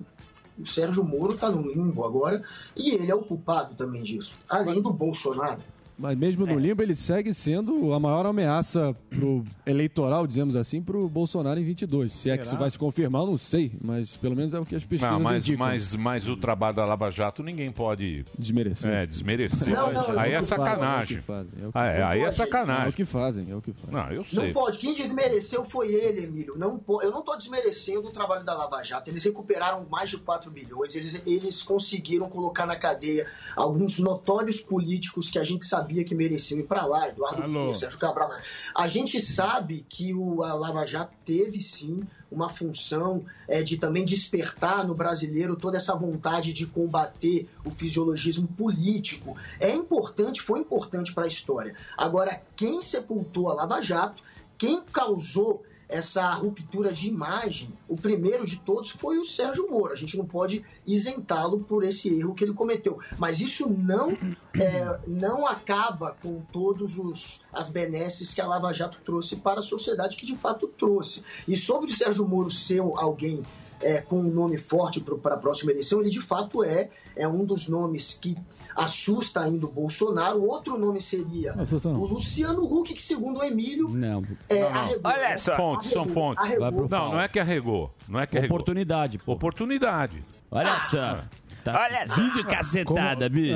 Speaker 20: o Sérgio Moro está num limbo agora e ele é o culpado também disso, além do Bolsonaro.
Speaker 11: Mas mesmo
Speaker 6: É.
Speaker 11: no limbo, ele segue sendo a maior ameaça pro eleitoral, dizemos assim, pro Bolsonaro em 22. Se é que
Speaker 6: Será?
Speaker 11: isso vai se confirmar, eu não sei, mas pelo menos é o que as pesquisas
Speaker 6: Não, mas,
Speaker 11: indicam.
Speaker 6: mas, mas o trabalho da Lava Jato ninguém pode
Speaker 11: desmerecer.
Speaker 6: É, desmerecer.
Speaker 11: Não, não,
Speaker 6: aí
Speaker 11: é o
Speaker 6: é
Speaker 11: que
Speaker 6: sacanagem.
Speaker 11: fazem, é o que fazem, é o que
Speaker 6: Ah, é,
Speaker 11: fazem.
Speaker 6: aí é sacanagem.
Speaker 11: É o que fazem, é o que fazem.
Speaker 6: Não, eu
Speaker 20: Não
Speaker 6: sei.
Speaker 20: pode. Quem desmereceu foi ele, Emílio. Não po- Eu não estou desmerecendo o trabalho da Lava Jato. Eles recuperaram mais de 4 bilhões. Eles, eles conseguiram colocar na cadeia alguns notórios políticos que a gente sabia que mereciam ir para lá. Eduardo
Speaker 1: Alô.
Speaker 20: Cunha, Sérgio Cabral. né? A gente sabe que o, a Lava Jato teve, sim, uma função eh, de também despertar no brasileiro toda essa vontade de combater o fisiologismo político. É importante, foi importante para a história. Agora, quem sepultou a Lava Jato quem causou essa ruptura de imagem, o primeiro de todos foi o Sérgio Moro. A gente não pode isentá-lo por esse erro que ele cometeu. Mas isso não, é, não acaba com todos os as benesses que a Lava Jato trouxe para a sociedade, que de fato trouxe. E sobre o Sérgio Moro ser alguém é, com um nome forte para a próxima eleição, ele de fato é, é um dos nomes que assusta ainda o Bolsonaro. Outro nome seria
Speaker 8: Assusta não.
Speaker 20: o Luciano Huck, que segundo o Emílio
Speaker 9: Não.
Speaker 20: é,
Speaker 6: Não, não.
Speaker 20: arregou, né?
Speaker 6: Fontes, são
Speaker 20: Arregou,
Speaker 6: fontes.
Speaker 20: arregou.
Speaker 6: Não, não é que arregou. Não é que arregou.
Speaker 9: Oportunidade.
Speaker 6: Oportunidade. Ah.
Speaker 9: Olha só. Tá-
Speaker 6: Olha só.
Speaker 9: Vídeo
Speaker 6: é?
Speaker 9: cacetada, bicho.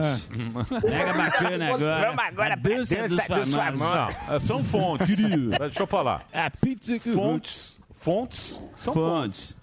Speaker 9: Pega bacana agora.
Speaker 6: Vamos agora
Speaker 9: A dança
Speaker 6: pra
Speaker 9: dos
Speaker 6: dança dos
Speaker 9: famosos.
Speaker 6: famosos. Não, é, são fontes. Deixa eu falar.
Speaker 9: A pizza que
Speaker 6: fontes. Fontes são
Speaker 9: fontes.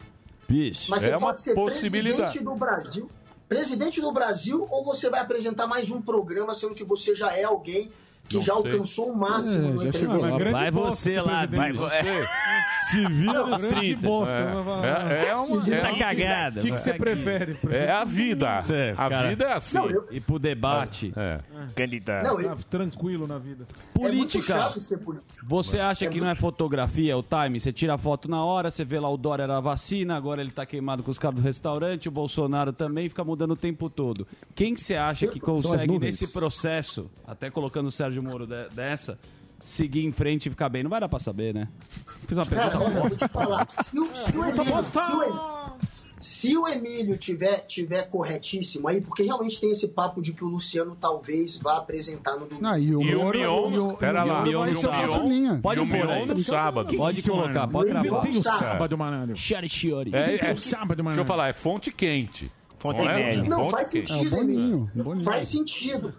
Speaker 9: Bicho.
Speaker 20: Mas você
Speaker 6: é uma
Speaker 20: pode ser
Speaker 6: possibilidade.
Speaker 20: presidente do Brasil. Presidente do Brasil, ou você vai apresentar mais um programa, sendo que você já é alguém que
Speaker 9: Não
Speaker 20: já
Speaker 9: sei.
Speaker 20: alcançou o
Speaker 12: É,
Speaker 20: máximo no entretenimento.
Speaker 9: Vai você lá, é.
Speaker 6: presidente.
Speaker 9: bicho.
Speaker 6: Você.
Speaker 9: Se vira nos
Speaker 6: Grande
Speaker 9: 30.
Speaker 6: Ah, bosta,
Speaker 12: né?
Speaker 6: eu vou falar. É- é uma- é
Speaker 9: tá
Speaker 6: uma-
Speaker 9: cagada.
Speaker 6: Que que você
Speaker 9: vai.
Speaker 6: prefere? É a vida.
Speaker 9: Cê,
Speaker 6: A
Speaker 9: cara.
Speaker 6: vida é assim. Não, eu-
Speaker 9: E pro debate.
Speaker 6: É.
Speaker 9: Candidato.
Speaker 20: Não, eu-
Speaker 8: Tranquilo na vida.
Speaker 20: É muito
Speaker 9: Política.
Speaker 20: chato ser político.
Speaker 9: Você acha que não é fotografia, é o time? Você tira a foto na hora, você vê lá o Dória era a vacina, agora ele tá queimado com os caras do restaurante, o Bolsonaro também fica mudando o tempo todo. Quem que você acha que
Speaker 8: São as
Speaker 9: consegue,
Speaker 8: nuvens.
Speaker 9: nesse processo, até colocando o Sérgio Moro de- dessa, seguir em frente e ficar bem? Não vai dar pra saber, né? Fiz uma pergunta.
Speaker 20: Cara, olha, eu vou te falar. Se o, se
Speaker 12: tá
Speaker 20: o Emílio, se o Em- se o Emílio tiver, tiver corretíssimo aí, porque realmente tem esse papo de que o Luciano talvez vá apresentar no domingo.
Speaker 12: Não, Ah, e o
Speaker 6: E o
Speaker 12: Moro- e
Speaker 6: Mion,
Speaker 12: o-
Speaker 6: pera
Speaker 12: e o
Speaker 6: lá.
Speaker 12: Mion vai ser o caçulinha.
Speaker 6: Pode e o Mion
Speaker 9: né?
Speaker 6: no sábado.
Speaker 9: Pode colocar, pode gravar.
Speaker 8: Tem o sábado, Manalho.
Speaker 9: Chiori, chiori.
Speaker 6: É,
Speaker 8: Tem
Speaker 6: é-
Speaker 8: o sábado,
Speaker 6: deixa eu
Speaker 8: Manalho.
Speaker 6: falar, é fonte quente.
Speaker 8: Fonte
Speaker 6: é?
Speaker 8: quente.
Speaker 20: Não,
Speaker 6: Fonte
Speaker 20: faz
Speaker 6: quente. É, um
Speaker 20: sentido, Emílio.
Speaker 6: Boninho.
Speaker 20: Faz sentido.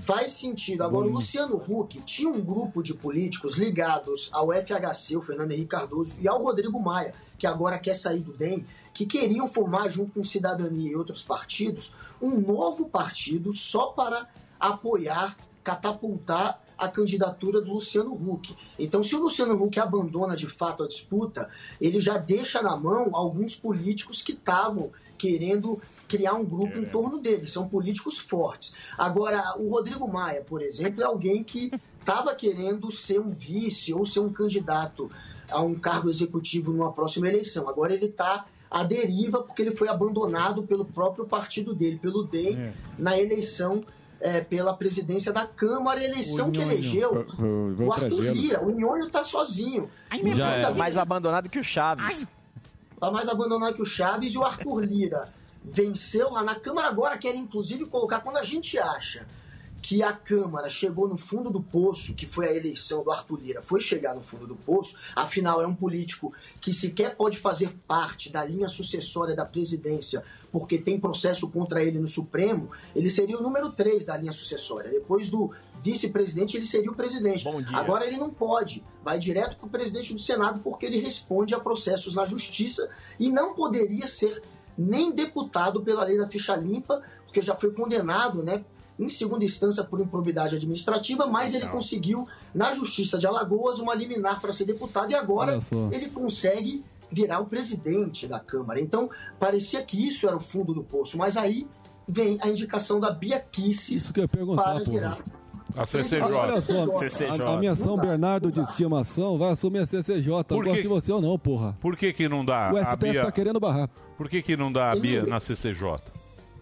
Speaker 20: Faz sentido. Agora, o Luciano Huck tinha um grupo de políticos ligados ao FHC, o Fernando Henrique Cardoso, e ao Rodrigo Maia, que agora quer sair do DEM, que queriam formar, junto com Cidadania e outros partidos, um novo partido só para apoiar, catapultar a candidatura do Luciano Huck. Então, se o Luciano Huck abandona de fato a disputa, ele já deixa na mão alguns políticos que estavam querendo criar um grupo em torno dele. São políticos fortes. Agora, o Rodrigo Maia, por exemplo, é alguém que estava querendo ser um vice ou ser um candidato a um cargo executivo numa próxima eleição. Agora ele está à deriva porque ele foi abandonado pelo próprio partido dele, pelo DEM, na eleição eh, pela presidência da Câmara, eleição que
Speaker 11: Nhonho.
Speaker 20: elegeu
Speaker 11: Foi- foi- foi
Speaker 20: o
Speaker 11: um
Speaker 20: Arthur
Speaker 11: tragédia.
Speaker 20: Lira. O Nhonho tá sozinho.
Speaker 13: minha Já puta é. vida.
Speaker 20: Mais abandonado que o Chaves. Tá mais abandonado que o Chaves e o Arthur Lira venceu lá na Câmara agora, quer inclusive colocar, quando a gente acha que a Câmara chegou no fundo do poço, que foi a eleição do Arthur Lira, foi chegar no fundo do poço, afinal é um político que sequer pode fazer parte da linha sucessória da presidência, porque tem processo contra ele no Supremo, ele seria o número 3 da linha sucessória. Depois do vice-presidente, ele seria o presidente. Agora ele não pode, vai direto para o presidente do Senado, porque ele responde a processos na justiça e não poderia ser nem deputado pela lei da ficha limpa, porque já foi condenado, né? Em segunda instância por improbidade administrativa, mas ele conseguiu, na Justiça de Alagoas, uma liminar para ser deputado e agora
Speaker 11: Olha só.
Speaker 20: ele consegue virar o presidente da Câmara. Então, parecia que isso era o fundo do poço, mas aí vem a indicação da Bia Kicis
Speaker 11: Isso que eu ia perguntar,
Speaker 20: para
Speaker 11: pô.
Speaker 20: virar
Speaker 6: A
Speaker 11: Olha só,
Speaker 6: CCJ.
Speaker 11: a, a minha São Bernardo de estimação vai assumir a CCJ.
Speaker 6: Por
Speaker 11: Não gosto
Speaker 6: quê?
Speaker 11: de você ou não, porra.
Speaker 6: Por que que não dá
Speaker 11: O
Speaker 6: a
Speaker 11: STF
Speaker 6: Bia?
Speaker 11: tá querendo barrar.
Speaker 6: Por que que não dá a Bia na CCJ?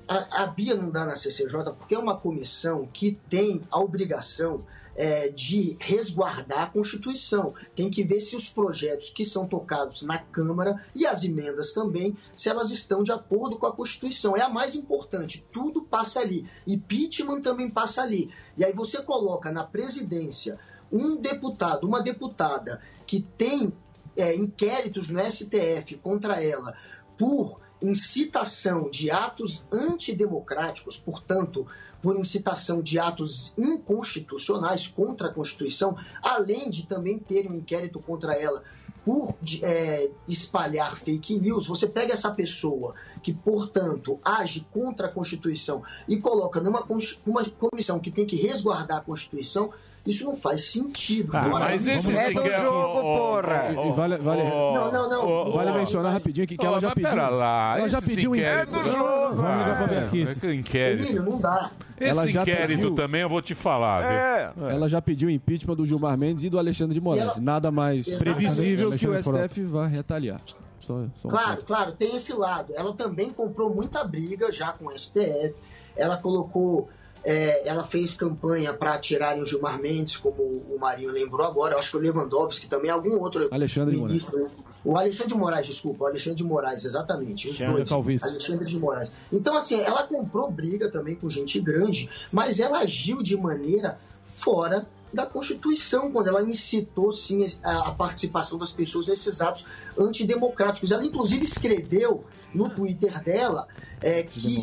Speaker 20: A, a Bia não dá na CCJ porque é uma comissão que tem a obrigação eh, de resguardar a Constituição. Tem que ver se os projetos que são tocados na Câmara e as emendas também, se elas estão de acordo com a Constituição. É a mais importante. Tudo passa ali. E Pittman também passa ali. E aí você coloca na presidência um deputado, uma deputada que tem eh, inquéritos no STF contra ela por incitação de atos antidemocráticos, portanto, por incitação de atos inconstitucionais contra a Constituição, além de também ter um inquérito contra ela por de- eh, espalhar fake news, você pega essa pessoa que, portanto, age contra a Constituição e coloca numa cons- uma comissão que tem que resguardar a Constituição, isso não faz sentido.
Speaker 11: Ah,
Speaker 20: Fora
Speaker 11: mas
Speaker 20: isso,
Speaker 11: esses
Speaker 20: é do
Speaker 11: inquéritos-
Speaker 20: jogo,
Speaker 11: Ô,
Speaker 20: porra.
Speaker 11: E- e vale- vale-
Speaker 20: Não, não, não.
Speaker 11: Vale
Speaker 6: Ô,
Speaker 11: mencionar rapidinho aqui que ela
Speaker 6: Ô,
Speaker 11: já
Speaker 6: mas
Speaker 11: pediu.
Speaker 6: Pera lá, é
Speaker 11: ela já
Speaker 6: esses
Speaker 11: pediu um
Speaker 6: inquéritos-
Speaker 11: Vamos ligar pra Bia
Speaker 6: Ah,
Speaker 11: aqui.
Speaker 6: é que Inquérito.
Speaker 20: Emílio, não dá.
Speaker 6: Esse
Speaker 11: Ela já
Speaker 6: inquérito
Speaker 11: pediu-
Speaker 6: também eu vou te falar.
Speaker 11: É.
Speaker 6: viu?
Speaker 11: Ela já pediu impeachment do Gilmar Mendes e do Alexandre de Moraes.
Speaker 20: E ela-
Speaker 11: Nada mais
Speaker 20: Exatamente.
Speaker 11: previsível que o
Speaker 20: Alexandre Frota.
Speaker 11: STF vá retaliar. Só, só um
Speaker 20: Claro,
Speaker 11: ponto.
Speaker 20: claro, tem esse lado. Ela também comprou muita briga já com o STF. Ela colocou, é, ela fez campanha para tirarem o Gilmar Mendes, como o Marinho lembrou agora. Eu acho que o Lewandowski também, algum outro
Speaker 11: Alexandre de Moraes.
Speaker 20: ministro. né? O Alexandre de Moraes, desculpa, o Alexandre de Moraes, exatamente. Os
Speaker 11: Alexandre
Speaker 20: dois.
Speaker 11: Calvície.
Speaker 20: Alexandre de Moraes. Então, assim, ela comprou briga também com gente grande, mas ela agiu de maneira fora da Constituição, quando ela incitou, sim, a a participação das pessoas nesses atos antidemocráticos. Ela, inclusive, escreveu no Twitter dela é, que,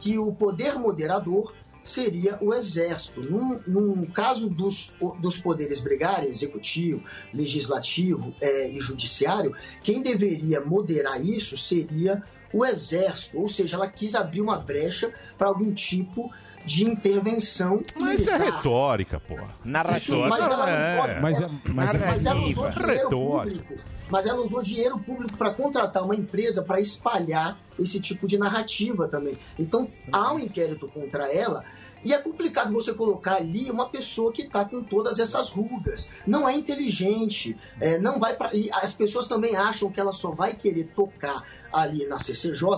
Speaker 20: que o poder moderador seria o exército. Num, num caso dos, dos poderes brigarem, executivo, legislativo eh, e judiciário, quem deveria moderar isso seria o exército. Ou seja, ela quis abrir uma brecha para algum tipo de intervenção.
Speaker 6: Mas isso é
Speaker 20: militar.
Speaker 6: retórica, pô. é
Speaker 20: Isso, mas ela não pode. mas, é ela usou dinheiro
Speaker 6: retórica.
Speaker 20: um público. Mas ela usou dinheiro público para contratar uma empresa para espalhar esse tipo de narrativa também. Então há um inquérito contra ela. E é complicado você colocar ali uma pessoa que está com todas essas rugas. Não é inteligente, é, não vai para. E as pessoas também acham que ela só vai querer tocar ali na CCJ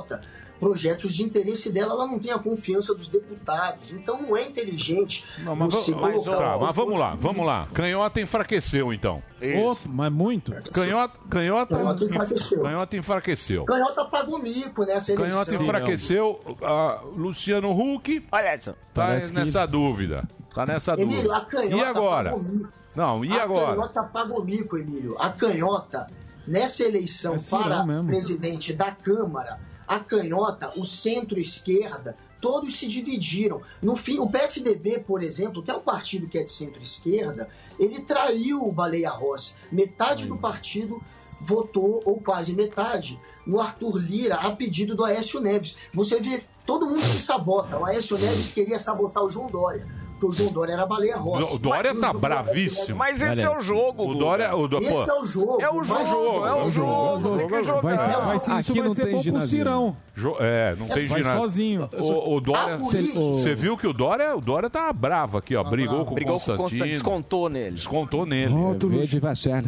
Speaker 20: projetos de interesse dela, ela não tem a confiança dos deputados. Então não é inteligente
Speaker 6: Não, mas,
Speaker 20: você
Speaker 6: va- mas,
Speaker 20: colocar
Speaker 6: tá,
Speaker 20: uma
Speaker 6: mas vamos
Speaker 20: pessoa
Speaker 6: lá, vamos lá. Canhota enfraqueceu, então.
Speaker 8: Opa, mas muito.
Speaker 6: Canhota, canhota,
Speaker 20: Canhota enfraqueceu.
Speaker 6: Canhota enfraqueceu.
Speaker 20: Canhota pagou mico nessa eleição.
Speaker 6: Canhota enfraqueceu. ah, Luciano Huck.
Speaker 10: Olha essa.
Speaker 6: Tá
Speaker 20: Parece
Speaker 6: nessa dúvida. Tá nessa
Speaker 20: Emílio,
Speaker 6: dúvida.
Speaker 20: é a canhota
Speaker 6: e agora?
Speaker 20: pagou mico.
Speaker 6: Não, e
Speaker 20: a
Speaker 6: agora?
Speaker 20: canhota tá pagou mico, Emílio. A canhota, nessa eleição
Speaker 6: cirão
Speaker 20: para
Speaker 6: É assim mesmo.
Speaker 20: presidente da Câmara, a canhota, o centro-esquerda, todos se dividiram. No fim, o PSDB, por exemplo, que é um partido que é de centro-esquerda, ele traiu o Baleia Rossi. Metade do partido votou, ou quase metade, no Arthur Lira a pedido do Aécio Neves. Você vê todo mundo se sabota. O Aécio Neves queria sabotar o João Dória. Porque o João Dória era baleia rosa.
Speaker 6: O Dória tá bravíssimo.
Speaker 20: Mas
Speaker 21: esse é o
Speaker 6: jogo, O Dória, o Dó- pô,
Speaker 20: Esse é o jogo.
Speaker 21: É o
Speaker 20: mas-
Speaker 21: jogo, é o jogo, tem que jogar.
Speaker 8: Vai ser, vai ser,
Speaker 21: Aqui
Speaker 8: isso vai
Speaker 21: não
Speaker 8: ser
Speaker 21: tem
Speaker 8: bom pro
Speaker 21: ginásio.
Speaker 8: Cirão.
Speaker 6: Jo- é, não tem
Speaker 8: Vai
Speaker 6: ginásio.
Speaker 8: sozinho.
Speaker 6: O, o Dória.
Speaker 8: A política-
Speaker 6: Você viu que o Dória, o Dória tá bravo aqui, ó. brigou com
Speaker 10: Brigou
Speaker 6: o
Speaker 10: com o
Speaker 6: Constantino.
Speaker 10: Constantino, descontou nele.
Speaker 6: Descontou nele. É
Speaker 11: Verde vai ser.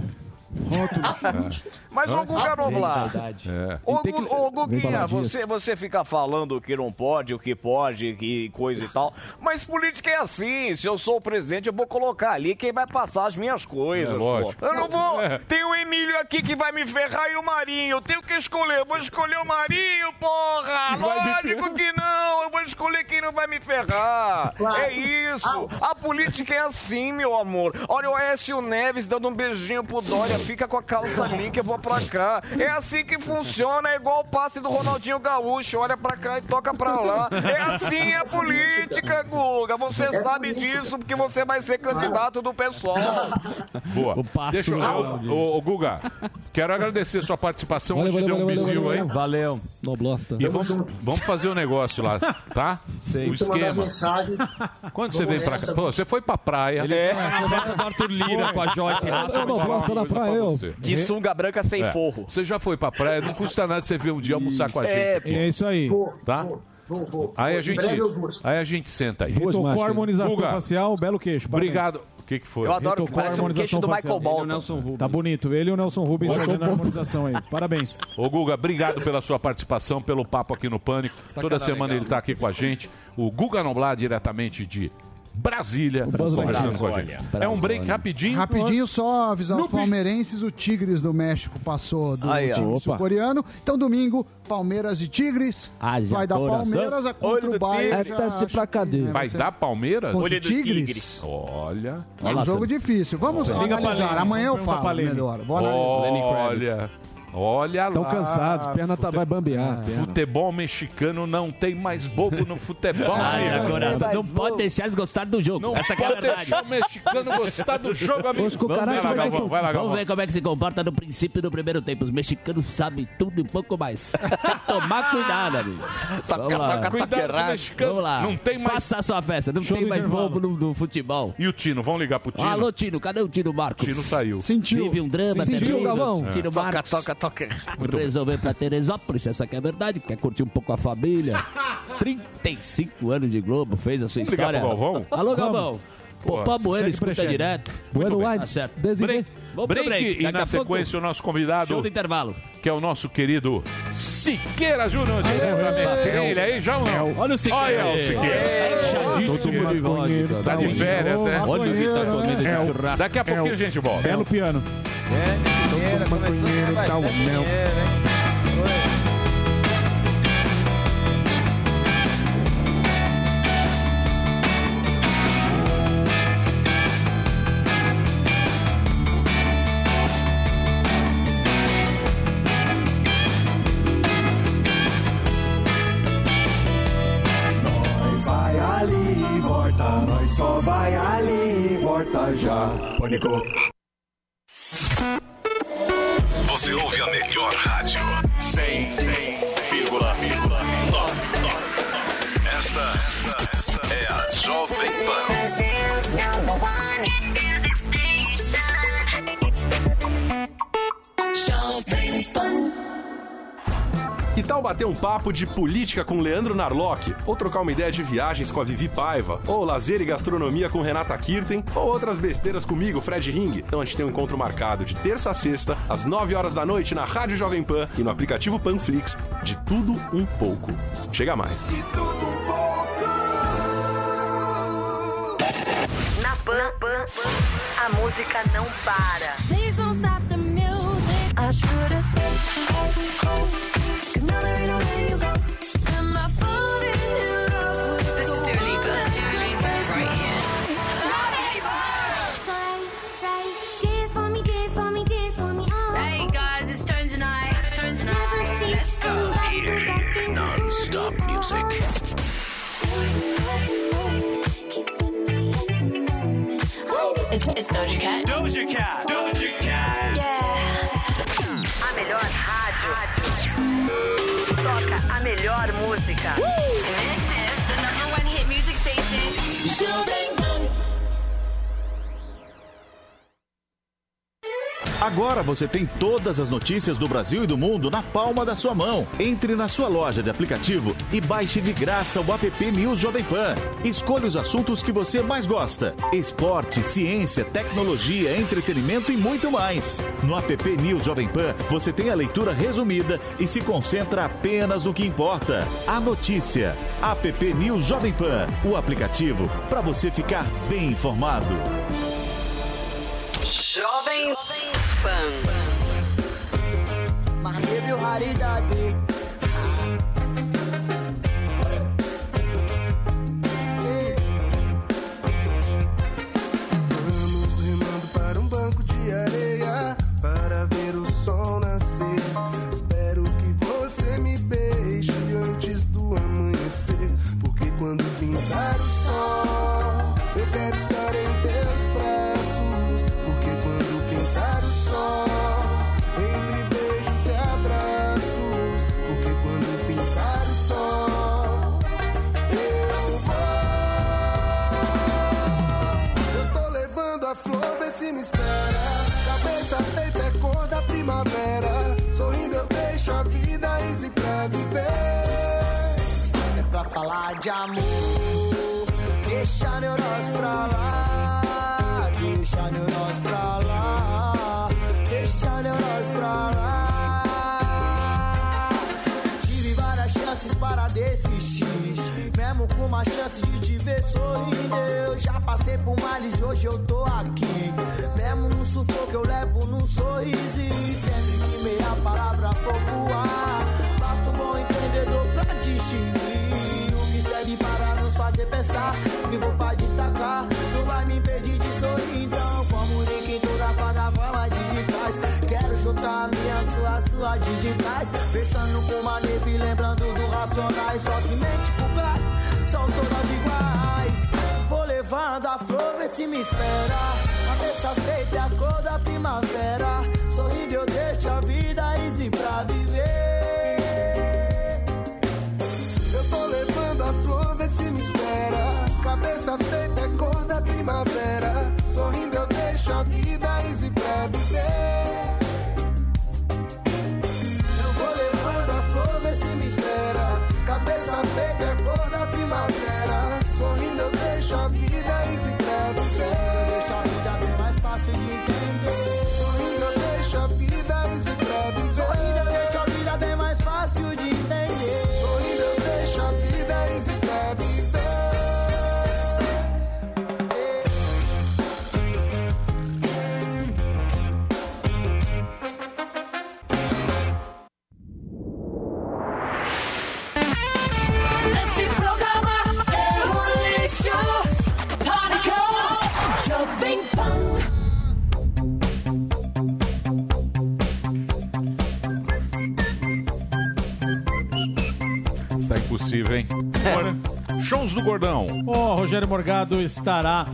Speaker 10: Mas,
Speaker 17: um
Speaker 10: ô, Guga Noblar,
Speaker 6: É.
Speaker 10: Ô,
Speaker 11: Tem que-
Speaker 10: Gu- ô, Guguinha,
Speaker 11: falar disso.
Speaker 10: você, você fica falando que não pode, o que pode, que coisa e tal. Mas política é assim. Se eu sou o presidente, eu vou colocar ali quem vai passar as minhas coisas.
Speaker 6: É,
Speaker 10: pô.
Speaker 6: lógico.
Speaker 10: Eu não vou.
Speaker 6: É.
Speaker 10: Tem o Emílio aqui que vai me ferrar e o Marinho. Eu tenho que escolher. Eu vou escolher o Marinho, porra! Lógico que não! Eu vou escolher quem não vai me ferrar.
Speaker 22: Claro.
Speaker 10: É
Speaker 11: Ah,
Speaker 10: isso. A política é assim, meu amor. Olha o Aécio Neves dando um beijinho pro Dória. Fica com a calça ali que eu vou pra cá. É assim que funciona. É igual o passe do Ronaldinho Gaúcho. Olha pra cá e toca pra lá. É assim a política, Guga. Você
Speaker 22: É
Speaker 10: sabe
Speaker 22: política.
Speaker 10: disso porque você vai ser candidato do pessoal.
Speaker 6: Boa. Deixa eu,
Speaker 10: não,
Speaker 6: eu- ô, ô, Guga, quero agradecer sua participação.
Speaker 11: Valeu,
Speaker 6: Hoje
Speaker 11: valeu,
Speaker 6: deu um
Speaker 11: valeu,
Speaker 6: bizil aí.
Speaker 11: valeu. Valeu. Noblosta.
Speaker 6: E vamos, vamos fazer o negócio lá, tá? O
Speaker 20: Você mandar
Speaker 6: esquema.
Speaker 20: mensagem.
Speaker 6: Quando
Speaker 20: Vamos
Speaker 6: você veio pra
Speaker 20: nessa.
Speaker 6: cá? Pô, você foi pra praia.
Speaker 10: Ele é. Conversa do Arthur Lira com a Joyce Raça,
Speaker 6: Eu
Speaker 10: vou te falar uma
Speaker 6: na
Speaker 10: coisa pra
Speaker 6: praia, eu.
Speaker 10: você. De sunga branca sem forro.
Speaker 6: Uhum. É. Você já foi pra praia, não custa nada você vir um dia almoçar com a gente.
Speaker 10: É,
Speaker 6: aqui.
Speaker 8: é isso aí.
Speaker 6: Tá?
Speaker 20: Vou, vou.
Speaker 6: Aí a
Speaker 20: Em
Speaker 6: gente,
Speaker 20: breve eu vou.
Speaker 6: aí a gente senta aí.
Speaker 8: Retocou a harmonização
Speaker 6: Guga,
Speaker 8: facial, belo queixo. parabéns.
Speaker 6: Obrigado. O que, que foi?
Speaker 10: Eu adoro que
Speaker 8: Retocou a
Speaker 10: parece um queixo
Speaker 8: harmonização
Speaker 10: do
Speaker 8: facial.
Speaker 10: Michael Bolton.
Speaker 8: Tá bonito, ele e o Nelson Rubens fazendo a harmonização aí. Parabéns.
Speaker 6: Ô Guga, obrigado pela sua participação, pelo papo aqui no Pânico. Toda
Speaker 8: cara
Speaker 6: semana
Speaker 8: legal.
Speaker 6: ele está aqui com a gente. O Guga Noblar, diretamente de Brasília,
Speaker 8: Buzz
Speaker 6: conversando
Speaker 8: Lightyear.
Speaker 6: com a gente.
Speaker 8: Brasília.
Speaker 6: É um break rapidinho.
Speaker 12: Rapidinho, só avisar os palmeirenses, o Tigres do México passou do
Speaker 6: Aí, ó.
Speaker 12: time
Speaker 6: Opa.
Speaker 12: sul-coreano. Então, domingo, Palmeiras e Tigres.
Speaker 6: Ah,
Speaker 12: vai dar Palmeiras a contra o Bayern. já acho que
Speaker 6: Vai
Speaker 12: ser-
Speaker 6: dar Palmeiras?
Speaker 12: Contra o Olho do Tigres? Tigres.
Speaker 6: Olha.
Speaker 12: É um jogo difícil. Vamos
Speaker 6: Olha.
Speaker 12: analisar. Amanhã eu falo melhor. Vou analisar.
Speaker 6: Olha. Olha
Speaker 11: Estão
Speaker 6: lá.
Speaker 11: cansados, perna tá, vai bambear. perna.
Speaker 6: Futebol mexicano não tem mais bobo no futebol.
Speaker 11: Ai, agora,
Speaker 23: não pode deixar eles gostar do jogo.
Speaker 6: Não
Speaker 23: Essa que é a
Speaker 6: pode
Speaker 23: verdade.
Speaker 6: deixar o mexicano gostar do jogo, amigo.
Speaker 23: Os
Speaker 6: Vai
Speaker 23: cucarachas
Speaker 6: lá,
Speaker 23: vai
Speaker 6: Galvão,
Speaker 23: ter-
Speaker 6: vai lá,
Speaker 23: Vamos
Speaker 6: Galvão.
Speaker 23: ver como é que se comporta no princípio do primeiro tempo. Os mexicanos sabem tudo e um pouco mais. Tem que Tomar cuidado, amigo. Vamos lá.
Speaker 6: taca, Cuidado, taqueragem. mexicano.
Speaker 23: Vamos lá.
Speaker 6: Não tem mais-
Speaker 23: Faça a sua festa. Não tem mais bobo no, no futebol.
Speaker 6: E o Tino? Vamos ligar pro Tino?
Speaker 23: Alô, Tino. Cadê o Tino Marcos?
Speaker 6: Tino saiu.
Speaker 23: Teve um drama
Speaker 6: Sentiu,
Speaker 23: também.
Speaker 6: Galvão?
Speaker 23: Tino
Speaker 6: É.
Speaker 23: Marcos.
Speaker 10: Toca, toca, toca errado.
Speaker 9: Resolveu ir pra Teresópolis, essa que é a verdade, quer curtir um pouco a família. 35 anos de Globo, fez a sua
Speaker 8: Vamos ligar
Speaker 9: história.
Speaker 8: pro Galvão?
Speaker 9: Alô,
Speaker 8: Vamos.
Speaker 9: Galvão.
Speaker 8: Pô,
Speaker 9: Popó Bueno,
Speaker 8: segue
Speaker 9: escuta
Speaker 8: prechando.
Speaker 9: direto.
Speaker 8: Muito bem.
Speaker 9: Tá certo.
Speaker 8: Break,
Speaker 9: Vamos pro
Speaker 8: break,
Speaker 9: break. Daqui
Speaker 8: e na
Speaker 9: a pouco,
Speaker 8: sequência o nosso convidado.
Speaker 9: Show do intervalo.
Speaker 8: Que é o nosso querido Siqueira Júnior, diretamente. É ele aí, já ou não?
Speaker 9: Olha o Siqueira.
Speaker 8: Olha o Siqueira.
Speaker 9: É, inchadíssimo
Speaker 8: Todo
Speaker 9: de voz.
Speaker 8: maconheiro, Tá de férias, né?
Speaker 9: Olha o que tá comendo de
Speaker 8: É o-
Speaker 9: churrasco.
Speaker 8: Daqui a pouquinho a gente volta.
Speaker 24: É no piano.
Speaker 19: Dinheiro, começou a dar dinheiro, hein?
Speaker 18: Nós vai ali e volta, nós só vai ali e volta já. Pânico.
Speaker 7: Você ouve a melhor rádio. 100,9. Esta, esta é a Jovem
Speaker 18: Pan.
Speaker 6: Que tal bater um papo de política com Leandro Narlock? Ou trocar uma ideia de viagens com a Vivi Paiva? Ou lazer e gastronomia com Renata Kirten? Ou outras besteiras comigo, Fred Ring? Então a gente tem um encontro marcado de terça a sexta, às 9 horas da noite, na Rádio Jovem Pan e no aplicativo Panflix, de tudo um pouco. Chega mais.
Speaker 25: Na Pan, Pan, a música não para.
Speaker 23: Please don't stop the music. I should've stayed home. Cause now there ain't no way you go. Am I falling in love? This is Dua Lipa. Dua Lipa right here. Hey guys, it's Tones and I. Tones and I. Let's go.
Speaker 7: Non-stop music.
Speaker 23: It's, it's Doja Cat.
Speaker 18: Doja Cat, Doja Cat.
Speaker 25: A melhor rádio. Toca a melhor música.
Speaker 23: This is the number one hit music station.
Speaker 17: Agora você tem todas as notícias do Brasil e do mundo na palma da sua mão. Entre na sua loja de aplicativo e baixe de graça o app News Jovem Pan. Escolha os assuntos que você mais gosta: esporte, ciência, tecnologia, entretenimento e muito mais. No app News Jovem Pan, você tem a leitura resumida e se concentra apenas no que importa: a notícia. App News Jovem Pan, o aplicativo para você ficar bem informado.
Speaker 25: Jovem Pan.
Speaker 18: Marneiro raridade.
Speaker 26: Vamos remando para um banco de areia para ver o sol nascer. Espero que você me beije antes do amanhecer, porque quando pintar o sol, eu quero estar em teus braços. Porque quando pintar o sol, entre beijos e abraços, porque quando pintar o sol, eu vou. Eu tô levando a flor, vê se me espera. Cabeça feita é cor da primavera. Sorrindo eu deixo a vida easy pra viver. Se é pra falar de amor, deixa a neurose pra lá. Deixa a neurose pra lá. Deixa a neurose pra lá. Tive várias chances para desistir. Mesmo com uma chance de te ver sorrindo, eu já passei por males, hoje eu tô aqui. Mesmo no sufoco, eu levo num sorriso. E sempre que meia palavra for pro ar, basta um bom entendedor pra distinguir. O que serve para nos fazer pensar, me vou pra destacar. Não vai me impedir de sorrir, então comunique em todas as plataformas digitais. Quero juntar minhas suas, suas digitais. Pensando com uma neve, lembrando do racionais. Só que mente fugaz, são todas iguais. Vou levando a flor, vê se me espera. Cabeça feita é a cor da primavera. Sorrindo eu deixo a vida easy pra viver. Eu tô levando a flor, vê se me espera. Cabeça feita é cor da primavera. Sorrindo eu deixo a vida easy pra viver. é
Speaker 6: possível, Tá hein? Olha, shows do Gordão.
Speaker 8: Ó, Rogério Morgado estará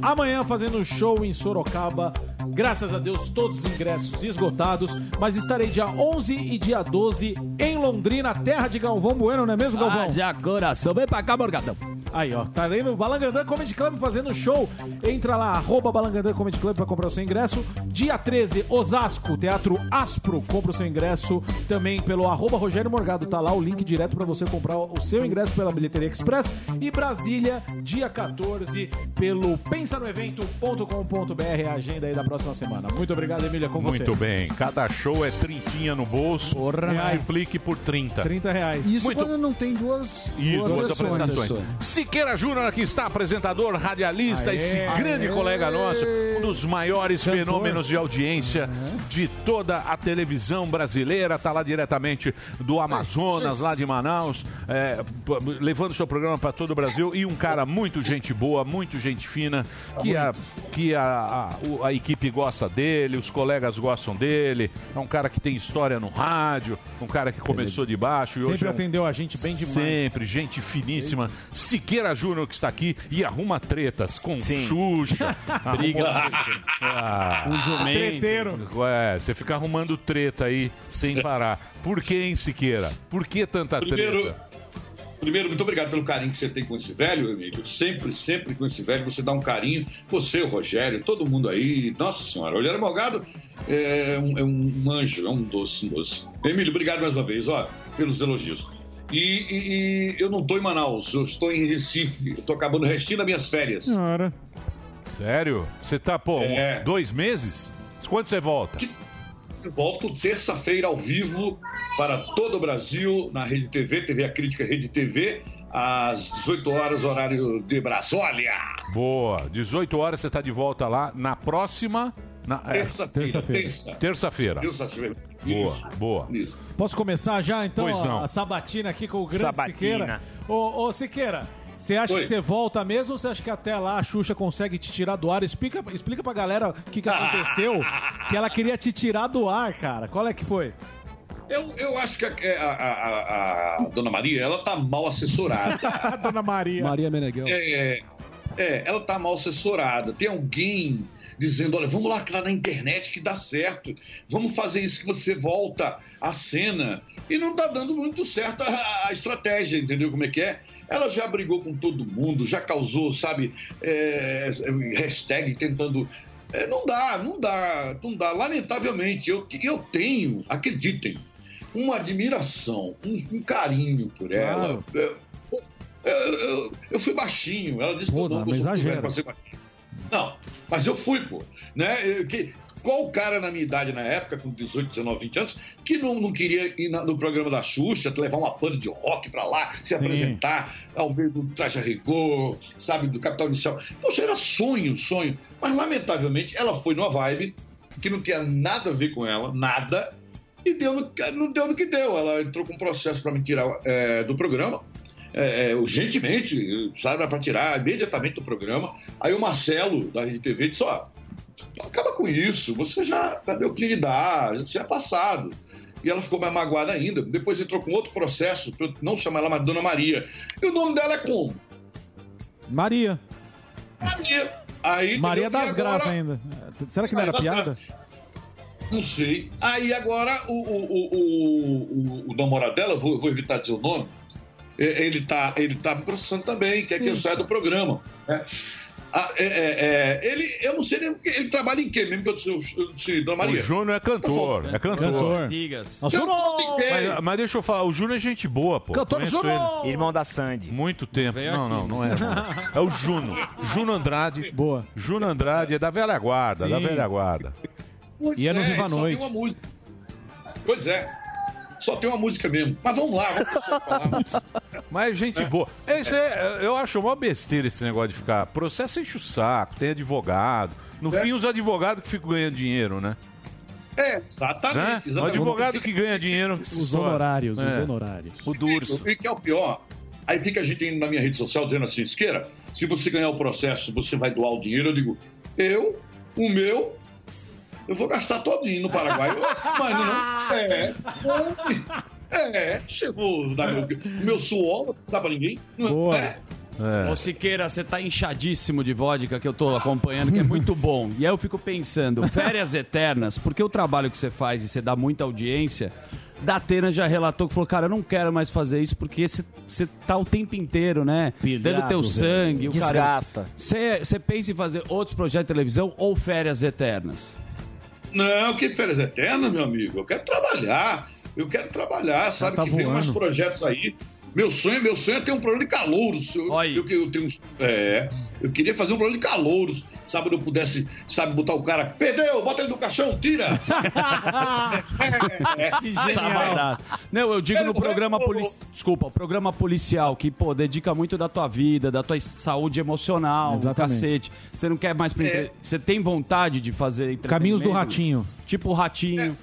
Speaker 8: amanhã fazendo show em Sorocaba. Graças a Deus, todos os ingressos esgotados. Mas estarei dia 11 e dia 12 em Londrina, terra de Galvão Bueno, não é mesmo, Galvão?
Speaker 1: Haja coração. Vem pra cá, Morgadão.
Speaker 8: Aí, ó. Tá aí no Balangandã Comedy Club fazendo show. Entra lá, arroba Balangandã Comedy Club pra comprar o seu ingresso. Dia 13, Osasco, Teatro Aspro. Compra o seu ingresso também pelo arroba Rogério Morgado. Tá lá o link direto pra você comprar o seu ingresso pela Bilheteria Express. E Brasília, dia 14, pelo pensanoevento.com.br. A agenda aí da próxima semana. Muito obrigado, Emília, com você.
Speaker 6: Muito bem. Cada show é trintinha no bolso. Multiplique por 30.
Speaker 8: 30 reais.
Speaker 12: Isso
Speaker 6: Muito
Speaker 12: quando não tem duas,
Speaker 6: Isso,
Speaker 12: duas,
Speaker 6: duas
Speaker 12: sessões.
Speaker 6: apresentações. Siqueira Júnior aqui está, apresentador, radialista,
Speaker 12: Aê,
Speaker 6: esse grande
Speaker 12: aê.
Speaker 6: colega nosso, um dos maiores fenômenos de audiência de toda a televisão brasileira, está lá diretamente do Amazonas, lá de Manaus, é, p- levando seu programa para todo o Brasil e um cara muito gente boa, muito gente fina, que, a, que a, a, o- a equipe gosta dele, os colegas gostam dele, é um cara que tem história no rádio, um cara que começou de baixo e hoje
Speaker 8: Sempre
Speaker 6: é um
Speaker 8: atendeu a gente bem demais.
Speaker 6: Sempre, gente finíssima. Siqueira Júnior que está aqui e arruma tretas com Xuxa.
Speaker 9: Briga.
Speaker 6: Ah.
Speaker 9: Com jumento. Treteiro.
Speaker 6: É, você fica arrumando treta aí sem parar. Por que, hein, Siqueira? Por que tanta
Speaker 2: Primeiro,
Speaker 6: treta?
Speaker 2: primeiro, muito obrigado pelo carinho que você tem com esse velho, Emílio. Sempre, sempre com esse velho, você dá um carinho. Você, o Rogério, todo mundo aí. Nossa Senhora, o Rogério Morgado é um, é um anjo, é um doce, um doce. Emílio, obrigado mais uma vez, ó, pelos elogios. E, e- e eu não estou em Manaus, eu estou em Recife. Eu estou acabando o restinho das minhas férias.
Speaker 8: Senhora.
Speaker 6: Sério? Você tá, pô, um-
Speaker 2: É.
Speaker 6: dois meses? Quando você volta?
Speaker 2: Eu volto terça-feira ao vivo para todo o Brasil, na Rede TV, TV A Crítica Rede TV, às 18 horas, horário de Brasólia.
Speaker 6: Boa. 18 horas você tá de volta lá na próxima. na- é,
Speaker 2: Terça-feira. Terça.
Speaker 6: Terça-feira.
Speaker 2: Terça-feira.
Speaker 6: Boa, boa.
Speaker 8: Posso começar já, então,
Speaker 6: Pois
Speaker 8: a-
Speaker 6: não.
Speaker 8: a sabatina aqui com o grande
Speaker 6: Sabatina.
Speaker 8: Siqueira? Ô, ô, Siqueira, você acha
Speaker 2: Oi.
Speaker 8: que você volta mesmo ou você acha que até lá a Xuxa consegue te tirar do ar? Explica, explica pra galera o que, que aconteceu, que ela queria te tirar do ar, cara. Qual é que foi?
Speaker 2: Eu, eu acho que a, a- a- a- a dona Maria, ela tá mal assessorada.
Speaker 8: A Dona Maria.
Speaker 11: Maria Meneghel.
Speaker 2: É, é, ela tá mal assessorada. Tem alguém dizendo, olha, vamos lá, lá na internet que dá certo. Vamos fazer isso que você volta à cena. E não tá dando muito certo a, a estratégia, entendeu como é que é? Ela já brigou com todo mundo, já causou, sabe, é, hashtag tentando... é, não dá, não dá, não dá. Lamentavelmente, eu, eu tenho, acreditem, uma admiração, um, um carinho por ela. É, eu, eu- eu fui baixinho. Ela disse que eu não, que eu sou muito velho pra ser baixinho. Não, mas eu fui, pô. Né? Eu- que, qual cara na minha idade, na época, com 18, 19, 20 anos, que não, não queria ir na- no programa da Xuxa, levar uma banda de rock pra lá, se apresentar ao meio do traje a rigor, sabe, do Capital Inicial? Poxa, era sonho, sonho. Mas, lamentavelmente, ela foi numa vibe que não tinha nada a ver com ela, nada, e deu no, não deu no que deu. Ela entrou com um processo para me tirar é, do programa, é, é, urgentemente, sabe, para tirar imediatamente do programa. Aí o Marcelo, da Rede TV, disse: ó, acaba com isso, você já, já deu o que lhe dá, você é passado. E ela ficou mais magoada ainda. Depois entrou com outro processo, pra eu não chamar ela mais Dona Maria. E o nome dela é como?
Speaker 8: Maria.
Speaker 2: Maria. Aí,
Speaker 8: Maria
Speaker 2: entendeu? E
Speaker 8: das Graças
Speaker 2: agora-
Speaker 8: ainda. Será que não
Speaker 2: Maria
Speaker 8: era
Speaker 2: das
Speaker 8: piada?
Speaker 2: Não sei. Aí agora o, o, o, o, o namorado dela, vou, vou evitar dizer o nome, é, ele tá, ele tá me processando também, quer que eu saia do programa. né? Ah, é, é, é, ele, eu não sei nem o que- ele trabalha em quê, mesmo que eu disse, eu disse, Dona Maria.
Speaker 6: O Júnior é cantor, é cantor.
Speaker 2: Eu Tá não tentei.
Speaker 6: Mas, mas deixa eu falar, o Júnior é gente boa, pô.
Speaker 2: Cantor
Speaker 6: Conheço
Speaker 2: Júnior!
Speaker 6: ele. Irmão da Sandy. Muito tempo. Não, não, não é. não. É o Juno. Juno Andrade.
Speaker 8: Boa.
Speaker 6: Juno Andrade é da velha guarda,
Speaker 2: Sim.
Speaker 6: da velha guarda.
Speaker 2: Pois
Speaker 6: E é no
Speaker 2: só
Speaker 6: Viva Noite.
Speaker 2: Tem uma música. Pois é. Só tem uma música mesmo. Mas vamos lá, vamos deixar eu
Speaker 6: Né?
Speaker 2: falar.
Speaker 6: Mas gente boa. Esse é- eu acho uma besteira esse negócio de ficar. Processo enche o saco, tem advogado. No fim, os advogados que ficam ganhando dinheiro, né?
Speaker 2: É,
Speaker 6: Né?
Speaker 2: exatamente.
Speaker 6: O
Speaker 2: exatamente.
Speaker 6: advogado que ganha dinheiro.
Speaker 2: Os honorários, os
Speaker 8: honorários.
Speaker 6: O Durso.
Speaker 2: E que é o pior? Aí fica a gente indo na minha rede social dizendo assim, Esqueira, se você ganhar o processo, você vai doar o dinheiro. Eu digo, eu, o meu, eu vou gastar todinho no Paraguai. Eu, Mas não, é, É, chegou. dá Meu, meu suor, não dá pra ninguém. Não é- É,
Speaker 9: Ô Siqueira, você tá inchadíssimo de vodka que eu tô acompanhando, que é muito bom. E aí eu fico pensando, férias eternas, porque o trabalho que você faz e você dá muita audiência, Datena já relatou que falou, cara, eu não quero mais fazer isso porque você- você tá o tempo inteiro, né? Dando teu
Speaker 3: velho.
Speaker 9: sangue. o cara-
Speaker 3: Desgasta.
Speaker 9: Você você pensa em fazer outros projetos de televisão ou férias eternas?
Speaker 2: Não, que férias eternas, meu amigo. Eu quero trabalhar. Eu quero trabalhar, sabe?
Speaker 9: tá
Speaker 2: que vem
Speaker 9: voando.
Speaker 2: mais projetos aí. Meu sonho, meu sonho é ter um programa de calouros. Eu, eu, eu tenho, uns- é, eu queria fazer um programa de calouros. Sabe, eu pudesse, sabe, botar o cara, perdeu, bota ele no caixão, tira.
Speaker 9: Que Sabadá. Não, eu digo no programa policial. Desculpa, o programa policial, que, pô, dedica muito da tua vida, da tua saúde emocional, do
Speaker 8: Exatamente.
Speaker 9: cacete. Você não quer mais. pra entre- Você tem vontade de fazer
Speaker 8: Caminhos do
Speaker 9: entretenimento?
Speaker 8: Ratinho.
Speaker 9: Tipo o Ratinho.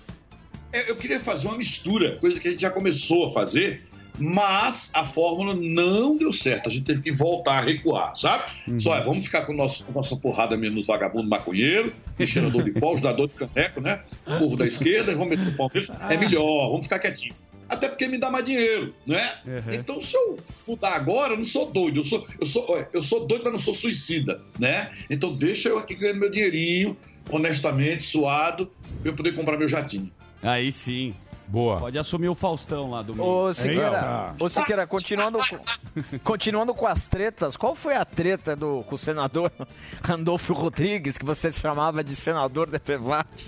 Speaker 2: É, eu queria fazer uma mistura, coisa que a gente já começou a fazer, mas a fórmula não deu certo. A gente teve que voltar a recuar, sabe? Só é, vamos ficar com o nosso, com a nossa porrada mesmo nos vagabundos maconheiro, no cheirador de pó, ajudador de caneco, né? Curvo da esquerda, e vamos meter o pau neles. É melhor, vamos ficar quietinho. Até porque me dá mais dinheiro, né? Então, se eu mudar agora, eu não sou doido. Eu sou, eu, sou, olha, eu sou doido, mas não sou suicida, né? Então, deixa eu aqui ganhando meu dinheirinho, honestamente, suado, pra eu poder comprar meu jatinho.
Speaker 9: Aí sim.
Speaker 6: Boa.
Speaker 9: Pode assumir o Faustão lá do meio.
Speaker 13: Ô,
Speaker 11: tá.
Speaker 13: Siqueira, ô, Siqueira continuando, com- continuando com as tretas, qual foi a treta do, com o senador Randolfo Rodrigues, que você chamava de senador de Pevate?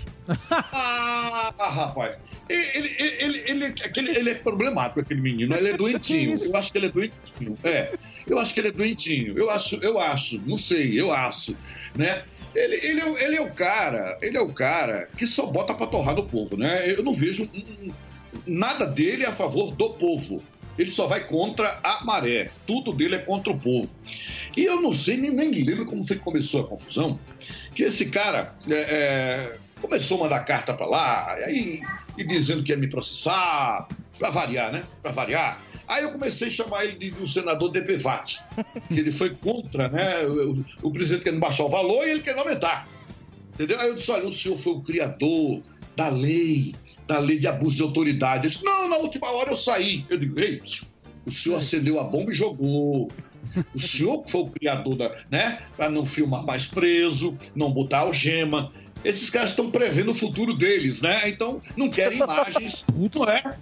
Speaker 2: Ah, rapaz. Ele, ele, ele, ele, aquele- ele é problemático, aquele menino. Ele é doentinho. Eu acho que ele é doentinho. É. Eu acho que ele é doentinho. Eu acho, eu acho. Não sei, eu acho. Né? Ele, ele, é, o- ele é o cara, ele é o cara que só bota pra torrar do povo, né? Eu não vejo hum, nada dele a favor do povo. Ele só vai contra a maré. Tudo dele é contra o povo. E eu não sei, nem, nem lembro como foi que começou a confusão. Que esse cara é, é, começou a mandar carta pra lá, e aí, e dizendo que ia me processar, pra variar, né? Pra variar. Aí eu comecei a chamar ele de, de um senador DPVAT. que Ele foi contra, né? O, o presidente querendo baixar o valor e ele querendo aumentar. Entendeu? Aí eu disse: olha, o senhor foi o criador da lei, da lei de abuso de autoridade. Ele disse, não, na última hora eu saí. Eu digo, ei, o senhor acendeu a bomba e jogou. O senhor que foi o criador da. né? Pra não filmar mais preso, não botar algema. Esses caras estão prevendo o futuro deles, né? Então, não querem imagens. não é?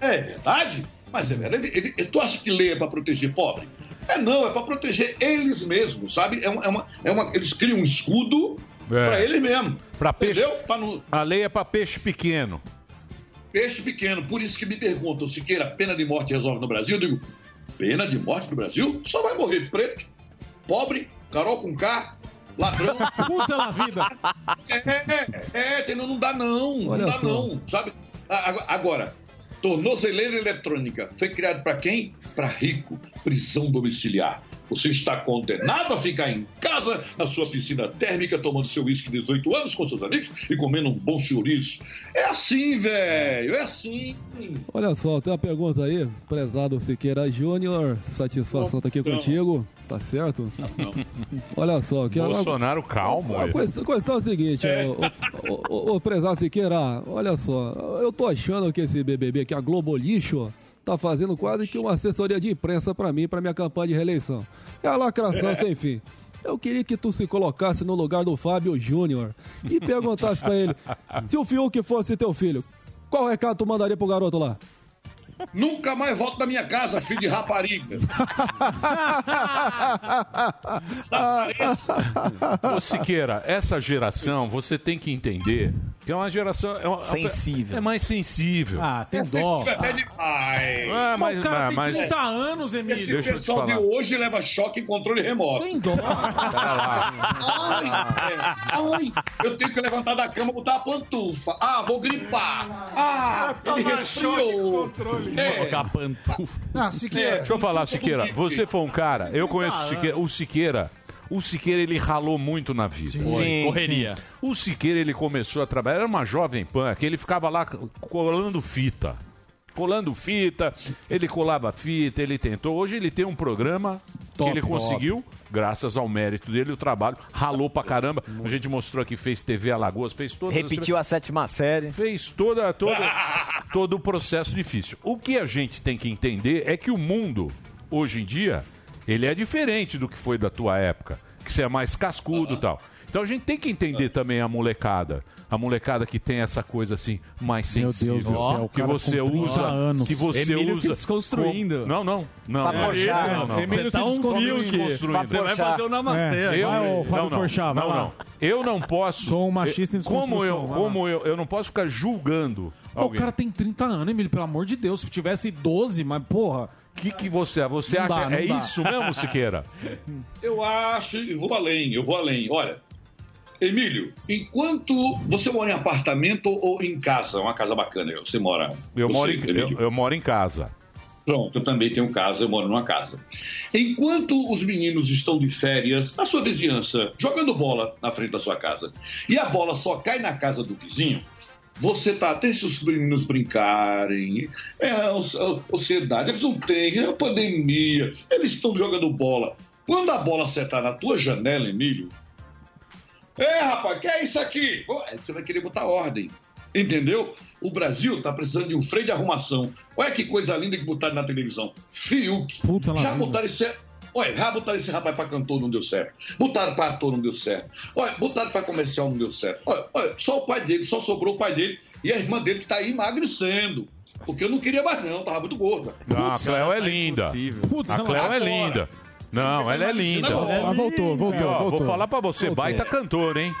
Speaker 2: É verdade? Mas é verdade. Ele, ele- tu acha que lei é pra proteger pobre? É não, é pra proteger eles mesmos, sabe? É uma, é uma- é uma- eles criam um escudo
Speaker 6: É.
Speaker 2: pra ele mesmo.
Speaker 6: Pra peixe.
Speaker 2: Entendeu? Pra não-
Speaker 6: A lei é pra peixe pequeno.
Speaker 2: Peixe pequeno. Por isso que me perguntam, Siqueira, pena de morte resolve no Brasil? Eu digo, pena de morte no Brasil? Só vai morrer preto, pobre, Carol com K, ladrão.
Speaker 8: Puta na vida.
Speaker 2: É, é, é, entendeu? Não dá não,
Speaker 8: Olha
Speaker 2: não dá
Speaker 8: só.
Speaker 2: não, sabe? A- a- Agora, tornozeleira eletrônica foi criado para quem? Para rico, prisão domiciliar. Você está condenado a ficar em casa, na sua piscina térmica, tomando seu uísque 18 anos com seus amigos e comendo um bom chouriço. É assim, velho, é assim.
Speaker 11: Olha só, tem uma pergunta aí, prezado Siqueira Júnior. Satisfação tá aqui
Speaker 6: Então.
Speaker 11: contigo, tá certo? Olha só, que
Speaker 6: Bolsonaro calmo.
Speaker 11: A
Speaker 6: esse.
Speaker 11: quest- a questão é a seguinte, ô, ô, ô, ô, prezado Siqueira, olha só, eu tô achando que esse BBB, que a Globo Lixo, tá fazendo quase que uma assessoria de imprensa pra mim, pra minha campanha de reeleição. É a lacração sem fim. Eu queria que tu se colocasse no lugar do Fábio Júnior e perguntasse pra ele, se o Fiuk fosse teu filho, qual recado tu mandaria pro garoto lá?
Speaker 2: Nunca mais volto da minha casa, filho de rapariga.
Speaker 6: Ô Siqueira, essa geração, você tem que entender que é uma geração. É uma-
Speaker 8: Sensível.
Speaker 6: É mais sensível.
Speaker 8: Ah, tem
Speaker 6: Essa
Speaker 8: dó.
Speaker 6: história é
Speaker 2: demais.
Speaker 6: Ah, mas-
Speaker 8: o cara
Speaker 6: ah,
Speaker 8: tem
Speaker 6: mas-
Speaker 8: 30 anos, Emílio.
Speaker 2: Esse pessoal de hoje leva choque em controle remoto.
Speaker 8: Tem dó.
Speaker 2: Ai, é. Ai, eu tenho que levantar da cama, botar a pantufa. Ah, vou gripar. Ah, ele resfriou. É.
Speaker 6: Colocar pantufa.
Speaker 12: Ah, Siqueira.
Speaker 6: É. Deixa eu falar, Siqueira. Você foi um cara. Eu conheço o Siqueira. O Siqueira. O Siqueira, ele ralou muito na vida.
Speaker 9: Sim. Sim, Correria. sim.
Speaker 6: O Siqueira, ele começou a trabalhar. Era uma jovem pan, que ele ficava lá colando fita. Colando fita. Ele colava fita, ele tentou. Hoje ele tem um programa que ele conseguiu, graças ao mérito dele, o trabalho. Ralou pra caramba. A gente mostrou aqui, fez TV Alagoas, fez todas as
Speaker 13: Repetiu a sétima série.
Speaker 6: Fez toda, todo, todo o processo difícil. O que a gente tem que entender é que o mundo, hoje em dia, ele é diferente do que foi da tua época. Que você é mais cascudo e tal. Então a gente tem que entender também a molecada. A molecada que tem essa coisa assim, mais
Speaker 8: Meu
Speaker 6: sensível.
Speaker 8: Deus do céu, o
Speaker 6: que
Speaker 8: cara
Speaker 6: você
Speaker 8: com 30
Speaker 6: usa.
Speaker 8: anos.
Speaker 6: Que você
Speaker 8: Emílio
Speaker 6: usa.
Speaker 8: se desconstruindo.
Speaker 6: com- Não, não. Não,
Speaker 8: Pra
Speaker 6: não.
Speaker 8: Porchat.
Speaker 6: Não, não.
Speaker 8: Emílio Você tá se um desconstruindo. Wilk.
Speaker 6: Desconstruindo.
Speaker 8: Você vai fazer o namastê É,
Speaker 6: Eu,
Speaker 8: agora. vai, ô, Fábio
Speaker 6: não, não.
Speaker 8: Porchat, vai
Speaker 6: não,
Speaker 8: lá.
Speaker 6: não. Eu não posso. Sou
Speaker 8: um machista em
Speaker 6: Como eu,
Speaker 8: desconstrução, vai lá.
Speaker 6: como eu, eu não posso ficar julgando.
Speaker 8: Pô, o
Speaker 6: alguém.
Speaker 8: cara tem 30 anos, Emílio, pelo amor de Deus. Se tivesse 12, mas porra. O
Speaker 6: que, que você Você acha é isso mesmo, Siqueira?
Speaker 2: Eu acho, eu vou além, eu vou além. Olha, Emílio, enquanto você mora em apartamento ou em casa, É uma casa bacana, você mora.
Speaker 6: Eu,
Speaker 2: você,
Speaker 6: moro em, eu,
Speaker 2: Emílio.
Speaker 6: eu moro em casa.
Speaker 2: Pronto, eu também tenho casa, eu moro numa casa. Enquanto os meninos estão de férias, na sua vizinhança, jogando bola na frente da sua casa, e a bola só cai na casa do vizinho, você tá, deixa os meninos brincarem, é a os- a ansiedade, eles não têm, é a pandemia, eles estão jogando bola. Quando a bola acertar na tua janela, Emílio, é, rapaz, que é isso aqui? Pô, aí Você vai querer botar ordem. Entendeu? O Brasil tá precisando de um freio de arrumação. Olha que coisa linda que botaram na televisão. Fiuk. já botaram esse. Olha, já botaram esse rapaz pra cantor, não deu certo. Botaram pra ator, não deu certo. Olha, botaram pra comercial, não deu certo. Olha, olha, só o pai dele, só sobrou o pai dele e a irmã dele que tá aí emagrecendo. Porque eu não queria mais, não, tava muito gorda.
Speaker 6: Não, a
Speaker 2: Putz,
Speaker 6: Cleo
Speaker 2: ela
Speaker 6: é
Speaker 2: tá
Speaker 6: linda.
Speaker 2: impossível.
Speaker 6: a
Speaker 2: ela-
Speaker 6: Cleo é
Speaker 2: Agora.
Speaker 6: linda. Não, ela é linda.
Speaker 2: Agora. Ela voltou, voltou,
Speaker 6: Ó, Vou
Speaker 2: voltou.
Speaker 6: falar pra você,
Speaker 2: Voltou.
Speaker 6: baita cantora, hein?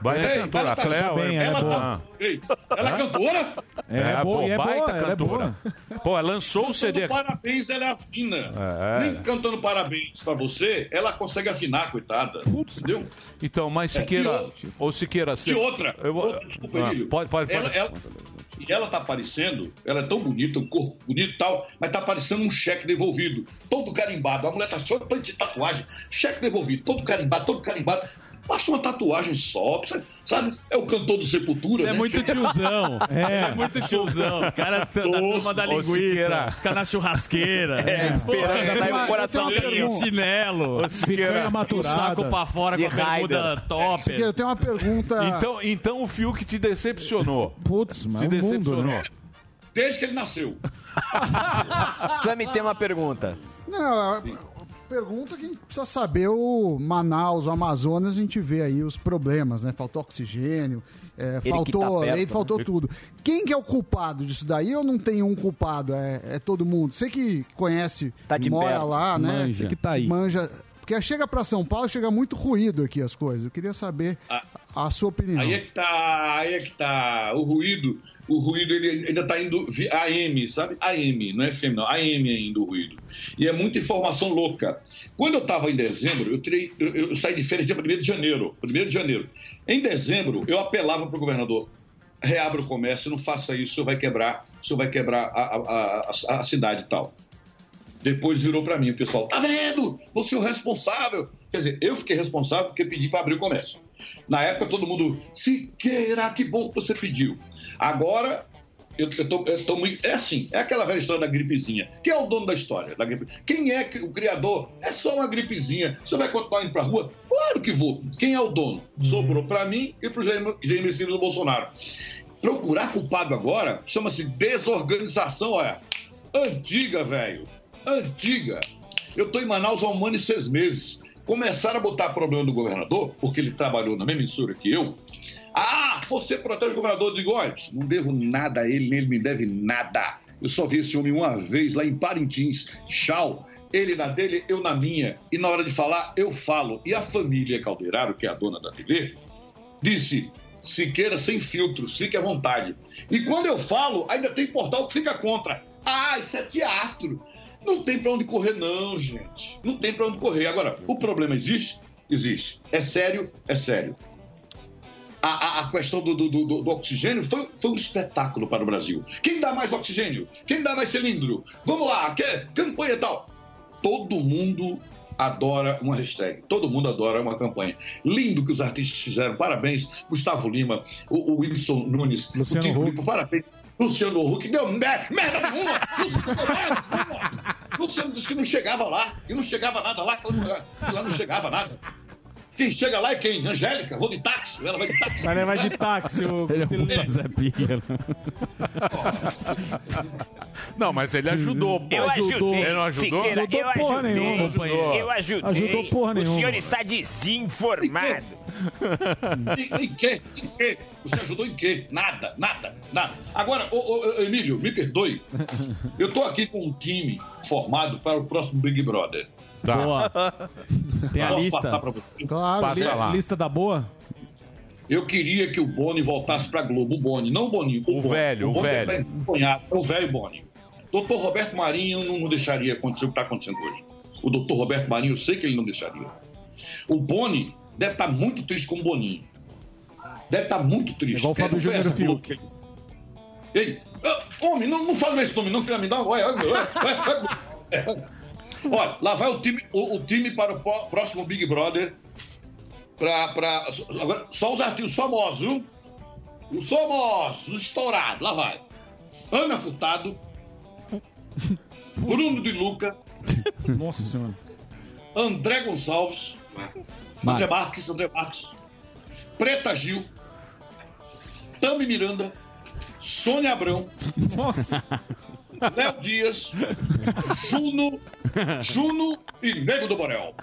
Speaker 6: Baita
Speaker 2: Ei,
Speaker 6: cantora.
Speaker 2: ela
Speaker 6: A
Speaker 2: tá-
Speaker 6: Cleo é,
Speaker 2: ela,
Speaker 6: boa.
Speaker 2: tá- Ei, ela é cantora?
Speaker 6: É,
Speaker 8: É boa,
Speaker 6: pô,
Speaker 8: e é
Speaker 6: baita
Speaker 8: boa, ela é
Speaker 6: cantora. Pô, ela lançou o CD.
Speaker 2: Cantando parabéns, ela é afina.
Speaker 6: É.
Speaker 2: Nem cantando parabéns pra você, ela consegue afinar, coitada. Entendeu?
Speaker 6: Então, mas
Speaker 2: É, e
Speaker 6: Siqueira.
Speaker 2: outra.
Speaker 6: Ou Siqueira,
Speaker 2: E
Speaker 6: você-
Speaker 2: outra,
Speaker 6: Eu vou-
Speaker 2: outra, desculpa,
Speaker 6: Ah,
Speaker 2: Emílio.
Speaker 6: Pode, pode,
Speaker 2: Ela,
Speaker 6: pode.
Speaker 2: ela, e ela tá aparecendo, ela é tão bonita, um corpo bonito e tal, mas tá aparecendo um cheque devolvido, todo carimbado. A mulher tá só tanto de tatuagem, cheque devolvido, todo carimbado, todo carimbado. Passa uma tatuagem só, sabe? sabe? É o cantor do Sepultura, né?
Speaker 9: Você é muito tiozão. É. muito tiozão. O cara tá na turma da
Speaker 6: Ô, Siqueira.
Speaker 9: linguiça. Fica na churrasqueira.
Speaker 6: É, esperando
Speaker 9: Pô,
Speaker 6: sair o
Speaker 9: cara,
Speaker 6: coração
Speaker 9: fica
Speaker 6: dele.
Speaker 9: de Chinelo.
Speaker 6: Ô, Siqueira.
Speaker 9: Com O saco pra fora
Speaker 6: De
Speaker 9: com a bermuda
Speaker 6: Raider.
Speaker 9: top.
Speaker 12: Eu tenho uma pergunta.
Speaker 6: Então, então o Fiuk te decepcionou.
Speaker 8: Putz, mas
Speaker 6: Te
Speaker 8: o mundo,
Speaker 6: decepcionou.
Speaker 8: né?
Speaker 2: Desde que ele nasceu.
Speaker 13: Sammy tem uma pergunta.
Speaker 12: Não, a pergunta que a gente precisa saber: o Manaus, o Amazonas, a gente vê aí os problemas, né? Faltou oxigênio, é,
Speaker 3: Ele que tá
Speaker 12: faltou
Speaker 3: perto,
Speaker 12: leite, faltou
Speaker 3: né?
Speaker 12: tudo. Quem que é o culpado disso daí? Eu não tenho um culpado, é, é todo mundo. Você que conhece,
Speaker 11: Tá de
Speaker 12: mora
Speaker 11: perto,
Speaker 12: lá, né?
Speaker 11: manja. Você que tá aí.
Speaker 12: Manja. Porque chega pra São Paulo, chega muito ruído aqui as coisas. Eu queria saber
Speaker 2: Ah.
Speaker 12: a sua opinião.
Speaker 2: Aí é que tá, aí é que tá. O ruído, o ruído ele ainda tá indo vi- AM, sabe? AM, não é FM, não. AM ainda o ruído. E é muita informação louca. Quando eu tava em dezembro, eu, tirei, eu, eu saí de férias dia 1 de janeiro. 1 de janeiro. Em dezembro, eu apelava pro governador. Reabra o comércio, não faça isso, o senhor vai quebrar, o senhor vai quebrar a, a- a- a cidade e tal. Depois virou pra mim, o pessoal, tá vendo? Você é o responsável. Quer dizer, eu fiquei responsável porque pedi pra abrir o comércio. Na época todo mundo, Siqueira, que bom que você pediu. Agora, eu, eu, tô, eu tô muito. É assim, é aquela velha história da gripezinha. Quem é o dono da história da gripe? Quem é que- o criador? É só uma gripezinha. Você vai continuar indo pra rua? Claro que vou. Quem é o dono? Sobrou pra mim e pro Jair Jair Messias do Bolsonaro. Procurar culpado agora chama-se desorganização, olha. Antiga, velho. Antiga. Eu tô em Manaus há um ano e seis meses. Começaram a botar problema do governador, porque ele trabalhou na mesma emissora que eu. Ah, você protege o governador. Eu digo, olha, não devo nada a ele, nem ele me deve nada. Eu só vi esse homem uma vez lá em Parintins. Tchau. Ele na dele, eu na minha. E na hora de falar, eu falo. E a família Caldeiraro, que é a dona da TV, disse: Siqueira sem filtros, fique à vontade. E quando eu falo, ainda tem portal que fica contra. Ah, isso é teatro. Não tem pra onde correr, não, gente. Não tem pra onde correr. Agora, o problema existe? Existe. É sério? É sério. A, a- a questão do, do- do- do oxigênio foi, foi um espetáculo para o Brasil. Quem dá mais oxigênio? Quem dá mais cilindro? Vamos lá, que, campanha e tal. Todo mundo adora uma hashtag, todo mundo adora uma campanha. Lindo que os artistas fizeram, parabéns, Gustavo Lima, o, o Wilson Nunes, o Tico Lico, parabéns. Luciano Huck deu mer- merda nenhuma. Luciano deu merda nenhuma. Luciano disse que não chegava lá, que não chegava nada lá, que lá, que lá não chegava nada. Quem chega lá é quem? Angélica? Vou de táxi? Ela vai de táxi.
Speaker 8: Vai levar de táxi o
Speaker 7: Ele é um
Speaker 8: Silêncio.
Speaker 7: puta Zé Pinheiro.
Speaker 6: Não, mas ele ajudou. pô.
Speaker 27: Eu ajudei,
Speaker 6: Ele não ajudou?
Speaker 27: Siqueira, eu ajudei,
Speaker 6: Ajudou.
Speaker 27: Eu ajudei. o senhor está desinformado.
Speaker 2: Em, em quê? Em quê? Você ajudou em quê? Nada, nada, nada. Agora, ô, ô, ô, Emílio, me perdoe. Eu tô aqui com um time formado para o próximo Big Brother.
Speaker 8: Tá. Boa. Tem a
Speaker 2: Posso
Speaker 8: lista?
Speaker 2: passar pra você?
Speaker 8: Claro, né? li- lista da boa?
Speaker 2: Eu queria que o Boni voltasse pra Globo. O Boni, não o Boninho. O, Boni.
Speaker 6: velho, o
Speaker 2: Boni
Speaker 6: velho.
Speaker 2: tá envergonhado. É o velho Boni. Doutor Roberto Marinho não não deixaria acontecer o que está acontecendo hoje. O doutor Roberto Marinho, eu sei que ele não deixaria. O Boni deve estar muito triste com o Boninho. Deve estar muito triste.
Speaker 8: Igual o Fábio
Speaker 2: Não foi
Speaker 8: Júnior
Speaker 2: essa
Speaker 8: e o
Speaker 2: Globo que- Ei, ah, homem, não, não fala esse nome não, que vai me dar... Olha, olha, olha, olha. Olha, lá vai o time, o, o time para o pró- próximo Big Brother pra, pra, agora, só os artistas famosos, viu? Os famosos, os estourados, lá vai. Ana Furtado, Bruno de Luca,
Speaker 8: Nossa senhora.
Speaker 2: André Gonçalves, André Marques, André Marques, Preta Gil, Tami Miranda, Sônia Abrão,
Speaker 8: Nossa.
Speaker 2: Léo Dias, Juno, Juno e Nego do Borel.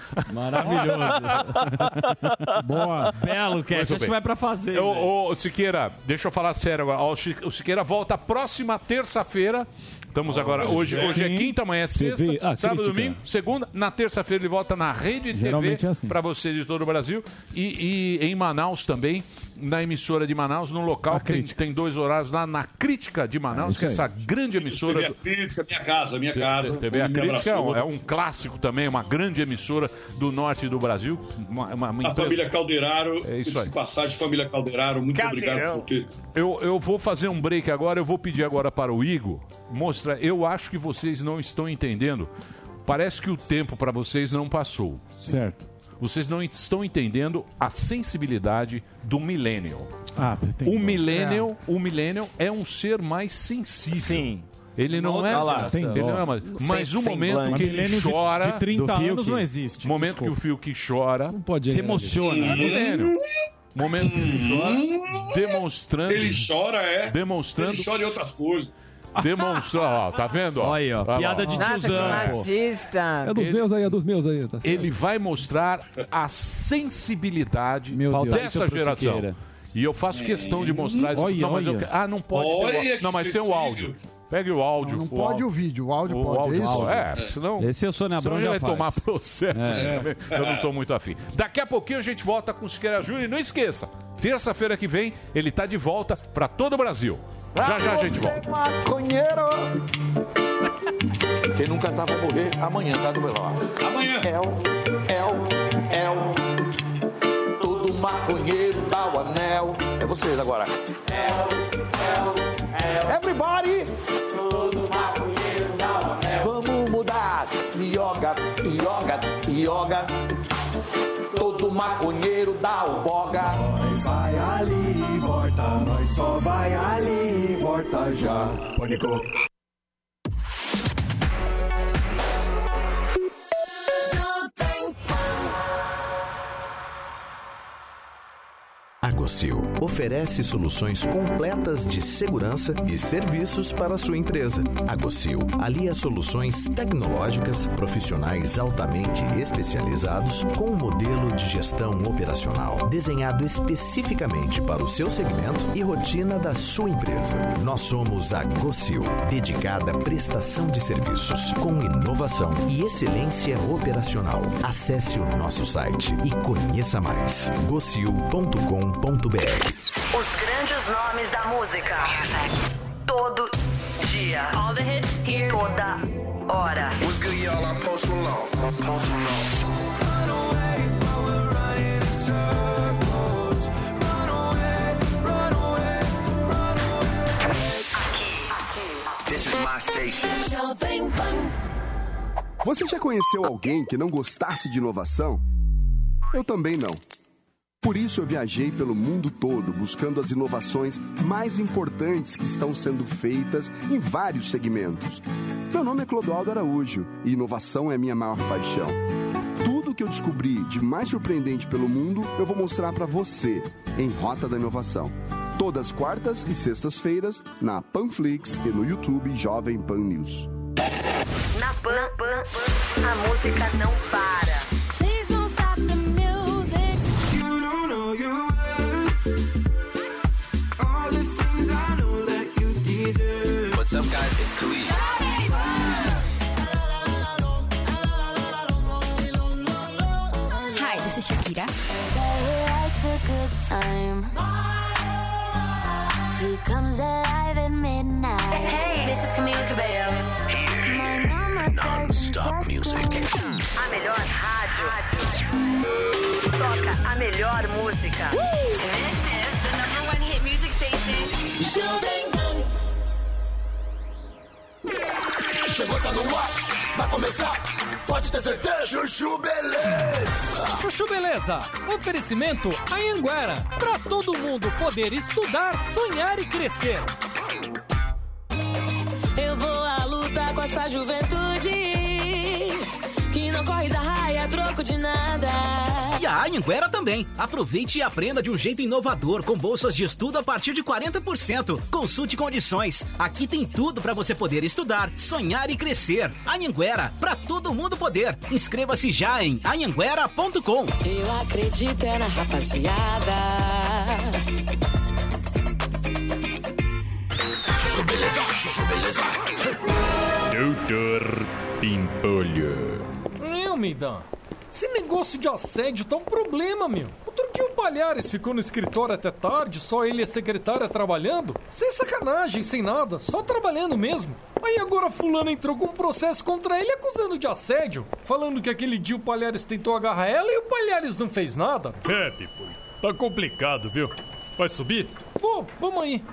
Speaker 7: Maravilhoso.
Speaker 6: Boa.
Speaker 7: Belo, Cash. Acho que vai pra fazer. né?
Speaker 6: Ô, ô, Siqueira, deixa eu falar sério agora. Ó, o Chi- O Siqueira volta próxima terça-feira. Estamos agora. Hoje,
Speaker 7: é.
Speaker 6: hoje é
Speaker 7: Sim.
Speaker 6: quinta, amanhã é
Speaker 7: TV,
Speaker 6: sexta,
Speaker 7: ah,
Speaker 6: sábado,
Speaker 7: crítica.
Speaker 6: domingo, segunda. Na terça-feira ele volta na Rede TV
Speaker 8: Geralmente é assim.
Speaker 6: para você de todo o Brasil e, e em Manaus também. Na emissora de Manaus, no local, tem, tem dois horários lá na Crítica de Manaus,
Speaker 2: É
Speaker 6: que é
Speaker 2: isso
Speaker 6: essa grande emissora.
Speaker 2: Minha
Speaker 6: do-
Speaker 2: crítica, minha casa, é minha casa.
Speaker 6: TV A
Speaker 2: Câmara
Speaker 6: Crítica é um,
Speaker 2: Sul.
Speaker 6: é um clássico também, uma grande emissora do norte do Brasil. Uma, uma- uma
Speaker 2: A
Speaker 6: empresa-
Speaker 2: família Calderaro,
Speaker 6: É isso aí.
Speaker 2: de passagem, família Calderaro, muito
Speaker 6: Caldeirão.
Speaker 2: obrigado por ter.
Speaker 6: Eu, eu vou fazer um break agora, eu vou pedir agora para o Igor. Mostra, eu acho que vocês não estão entendendo. Parece que o tempo para vocês não passou.
Speaker 8: Certo.
Speaker 6: Vocês não estão entendendo a sensibilidade do millennial.
Speaker 8: Ah, tem
Speaker 6: O millennial, o millennial é um ser mais sensível. Sim. Ele
Speaker 8: Uma
Speaker 6: não
Speaker 8: outra
Speaker 6: é,
Speaker 8: geração.
Speaker 6: ele não é mais,
Speaker 8: Sem-
Speaker 6: mas o
Speaker 8: sem
Speaker 6: momento
Speaker 8: blank.
Speaker 6: que
Speaker 8: Millennial
Speaker 6: ele
Speaker 8: de-
Speaker 6: chora
Speaker 8: de 30
Speaker 6: do
Speaker 8: anos
Speaker 6: Fiuk.
Speaker 8: não existe,
Speaker 6: Momento que o fio que chora,
Speaker 8: pode agradecer.
Speaker 6: se emociona, é
Speaker 8: Hum.
Speaker 6: millennial. Momento que ele chora, demonstrando.
Speaker 2: Uhum. Ele chora, é.
Speaker 6: Demonstrando.
Speaker 2: Ele chora em outras coisas.
Speaker 6: Demonstrando, ó, tá vendo? Olha aí, ó.
Speaker 11: piada de
Speaker 6: Nada
Speaker 11: tiozão,
Speaker 6: que
Speaker 11: pô.
Speaker 28: Assista.
Speaker 11: É dos meus aí, é dos meus aí. Tá certo.
Speaker 6: ele vai mostrar a sensibilidade
Speaker 11: Deus.
Speaker 6: dessa
Speaker 11: Falta isso pro
Speaker 6: geração.
Speaker 11: Siqueira.
Speaker 6: E eu faço questão de mostrar isso.
Speaker 11: Olha,
Speaker 6: não, mas eu
Speaker 11: olha.
Speaker 6: que- ah, não pode. ter o
Speaker 11: Olha
Speaker 6: áudio.
Speaker 11: que
Speaker 6: não, mas tem o áudio. Pega o áudio.
Speaker 12: Não pode o vídeo, o áudio pode, é isso?
Speaker 6: É, senão.
Speaker 7: Esse é o Sônia
Speaker 6: senão
Speaker 7: Abrão
Speaker 6: ele
Speaker 7: já
Speaker 6: vai
Speaker 7: faz.
Speaker 6: tomar processo.
Speaker 7: É.
Speaker 6: né? Eu não tô muito afim. Daqui a pouquinho a gente volta com o Siqueira Júnior. E não esqueça, terça-feira que vem ele tá de volta pra todo o Brasil. Já já a gente volta.
Speaker 29: Maconheiro.
Speaker 2: Quem nunca tá vai morrer, amanhã tá do meu lado. Amanhã.
Speaker 29: É o, é o, é o. Todo maconheiro dá o anel. É vocês agora. Everybody! Vamos mudar! Ioga, ioga, ioga. Todo maconheiro dá o boga.
Speaker 18: Nós vai ali e volta, nós só vai ali e volta já. Pânico.
Speaker 30: Agosil oferece soluções completas de segurança e serviços para a sua empresa. Agosil alia soluções tecnológicas, profissionais altamente especializados com um modelo de gestão operacional desenhado especificamente para o seu segmento e rotina da sua empresa. Nós somos a Gocil, dedicada à prestação de serviços com inovação e excelência operacional. Acesse o nosso site e conheça mais. gocil.com.br
Speaker 31: Os grandes nomes da música. Todo dia. All the hits here. Toda hora.
Speaker 23: What's good, y'all? I'm Post Malone. I'm Post Malone. This is my station.
Speaker 19: Você já conheceu alguém que não gostasse de inovação? Eu também não. Por isso eu viajei pelo mundo todo buscando as inovações mais importantes que estão sendo feitas em vários segmentos. Meu nome é Clodoaldo Araújo e inovação é minha maior paixão. Tudo o que eu descobri de mais surpreendente pelo mundo eu vou mostrar para você em Rota da Inovação. Todas quartas e sextas-feiras na Panflix e no YouTube Jovem Pan News.
Speaker 25: Na Pan, na Pan, Pan, a música não para.
Speaker 23: Please don't stop the music.
Speaker 7: You don't know you worth all the things I know that you deserve.
Speaker 32: What's up, guys? It's Khalid.
Speaker 23: Hi, this is Shakira. He comes alive at midnight. Hey, this is Camila Cabello. Here, non-stop music.
Speaker 25: A melhor rádio. Toca a melhor música.
Speaker 23: This is the number one hit music station. Jovem
Speaker 19: Chegou, tá no ar, vai começar, pode ter certeza. Chuchu Beleza.
Speaker 14: Chuchu Beleza, oferecimento Anhanguera, para todo mundo poder estudar, sonhar e crescer.
Speaker 23: Eu vou à luta com essa juventude que não corre da raia a troco de nada.
Speaker 33: E a Anhanguera também. Aproveite e aprenda de um jeito inovador com bolsas de estudo a partir de 40%. Consulte condições. Aqui tem tudo para você poder estudar, sonhar e crescer. Anhanguera, para todo mundo poder. Inscreva-se já em anhanguera.com.
Speaker 23: Eu acredito é na rapaziada.
Speaker 19: Chuchu Beleza, Chuchu Beleza.
Speaker 5: Doutor Pimpolho.
Speaker 14: Meu, Midan, esse negócio de assédio tá um problema, meu. Outro dia o Palhares ficou no escritório até tarde, só ele e a secretária trabalhando, sem sacanagem, sem nada, só trabalhando mesmo. Aí agora fulano entrou com um processo contra ele acusando de assédio, falando que aquele dia o Palhares tentou agarrar ela e o Palhares não fez nada.
Speaker 5: É, Pimpolho, tá complicado, viu? Vai subir?
Speaker 14: Pô, vamos aí.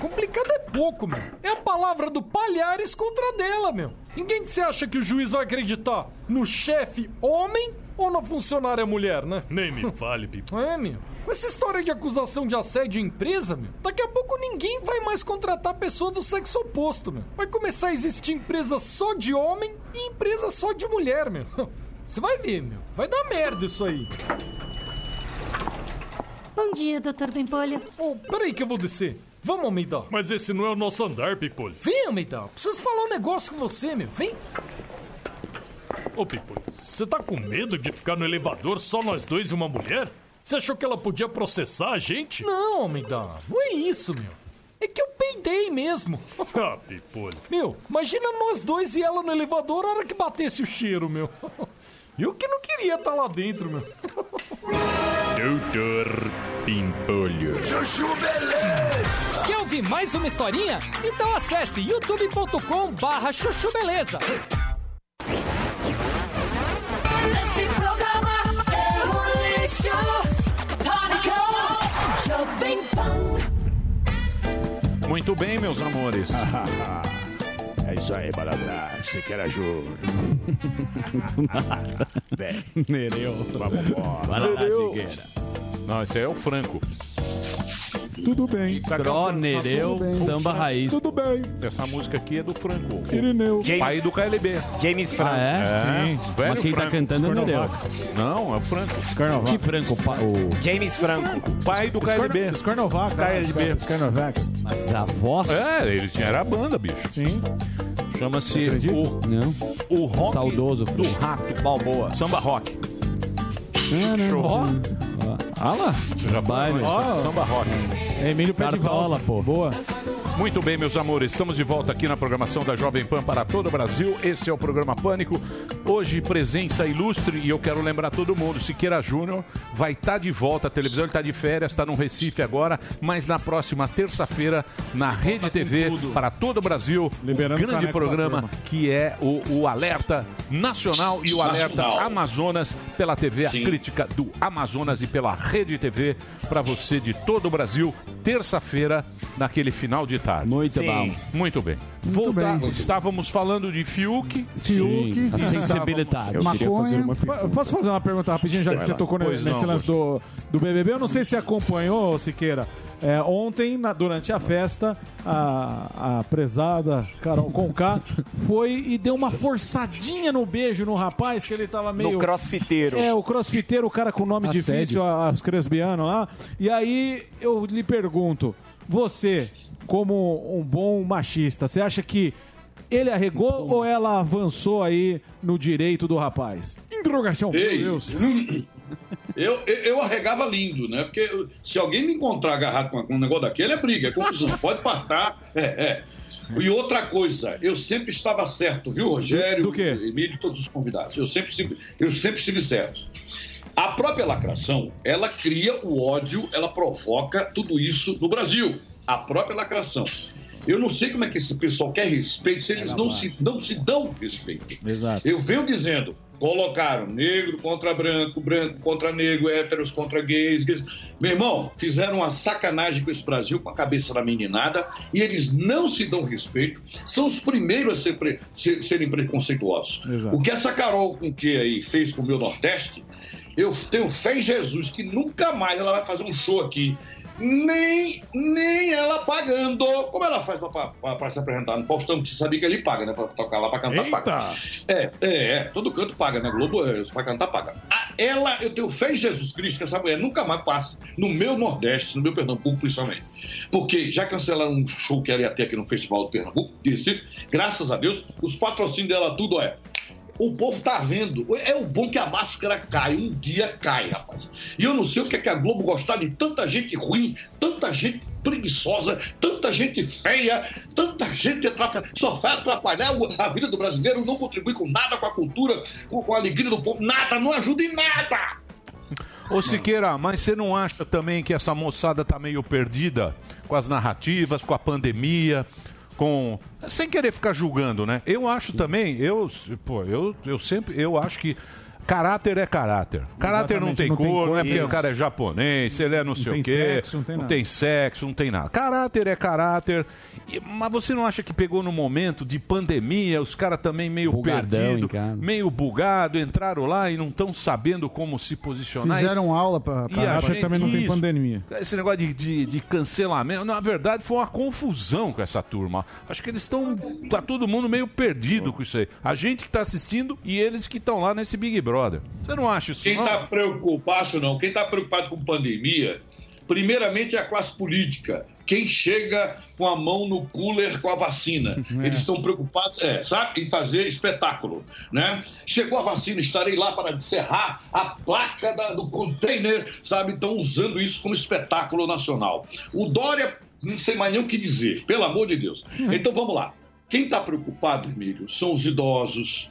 Speaker 14: Complicado é pouco, meu. É a palavra do Palhares contra a dela, meu. Em quem que você acha que o juiz vai acreditar? No chefe homem ou na funcionária mulher, né?
Speaker 5: Nem me fale, Pimpolho.
Speaker 14: É, meu. Com essa história de acusação de assédio em empresa, meu, daqui a pouco ninguém vai mais contratar pessoa do sexo oposto, meu. Vai começar a existir empresa só de homem e empresa só de mulher, meu. Você vai ver, meu. Vai dar merda isso aí.
Speaker 31: Bom dia, doutor Pimpolho.
Speaker 14: Ô, Oh, peraí que eu vou descer. Vamos, Almeida.
Speaker 5: Mas esse não é o nosso andar, Pimpolho.
Speaker 14: Vem, Almeida. Preciso falar um negócio com você, meu. Vem.
Speaker 5: Ô, Pimpolho, você tá com medo de ficar no elevador só nós dois e uma mulher? Você achou que ela podia processar a gente?
Speaker 14: Não, Almeida. Não é isso, meu. É que eu peidei mesmo.
Speaker 5: Ah, Pimpolho.
Speaker 14: Meu, imagina nós dois e ela no elevador a hora que batesse o cheiro, meu. Eu que não queria estar lá dentro, meu.
Speaker 5: Doutor Pimpolho.
Speaker 19: Chuchu Beleza.
Speaker 14: Quer ouvir mais uma historinha? Então acesse youtube.com barra chuchu beleza.
Speaker 23: Esse programa é um lixo. Pânico. Jovem Pan.
Speaker 6: Muito bem, meus amores.
Speaker 18: É isso aí, Baladra. Você quer ajuda?
Speaker 6: Bem,
Speaker 18: Nereu.
Speaker 6: vamos embora.
Speaker 18: Vai lá, Nereu.
Speaker 6: Não, esse aí é o Franco.
Speaker 17: Tudo bem.
Speaker 6: é
Speaker 8: Cronereu, samba raiz.
Speaker 17: Tudo bem.
Speaker 6: Essa música aqui é do Franco.
Speaker 17: Irineu.
Speaker 6: James- Pai do KLB.
Speaker 34: James
Speaker 8: Franco. Ah, é? Sim.
Speaker 6: velho
Speaker 8: Mas quem tá
Speaker 6: Franco.
Speaker 8: cantando é o Nereu.
Speaker 6: Skornovac. Não, é o Franco.
Speaker 8: Que Franco? O pa- o-
Speaker 34: James Franco.
Speaker 6: Pai do KLB.
Speaker 17: Scornovac.
Speaker 8: né?
Speaker 6: KLB.
Speaker 17: Scornovac.
Speaker 8: Mas a voz.
Speaker 6: É, ele tinha era a banda, bicho.
Speaker 17: Sim.
Speaker 6: Chama-se o, o rock do rato Balboa. Samba rock.
Speaker 17: Ó. Ah lá.
Speaker 6: Você já
Speaker 17: Baile.
Speaker 6: falou, né? Samba rock.
Speaker 17: É Emílio Pé de Valsa. Boa.
Speaker 6: Muito bem, meus amores, estamos de volta aqui na programação da Jovem Pan para todo o Brasil. Esse é o programa Pânico. Hoje, presença ilustre e eu quero lembrar todo mundo: Siqueira Júnior vai estar de volta à televisão, ele está de férias, está no Recife agora, mas na próxima terça-feira, na Rede TV, para todo o Brasil,
Speaker 17: Liberando
Speaker 6: um grande
Speaker 17: caneco pra
Speaker 6: programa
Speaker 17: turma.
Speaker 6: que é o, o Alerta Nacional e o Alerta
Speaker 17: Nacional.
Speaker 6: Amazonas pela TV, a crítica do Amazonas e pela Rede TV para você de todo o Brasil, terça-feira, naquele final de tarde. Muito
Speaker 8: bom.
Speaker 6: Muito bem.
Speaker 8: Muito
Speaker 6: Voltar,
Speaker 8: bem.
Speaker 6: estávamos falando de Fiuk.
Speaker 8: Fiuk. Sim, a
Speaker 6: e de
Speaker 9: possibilidades.
Speaker 8: Maconha. Pa- Posso fazer uma pergunta rapidinho, já que
Speaker 9: Vai
Speaker 8: você
Speaker 9: lá.
Speaker 8: tocou ne-
Speaker 9: Pois
Speaker 8: nesse
Speaker 9: não,
Speaker 8: lance do, do BBB? Eu não sei se você acompanhou, Siqueira. É, ontem, na- durante a festa, a, a prezada Carol Conká foi e deu uma forçadinha no beijo no rapaz, que ele tava meio...
Speaker 13: No crossfiteiro.
Speaker 8: É, o crossfiteiro, o cara com nome
Speaker 13: Assédio.
Speaker 8: difícil, a- as cresbianas lá. E aí eu lhe pergunto, você, como um bom machista, você acha que ele arregou ou ela avançou aí no direito do rapaz? Interrogação,
Speaker 2: Ei.
Speaker 8: meu Deus.
Speaker 2: Eu, eu, eu arregava lindo, né? Porque eu- se alguém me encontrar agarrado com um negócio daquele, é briga, é confusão. Pode partar. É, é. E outra coisa, eu sempre estava certo, viu, Rogério? Do quê? Emílio e todos os convidados. Eu sempre, estive- eu sempre estive certo. A própria lacração, ela cria o ódio, ela provoca tudo isso no Brasil. A própria lacração. Eu não sei como é que esse pessoal quer respeito se eles não se, não se dão respeito.
Speaker 1: Exato.
Speaker 2: Eu venho dizendo, colocaram negro contra branco, branco contra negro, héteros contra gays, gays. Meu irmão, fizeram uma sacanagem com esse Brasil, com a cabeça da meninada, e eles não se dão respeito, são os primeiros a ser pre- se- serem preconceituosos.
Speaker 8: Exato.
Speaker 2: O que essa Carol com que aí fez com o meu Nordeste, eu tenho fé em Jesus que nunca mais ela vai fazer um show aqui. Nem, nem ela pagando. Como ela faz para se apresentar no Faustão? que Você sabia que ele paga, né? Pra tocar lá, pra cantar, paga. É, é, é. Todo canto paga, né? Globo, é, pra cantar, paga. A- ela, eu tenho fé em Jesus Cristo que essa mulher nunca mais passa no meu Nordeste, no meu Pernambuco, principalmente. Porque já cancelaram um show que ela ia ter aqui no Festival do Pernambuco, de Recife. Graças a Deus, os patrocínios dela tudo é o povo tá vendo. É o bom que a máscara cai, um dia cai, rapaz. E eu não sei o que é que a Globo gostar de tanta gente ruim, tanta gente preguiçosa, tanta gente feia, tanta gente atrapa- só vai atrapalhar o- a vida do brasileiro, não contribui com nada com a cultura, com, com a alegria do povo, nada, não ajuda em nada.
Speaker 6: Ô Siqueira, mas você não acha também que essa moçada tá meio perdida com as narrativas, com a pandemia, com sem querer ficar julgando, né? Eu acho também, eu, pô, eu, eu sempre, eu acho que Caráter é caráter. Caráter não
Speaker 8: Exatamente,
Speaker 6: tem
Speaker 8: não tem
Speaker 6: cor, não é
Speaker 8: cor,
Speaker 6: porque
Speaker 8: isso.
Speaker 6: o cara é japonês, ele é não, sei
Speaker 8: tem
Speaker 6: o quê.
Speaker 8: sexo, não tem nada.
Speaker 6: tem sexo, não tem nada. Caráter é caráter. E- mas você não acha que pegou no momento de pandemia, os caras também meio
Speaker 9: Bugadão em
Speaker 6: perdido,
Speaker 9: casa.
Speaker 6: meio bugado, entraram lá e não estão sabendo como se posicionar.
Speaker 12: Fizeram aula pra
Speaker 6: né? E a
Speaker 12: pra-
Speaker 6: gente- isso. Esse negócio de, de- de cancelamento, na verdade, foi uma confusão com essa turma. Acho que eles estão. Tá todo mundo meio perdido com isso aí. A gente que tá assistindo e eles que estão lá nesse Big Brother. Você não acha isso?
Speaker 2: Quem
Speaker 6: não?
Speaker 2: está preocupado, acho não, quem está preocupado com pandemia, primeiramente é a classe política. Quem chega com a mão no cooler com a vacina. Eles estão preocupados, é, sabe, em fazer espetáculo, né? Chegou a vacina, estarei lá para encerrar a placa da- do container, sabe? Estão usando isso como espetáculo nacional. O Dória, não sei mais nem o que dizer, pelo amor de Deus. Então vamos lá. Quem está preocupado, Emílio, são os idosos,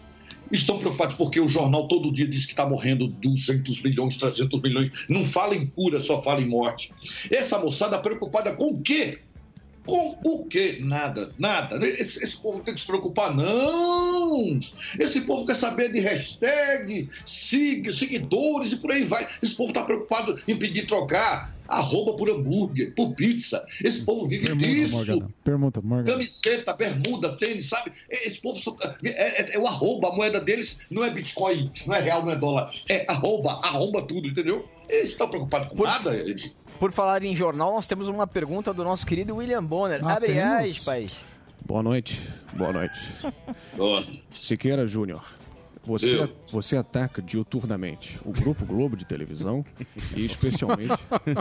Speaker 2: Estão preocupados porque o jornal todo dia diz que está morrendo 200 milhões, 300 milhões. Não fala em cura, só fala em morte. Essa moçada preocupada com o quê? Com o quê? Nada, nada. Esse, esse povo tem que se preocupar, não! Esse povo quer saber de hashtag, sig, seguidores e por aí vai. Esse povo está preocupado em pedir trocar arroba por hambúrguer, por pizza. Esse povo vive disso.
Speaker 8: Morgana. Pergunta, Morgan.
Speaker 2: Camiseta, bermuda, tênis, sabe? Esse povo só- é, é- é o arroba, a moeda deles não é Bitcoin, não é real, não é dólar. É arroba, arroba tudo, entendeu? Eles estão preocupados com nada, é. eles.
Speaker 1: Por falar em jornal, nós temos uma pergunta do nosso querido William Bonner. Ah, Abre temos? as, pai.
Speaker 3: Boa noite. Boa noite. Siqueira Júnior. Você, é-
Speaker 1: Eu.
Speaker 3: você ataca diuturnamente o Grupo Globo de televisão e especialmente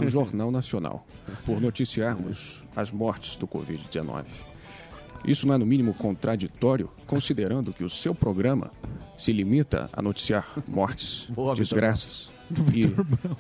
Speaker 3: o Jornal Nacional por noticiarmos as mortes do Covid-19. Isso não é no mínimo contraditório, considerando que o seu programa se limita a noticiar mortes, desgraças e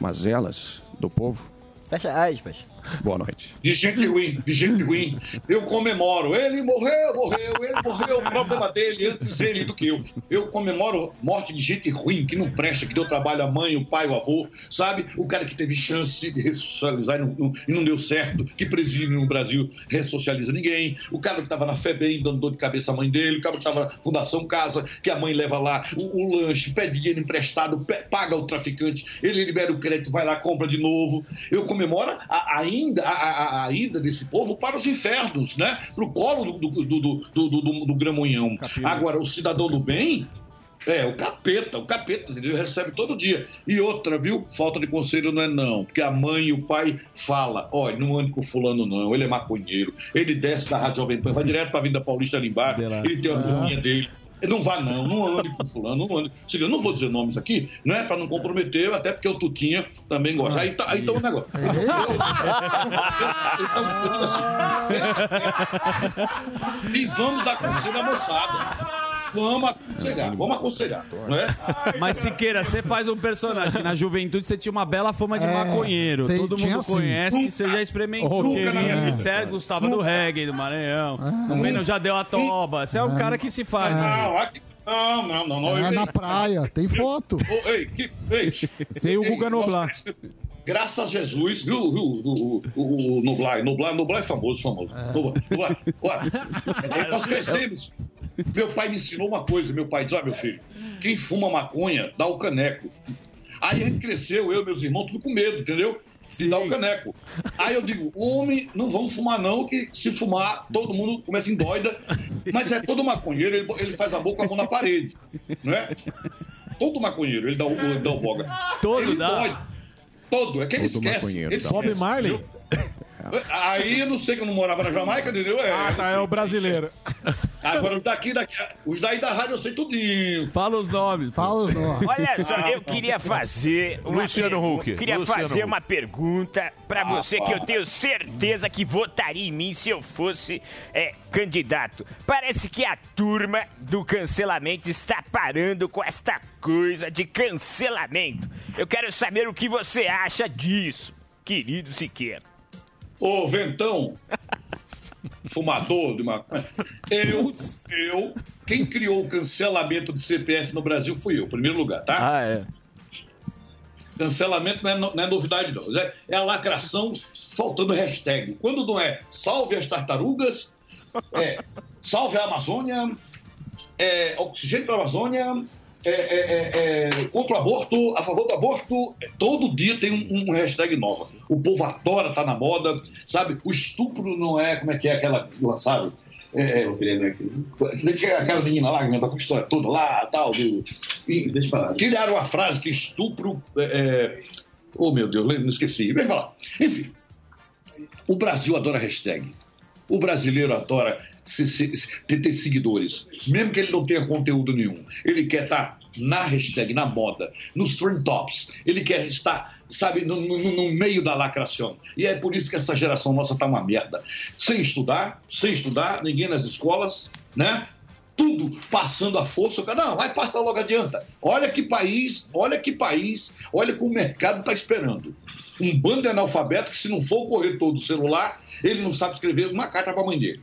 Speaker 3: mazelas do povo.
Speaker 1: Fecha aspas.
Speaker 3: Boa noite.
Speaker 2: De gente ruim, de gente ruim. Eu comemoro. Ele morreu, morreu, ele morreu. O problema dele, antes ele do que eu. Eu comemoro morte de gente ruim, que não presta, que deu trabalho à mãe, o pai, o avô, sabe? O cara que teve chance de ressocializar e não, não- e não deu certo, que presídio no Brasil ressocializa ninguém. O cara que tava na FEBEM dando dor de cabeça à mãe dele, o cara que tava na Fundação Casa, que a mãe leva lá o, o lanche, pede dinheiro emprestado, pe- paga o traficante, ele libera o crédito, vai lá, compra de novo. Eu comemoro a, a, inda- a, a- a- a ida desse povo para os infernos, né? Para o colo do, do, do, do, do, do- do Gramunhão. Agora, o cidadão do bem É, o capeta, o capeta, ele recebe todo dia. E outra, viu? Falta de conselho não é não, porque a mãe e o pai fala, olha, não ande com fulano não, ele é maconheiro, ele desce da Rádio Jovem Pan, vai direto pra Vinda Paulista ali embaixo, ele tem a turminha dele. Ele não vá não, não ande com fulano, não ande. Assim, eu não vou dizer nomes aqui, né, pra não comprometer, até porque o Tutinha também gosta. Aí tá, aí tá o negócio. E vamos dar conselho à moçada. Vamos aconselhar, vamos aconselhar, não é?
Speaker 9: Mas Siqueira, você faz um personagem. que Na juventude você tinha uma bela fama de
Speaker 2: É,
Speaker 9: maconheiro.
Speaker 2: tem-
Speaker 9: Todo
Speaker 2: tinha
Speaker 9: mundo
Speaker 2: assim.
Speaker 9: conhece,
Speaker 2: Nunca-
Speaker 9: você já experimentou.
Speaker 2: Nunca na minha
Speaker 9: Querido,
Speaker 2: vida,
Speaker 9: Sério,
Speaker 2: cara.
Speaker 9: Gustavo do
Speaker 2: Nunca. Ah.
Speaker 9: reggae, do Maranhão. O Menino já deu a toba. Você é um cara que se faz.
Speaker 6: Ah,
Speaker 2: Não,
Speaker 9: né?
Speaker 2: aqui- Ah, não, não, não. não.
Speaker 12: É Ah. na praia, tem foto.
Speaker 2: Ô, ei, que, ei.
Speaker 12: Sem o Guga
Speaker 2: Ei,
Speaker 12: Noblar.
Speaker 2: nós- Graças a Jesus, viu, viu o, o, o, o Noblar, Noblar, Noblar é famoso, famoso. Noblar, Noblar, olha,
Speaker 12: É
Speaker 2: nós crescemos. Meu pai me ensinou uma coisa, meu pai diz, ó meu filho, quem fuma maconha, dá o caneco. Aí a gente cresceu, eu e meus irmãos, tudo com medo, entendeu? De dar o caneco. Aí eu digo, homem, não vamos fumar não, que se fumar, todo mundo começa em doida. Mas é todo maconheiro, ele, ele faz a boca com a mão na parede, né? Todo maconheiro, ele dá o, ele dá o boga. Todo ele dá? Todo, é que ele
Speaker 3: Todo
Speaker 2: esquece.
Speaker 3: maconheiro
Speaker 2: ele
Speaker 3: dá.
Speaker 2: esquece,
Speaker 3: Bob Marley?
Speaker 2: entendeu? Aí eu não sei que eu não morava na Jamaica, entendeu? É,
Speaker 8: Ah, tá, é o brasileiro.
Speaker 2: Agora os daqui, daqui, os daí da rádio eu sei tudinho.
Speaker 9: Fala os nomes.
Speaker 12: Fala os nomes.
Speaker 11: Olha só, eu queria fazer uma
Speaker 6: Luciano
Speaker 11: pergu-
Speaker 6: Huck,
Speaker 11: Queria
Speaker 6: Luciano
Speaker 11: fazer
Speaker 6: Huck.
Speaker 11: uma pergunta pra
Speaker 6: Ah,
Speaker 11: você que eu
Speaker 6: fala.
Speaker 11: tenho certeza que votaria em mim se eu fosse é, candidato. Parece que a turma do cancelamento está parando com esta coisa de cancelamento. Eu quero saber o que você acha disso, querido Siqueira.
Speaker 2: Ô, Ventão, fumador de maconha. Eu, eu, quem criou o cancelamento do CPF no Brasil fui eu, em primeiro lugar, tá?
Speaker 11: Ah, é.
Speaker 2: Cancelamento não é, no- não é novidade, não. É, é a lacração faltando hashtag. Quando não é salve as tartarugas, é salve a Amazônia, é, oxigênio para a Amazônia, é, é, é, é, contra o aborto, a favor do aborto. É, Todo dia tem um, um hashtag nova. O povo adora, tá na moda, sabe? O estupro não é, como é que é aquela que lançaram? É, é, eu falei, né, que- que é aquela menina lá que inventou com a história toda lá, tal, do, e, deixa pra lá. Criaram a frase que estupro é, é, oh meu Deus, não esqueci, deixa pra lá. Enfim, o Brasil adora hashtag. O brasileiro adora se- se- se- ter, ter seguidores, mesmo que ele não tenha conteúdo nenhum. Ele quer estar na hashtag, na moda, nos trend tops. Ele quer estar, sabe, no, no- no meio da lacração. E é por isso que essa geração nossa tá uma merda. Sem estudar, sem estudar, ninguém nas escolas, né? Tudo passando a força. o cara, Não, vai passar logo adianta. Olha que país, olha que país, olha que o mercado está esperando. Um bando de analfabeto que, se não for o corretor do celular, ele não sabe escrever uma carta para a mãe dele.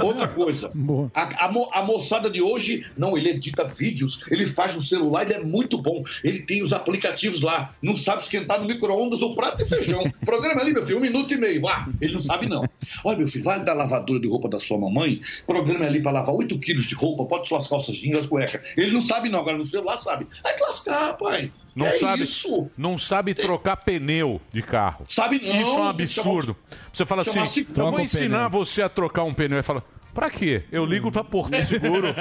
Speaker 2: Outra coisa, a, a mo- a moçada de hoje, não, ele edita vídeos, ele faz no celular, ele é muito bom. Ele tem os aplicativos lá, não sabe esquentar no micro-ondas ou prato de feijão. Programa ali, meu filho, um minuto e meio, vá. Ele não sabe, não. Olha, meu filho, vai da lavadora de roupa da sua mamãe, programa ali para lavar 8 quilos de roupa, pode suas calças jeans, as cuecas. Ele não sabe, não, agora no celular sabe. Vai te lascar, pai.
Speaker 6: Não
Speaker 2: é
Speaker 6: sabe,
Speaker 2: isso.
Speaker 6: não sabe trocar pneu de carro.
Speaker 2: Sabe não,
Speaker 6: Isso é um
Speaker 2: tem que chamar-
Speaker 6: absurdo. Você fala
Speaker 2: chamar
Speaker 6: assim,
Speaker 2: seguro.
Speaker 6: eu vou
Speaker 2: Troca o
Speaker 6: ensinar você a trocar um pneu. Aí fala, pra quê? Eu ligo pra Porto Seguro.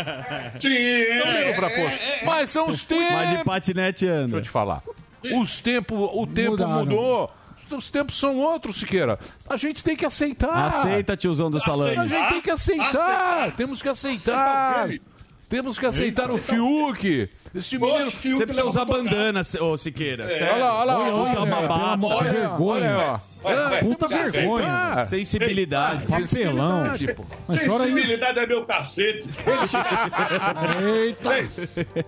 Speaker 2: Sim, É,
Speaker 6: eu ligo pra Porto. Mas são os tempos.
Speaker 9: Mas de patinete anda. Deixa eu
Speaker 6: te falar. Os tempos, o tempo mudou. Os tempos são outros, Siqueira. A gente tem que aceitar.
Speaker 9: Aceita, tiozão do salame.
Speaker 6: A gente tem que aceitar.
Speaker 9: Aceitar.
Speaker 6: Temos que aceitar.
Speaker 9: Aceitar o quê?
Speaker 6: Temos que aceitar o Fiuk. Esse menino.
Speaker 9: Você precisa usar bandana, se- ô Siqueira.
Speaker 6: É.
Speaker 9: sério.
Speaker 6: Olha lá, olha lá,
Speaker 9: Usa
Speaker 6: olha,
Speaker 9: uma
Speaker 6: olha,
Speaker 9: bata.
Speaker 6: pelo amor de Olha, vergonha. olha, ó. Olha,
Speaker 9: Ah,
Speaker 6: olha, tem que aceitar.
Speaker 9: Sensibilidade.
Speaker 6: Tem que aceitar. Papelão.
Speaker 9: Ah, Sensibilidade, pô.
Speaker 2: Sensibilidade é meu cacete. Eita!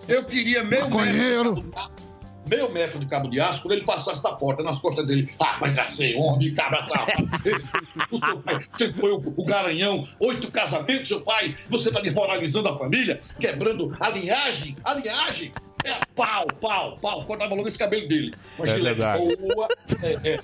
Speaker 2: Eu queria meio metro, de cabo- meio metro de cabo de aço quando ele passasse da porta nas costas dele. Ah, vai nascer homem, cabra safado. O seu pai sempre foi o, o garanhão, oito casamentos, seu pai. Você está desmoralizando a família, quebrando a linhagem, a linhagem. É pau, pau, pau. Cortava logo esse cabelo dele. Uma
Speaker 6: É
Speaker 2: gilete
Speaker 6: verdade.
Speaker 2: boa, é, é,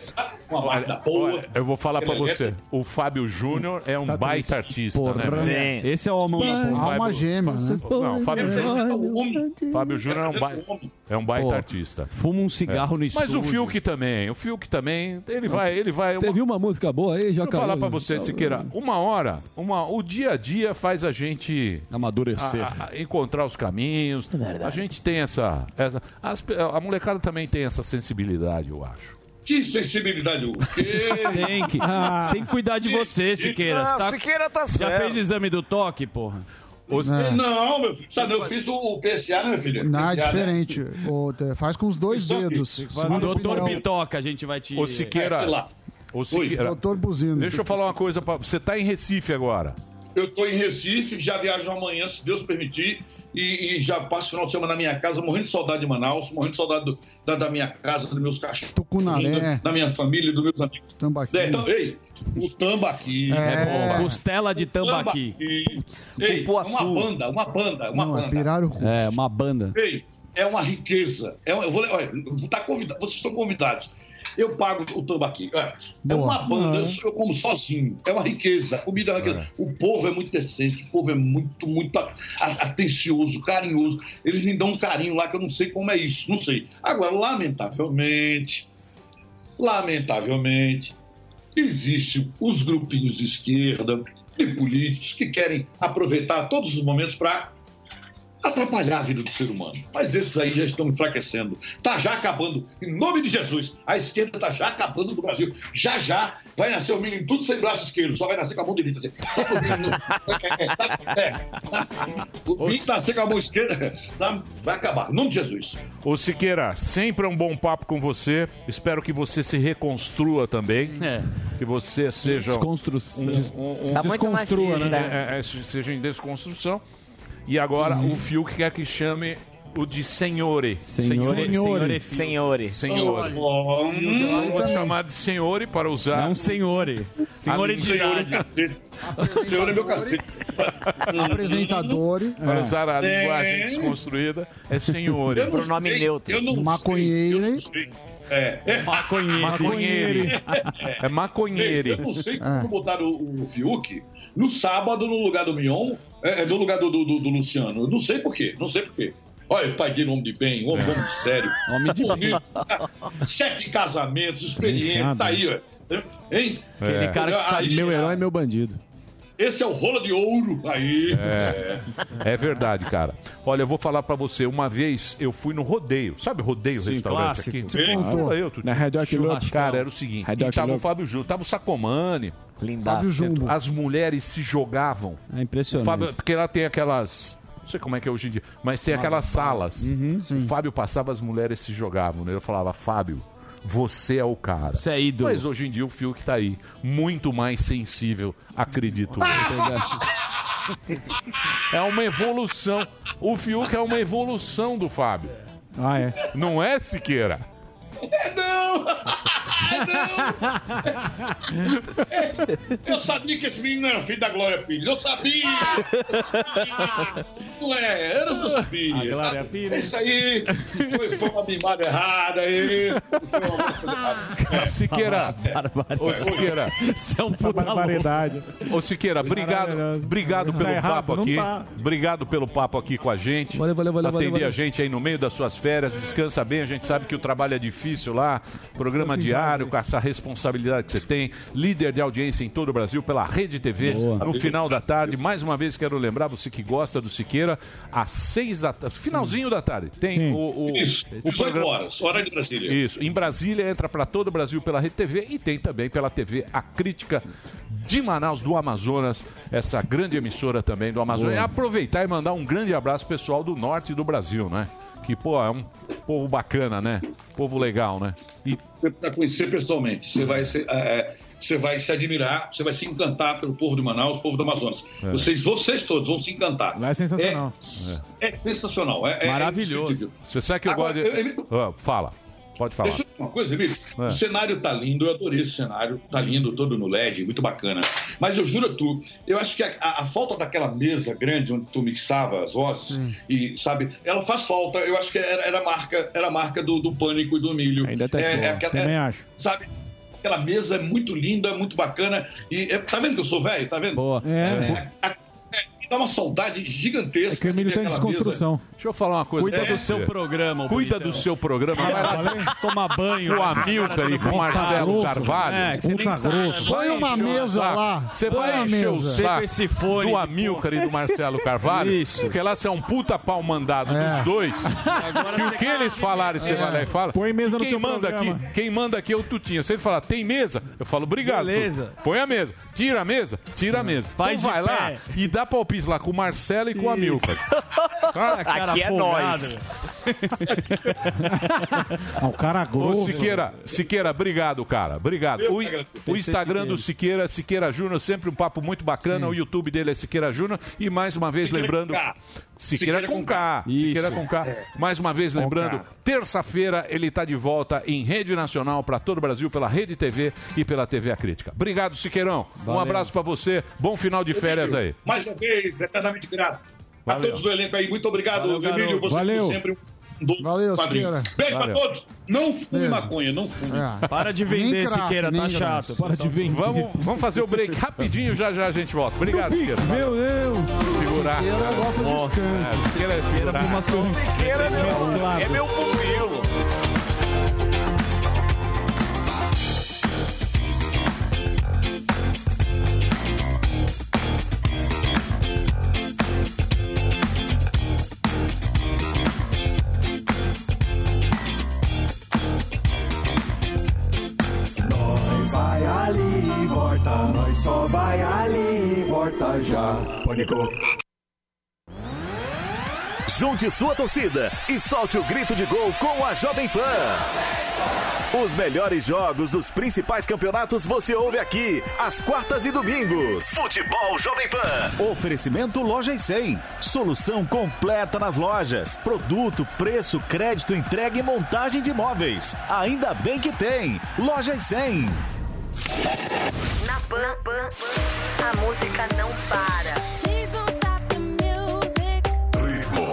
Speaker 2: uma lata boa.
Speaker 6: Olha, eu vou falar pra você. O Fábio Júnior é um baita artista,
Speaker 9: Tá Porra.
Speaker 6: né?
Speaker 9: Sim. Esse é o homem.
Speaker 6: Fábio-
Speaker 9: Alma
Speaker 12: gêmea, né?
Speaker 6: Não, Fábio Júnior. Fábio Júnior é um baita. É um baita
Speaker 9: Pô,
Speaker 6: artista. É.
Speaker 9: Fuma um cigarro no
Speaker 6: Mas o
Speaker 9: estúdio.
Speaker 6: Fiuk também, o Fiuk também, ele
Speaker 9: Não.
Speaker 6: vai, ele vai.
Speaker 15: Teve uma música boa aí, já
Speaker 6: Vou falar
Speaker 11: né?
Speaker 6: pra
Speaker 9: né?
Speaker 6: você, Siqueira, uma hora, uma, o dia a dia faz a gente
Speaker 15: Amadurecer.
Speaker 6: a- a- encontrar os
Speaker 9: É
Speaker 6: caminhos. a gente tem essa, essa as pe- a molecada também tem essa sensibilidade, eu acho.
Speaker 2: Que sensibilidade o quê?
Speaker 9: Tem que,
Speaker 12: Ah.
Speaker 9: você tem que cuidar de
Speaker 6: Ah,
Speaker 9: você, Siqueira. Você tá- Já fez exame do toque, porra?
Speaker 2: Não, meu filho. Sabe, eu fiz o- o PSA, né, meu filho?
Speaker 12: Ah. Não, é
Speaker 2: PSA, né? Então,
Speaker 12: diferente. O- faz com os dois dedos.
Speaker 9: O
Speaker 12: Segundo
Speaker 9: doutor
Speaker 12: opinião.
Speaker 9: Bitoca, a gente vai te...
Speaker 6: Ô, Siqueira, ô, Siqueira,
Speaker 12: Doutor Buzino.
Speaker 6: deixa eu falar uma coisa pra você. tá em Recife agora.
Speaker 2: Eu estou em Recife, já viajo amanhã, se Deus permitir, e, e já passo o final de semana na minha casa, morrendo de saudade de Manaus, morrendo de saudade do- da, da minha casa, dos meus cachorros,
Speaker 12: Tucunaré.
Speaker 2: da, da minha família, dos meus amigos.
Speaker 12: Tambaqui.
Speaker 2: É, então, ei, o Tambaqui.
Speaker 12: É bom.
Speaker 9: Costela de tambaqui.
Speaker 2: Ei,
Speaker 9: Cupuaçu.
Speaker 2: uma banda, uma banda, uma
Speaker 9: Não, é
Speaker 2: banda.
Speaker 9: É, uma banda.
Speaker 2: Ei, é uma riqueza. É uma- eu vou, olha, eu vou tá convida- vocês estão convidados. Eu pago o tambaqui. É, é
Speaker 12: Boa.
Speaker 2: uma banda,
Speaker 12: Ah.
Speaker 2: eu, sou- eu como sozinho. É uma riqueza. A Comida é uma riqueza. O povo é muito decente, o povo é muito, muito a- a- atencioso, carinhoso. Eles me dão um carinho lá que eu não sei como é isso, não sei. Agora, lamentavelmente, lamentavelmente, existem os grupinhos de esquerda e políticos que querem aproveitar todos os momentos para atrapalhar a vida do ser humano. Mas esses aí já estão enfraquecendo. Tá já acabando. Em nome de Jesus, a esquerda tá já acabando do Brasil. Já já vai nascer o menino tudo sem braço esquerdo, só vai nascer com a mão direita. assim. Só que o menino- É, é, é. O menino nascer com a mão esquerda tá- vai acabar. Em nome de Jesus.
Speaker 6: Ô Siqueira, sempre é um bom papo com você. Espero que você se reconstrua também. Que você seja.
Speaker 15: Desconstru- des-
Speaker 17: Tá muito
Speaker 6: desconstrua,
Speaker 17: machista.
Speaker 6: né? É, é, se- seja em desconstrução. E agora o Fiuk quer que chame o de senhore.
Speaker 15: Senhore.
Speaker 6: Senhore.
Speaker 11: Senhore.
Speaker 6: Senhore.
Speaker 11: Senhore.
Speaker 6: Hum, vou chamar de senhore para usar. Não
Speaker 9: senhore.
Speaker 12: Senhore de idade.
Speaker 2: Senhor é meu cacete.
Speaker 12: Apresentador.
Speaker 15: É.
Speaker 6: Para usar a
Speaker 12: É.
Speaker 6: linguagem desconstruída, é senhore.
Speaker 12: Eu não Pronome sei, neutro. eu não Maconheiro, sei, eu não
Speaker 2: É.
Speaker 9: Maconheiro.
Speaker 6: Maconheiro. É maconheiro.
Speaker 2: Ei, Eu não sei
Speaker 15: Ah. É.
Speaker 2: como botaram o, o Fiuk no sábado no lugar do Mion, é, é, no lugar do, do- do- do Luciano. Eu não sei por quê, não sei por quê. Olha, o pai dele, é um homem de bem, um homem, um homem sério.
Speaker 9: Homem de
Speaker 2: bonito. tá? Sete casamentos, experiente,
Speaker 15: Inchado.
Speaker 2: tá aí, ó. Hein?
Speaker 15: Aquele
Speaker 6: É.
Speaker 15: cara
Speaker 6: Ah,
Speaker 15: que sabe.
Speaker 2: Aí,
Speaker 15: Meu herói, meu bandido.
Speaker 2: Esse é o rola de ouro. Aí.
Speaker 6: É, é verdade, cara. Olha, eu vou falar pra você. Uma vez eu fui no rodeio. Sabe rodeio
Speaker 15: Sim,
Speaker 6: restaurante
Speaker 15: clássico.
Speaker 6: aqui?
Speaker 15: Você contou.
Speaker 6: Tava eu, Tuti.
Speaker 15: Na Red Hot
Speaker 6: Churrascão.
Speaker 15: Loop.
Speaker 6: Cara, era o seguinte.
Speaker 15: Red
Speaker 6: e
Speaker 15: Hot
Speaker 6: tava o
Speaker 15: Loop.
Speaker 6: Fábio Júnior, tava o Sacomani.
Speaker 15: Fábio Jumbo.
Speaker 6: As mulheres se jogavam.
Speaker 9: É impressionante.
Speaker 6: Fábio- porque lá tem aquelas... Não sei como é que é hoje em dia. Mas tem
Speaker 15: Mas-
Speaker 6: aquelas salas. o Fábio passava, as mulheres se jogavam. Né? Eu falava, Fábio... Você é o cara. Você
Speaker 9: é ídolo.
Speaker 6: Mas hoje em dia o Fiuk tá aí. Muito mais sensível, acredito. É uma evolução. O Fiuk é uma evolução do Fábio.
Speaker 15: Ah, é.
Speaker 6: Não é, Siqueira?
Speaker 2: É, não! É, não! Eu sabia que esse menino era filho da Glória Pires. Eu sabia! Não é, era eu sabia.
Speaker 14: A Glória
Speaker 2: sabe?
Speaker 14: Pires.
Speaker 2: Isso aí foi, foi uma bimbada errada aí. Foi uma coisa errada.
Speaker 6: Siqueira. Ô, Siqueira.
Speaker 9: Isso é um puta
Speaker 8: Barbaridade.
Speaker 6: Ô, Siqueira,
Speaker 15: tá
Speaker 6: obrigado,
Speaker 8: é Maravilhoso.
Speaker 6: obrigado
Speaker 8: Tá
Speaker 6: pelo
Speaker 8: errado,
Speaker 6: papo
Speaker 8: não
Speaker 6: aqui.
Speaker 8: tá.
Speaker 6: Obrigado pelo papo aqui com a gente.
Speaker 15: Valeu, valeu, valeu,
Speaker 6: Atender
Speaker 15: valeu, valeu.
Speaker 6: a gente aí no meio das suas férias. Descansa bem. A gente sabe que o trabalho é difícil lá. Programa diário, com essa responsabilidade que você tem. Líder de audiência em todo o Brasil pela Rede TV.
Speaker 15: Boa.
Speaker 6: No final da tarde, mais uma vez quero lembrar você que gosta do Siqueira, às seis da tarde, finalzinho da tarde, tem
Speaker 2: Sim.
Speaker 6: o, o,
Speaker 2: Isso,
Speaker 6: o
Speaker 2: 18 horas, hora de Brasília.
Speaker 6: isso. Em Brasília entra para todo o Brasil pela Rede TV e tem também pela TV A Crítica de Manaus do Amazonas, essa grande emissora também do Amazonas.
Speaker 15: Boa.
Speaker 6: E aproveitar e mandar um grande abraço pro pessoal do norte do Brasil, né? Que, pô, é um povo bacana, né? Povo legal, né? E
Speaker 2: Você precisa conhecer pessoalmente. Você vai, se- é, é, você vai se admirar, você vai se encantar pelo povo de Manaus, povo do Amazonas.
Speaker 6: É.
Speaker 2: Vocês, vocês todos vão se encantar.
Speaker 8: Lá é sensacional.
Speaker 2: É sensacional. É, é-
Speaker 6: maravilhoso. Você sabe que eu
Speaker 2: Agora,
Speaker 6: gosto de...
Speaker 2: eu-
Speaker 6: Ah, fala, pode falar.
Speaker 2: Deixa eu falar uma coisa, Emílio.
Speaker 6: É.
Speaker 2: O cenário tá lindo, eu adorei esse cenário. Tá lindo, todo no LED, muito bacana. Mas eu juro a tu, eu acho que a, a- a falta daquela mesa grande onde tu mixava as vozes,
Speaker 6: Hum.
Speaker 2: e sabe, ela faz falta. Eu acho que era, era a marca, era a marca do, do pânico e do É, milho. Ainda
Speaker 15: tá boa, também acho.
Speaker 2: Sabe? Aquela mesa é muito linda, muito bacana. E é- tá vendo que eu sou velho? Tá vendo? Boa.
Speaker 15: É.
Speaker 2: a- a- é, dá uma saudade gigantesca. É
Speaker 8: Camilo tá em desconstrução.
Speaker 6: Deixa eu falar uma coisa.
Speaker 2: Cuida
Speaker 6: pra
Speaker 2: do
Speaker 6: você.
Speaker 2: seu
Speaker 9: programa, ô
Speaker 6: Cuida do seu programa. Vai lá
Speaker 9: Tomar banho.
Speaker 6: Com o Amilcar e com o Marcelo Carvalho. Vai encher o saco. Você vai encher o saco do Amilcar e do Marcelo Carvalho.
Speaker 9: Isso.
Speaker 6: Porque lá você é um puta pau mandado
Speaker 9: É.
Speaker 6: dos dois. E o que eles falarem, você
Speaker 9: É.
Speaker 6: vai lá e fala.
Speaker 9: Põe mesa no
Speaker 6: quem
Speaker 9: seu
Speaker 6: manda
Speaker 9: programa.
Speaker 6: aqui, Quem manda aqui é o Tutinha. Se ele falar, tem mesa? Eu falo, obrigado.
Speaker 9: Beleza.
Speaker 6: Tutinha. Põe a mesa. Tira a mesa? Tira a mesa.
Speaker 9: Faz
Speaker 6: então
Speaker 9: de
Speaker 6: vai lá
Speaker 9: pé.
Speaker 6: e dá palpite lá com o Marcelo e com o Amilcar. Cara, cara
Speaker 35: Aqui é
Speaker 6: folgado,
Speaker 35: nós.
Speaker 6: velho.
Speaker 8: Ah, o cara grosso.
Speaker 6: Ô, Siqueira, Siqueira, obrigado, cara. Obrigado.
Speaker 8: Eu
Speaker 6: O,
Speaker 8: que
Speaker 6: o Instagram do Siqueira, Siqueira Júnior, sempre um papo muito bacana. O YouTube dele é Siqueira Júnior. E mais uma vez,
Speaker 2: Siqueira
Speaker 6: lembrando.
Speaker 2: com K.
Speaker 6: Siqueira, com K.
Speaker 2: Isso.
Speaker 6: Siqueira com K.
Speaker 2: É.
Speaker 6: Mais uma vez,
Speaker 2: Com
Speaker 6: lembrando,
Speaker 2: K.
Speaker 6: terça-feira ele está de volta em Rede Nacional para todo o Brasil, pela Rede TV e pela TV A Crítica. Obrigado, Siqueirão. Um
Speaker 2: Valeu.
Speaker 6: abraço para você. Bom final de férias aí.
Speaker 2: Mais uma vez, é eternamente grato. A
Speaker 6: Valeu.
Speaker 2: todos do elenco aí, muito obrigado,
Speaker 6: Valeu,
Speaker 2: Emílio.
Speaker 6: garoto.
Speaker 2: Você
Speaker 6: Valeu.
Speaker 2: como sempre um bom
Speaker 36: Valeu,
Speaker 2: padrinho.
Speaker 36: Siqueira.
Speaker 2: Beijo
Speaker 6: Valeu.
Speaker 2: pra todos. Não fume
Speaker 6: Beijo. É.
Speaker 2: maconha, não fume.
Speaker 9: Para de vender, Siqueira, tá chato.
Speaker 8: Para de vender.
Speaker 6: Vamos, vamos fazer o break rapidinho, já já a gente volta. Obrigado, Siqueira.
Speaker 8: Meu Deus.
Speaker 6: Figurar.
Speaker 8: Siqueira gosta de
Speaker 6: Nossa,
Speaker 8: escândalo.
Speaker 6: é, Siqueira é figuraça.
Speaker 10: Siqueira é meu, é meu pupilo.
Speaker 18: Nós vai ali e volta, nós só vai ali e volta já. Pânico.
Speaker 17: Junte sua torcida e solte o grito de gol com a Jovem Pan. Os melhores jogos dos principais campeonatos você ouve aqui, às quartas e domingos. Futebol Jovem Pan. Oferecimento Loja em 100. Solução completa nas lojas. Produto, preço, crédito, entrega e montagem de imóveis. Ainda bem que tem. Loja em 100.
Speaker 25: Na Pan, Pan, Pan, a música não para.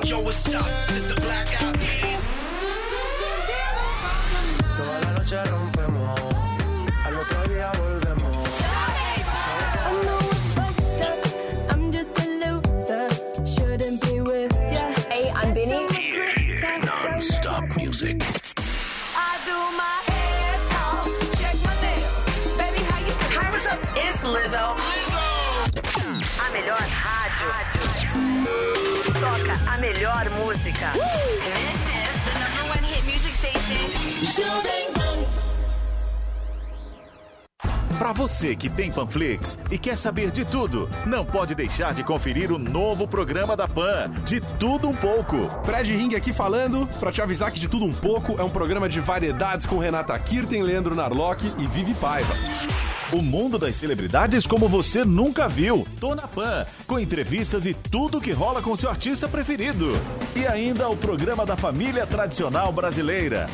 Speaker 31: Yo, what's up? It's the Black Eyed Peas. Toda la noche rompemos, al otro día volvemos.
Speaker 23: I'm just a loser. Shouldn't be with ya. Hey, I'm Benny.
Speaker 17: Non-stop music.
Speaker 25: I do my hair talk, check my nails. Baby, how you feel? Hi, what's up? It's Lizzo. A melhor rádio. Toca a melhor música.
Speaker 23: This is the number one hit music station. Jovem Pan.
Speaker 17: Para você que tem Panflix e quer saber de tudo, não pode deixar de conferir o novo programa da Pan, De Tudo Um Pouco.
Speaker 37: Fred Ring aqui falando, pra te avisar que De Tudo Um Pouco é um programa de variedades com Renata Kirten, Leandro Narlock e Vivi Paiva.
Speaker 17: O mundo das celebridades como você nunca viu. Tô na Pan, com entrevistas e tudo que rola com seu artista preferido. E ainda o programa da família tradicional brasileira.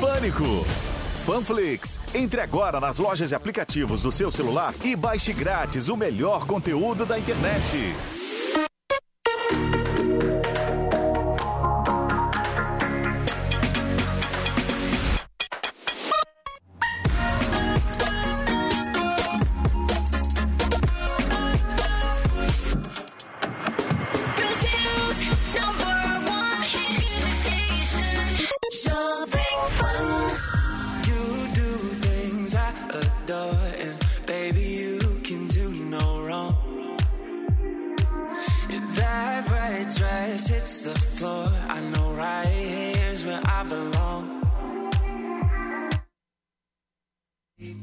Speaker 17: Pânico. Panflix. Entre agora nas lojas de aplicativos do seu celular e baixe grátis o melhor conteúdo da internet.
Speaker 38: Brazil's number one hit music station. Jovem Pan.
Speaker 7: You do things I adore, and baby, you can do no wrong. In that red dress hits the floor. I know right here's where I belong.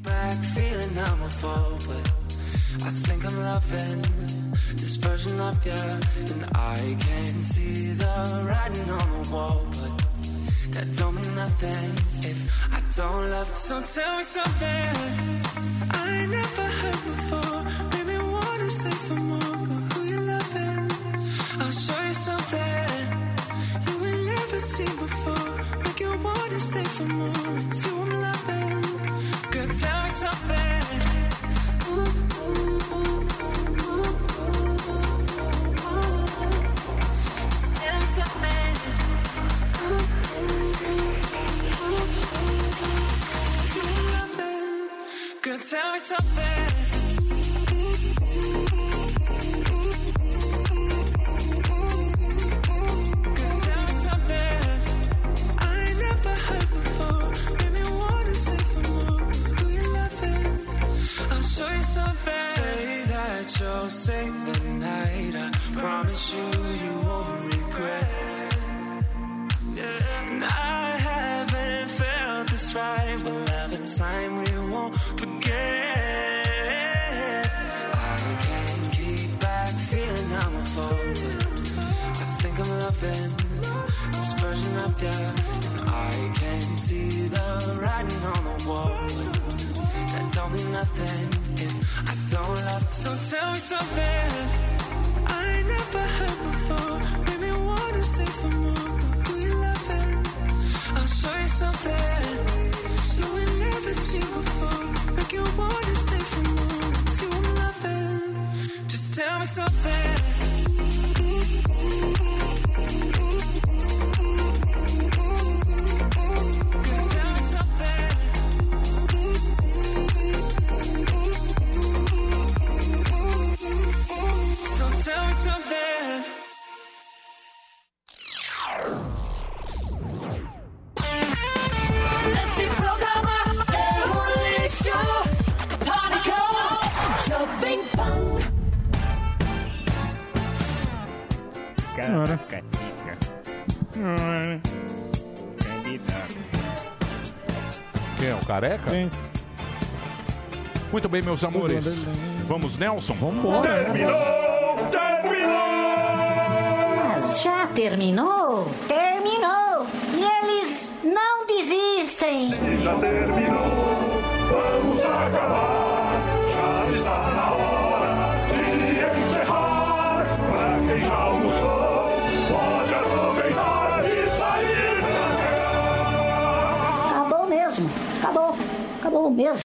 Speaker 7: Back feeling I'm a fool, but I think I'm loving this version of you, and I can see the writing on the wall, but. That don't mean nothing if I don't love. So tell me something I never heard before. Made me wanna stay for more. Girl, who you loving? I'll show you something you will never see before. Make you wanna stay for more. It's who I'm loving. Girl, tell me something. Ooh, ooh, ooh, ooh, ooh, ooh, ooh. Just tell me something. Girl, tell me something. loving this version of you. And I can see the writing on the wall. That don't mean nothing if I don't love. So tell me something I ain't never heard before. Made me wanna stay for more. But who you loving? I'll show you something you ain't never seen before. Make you wanna stay for more. See what I'm loving. Just tell me something. So tell me something.
Speaker 39: Esse programa é um lixo. Pânico, Jovem Pan.
Speaker 27: Senhora.
Speaker 5: Caracatica.
Speaker 6: Quem é o careca? Muito bem, meus amores. Vamos, Nelson? Vamos
Speaker 5: Terminou! Terminou!
Speaker 23: Mas já terminou? Terminou! E eles não desistem!
Speaker 5: Já terminou! Vamos acabar! Já está na hora de encerrar! Pra quem já almoçou, pode aproveitar e sair pra
Speaker 23: Acabou mesmo! Acabou! Acabou mesmo!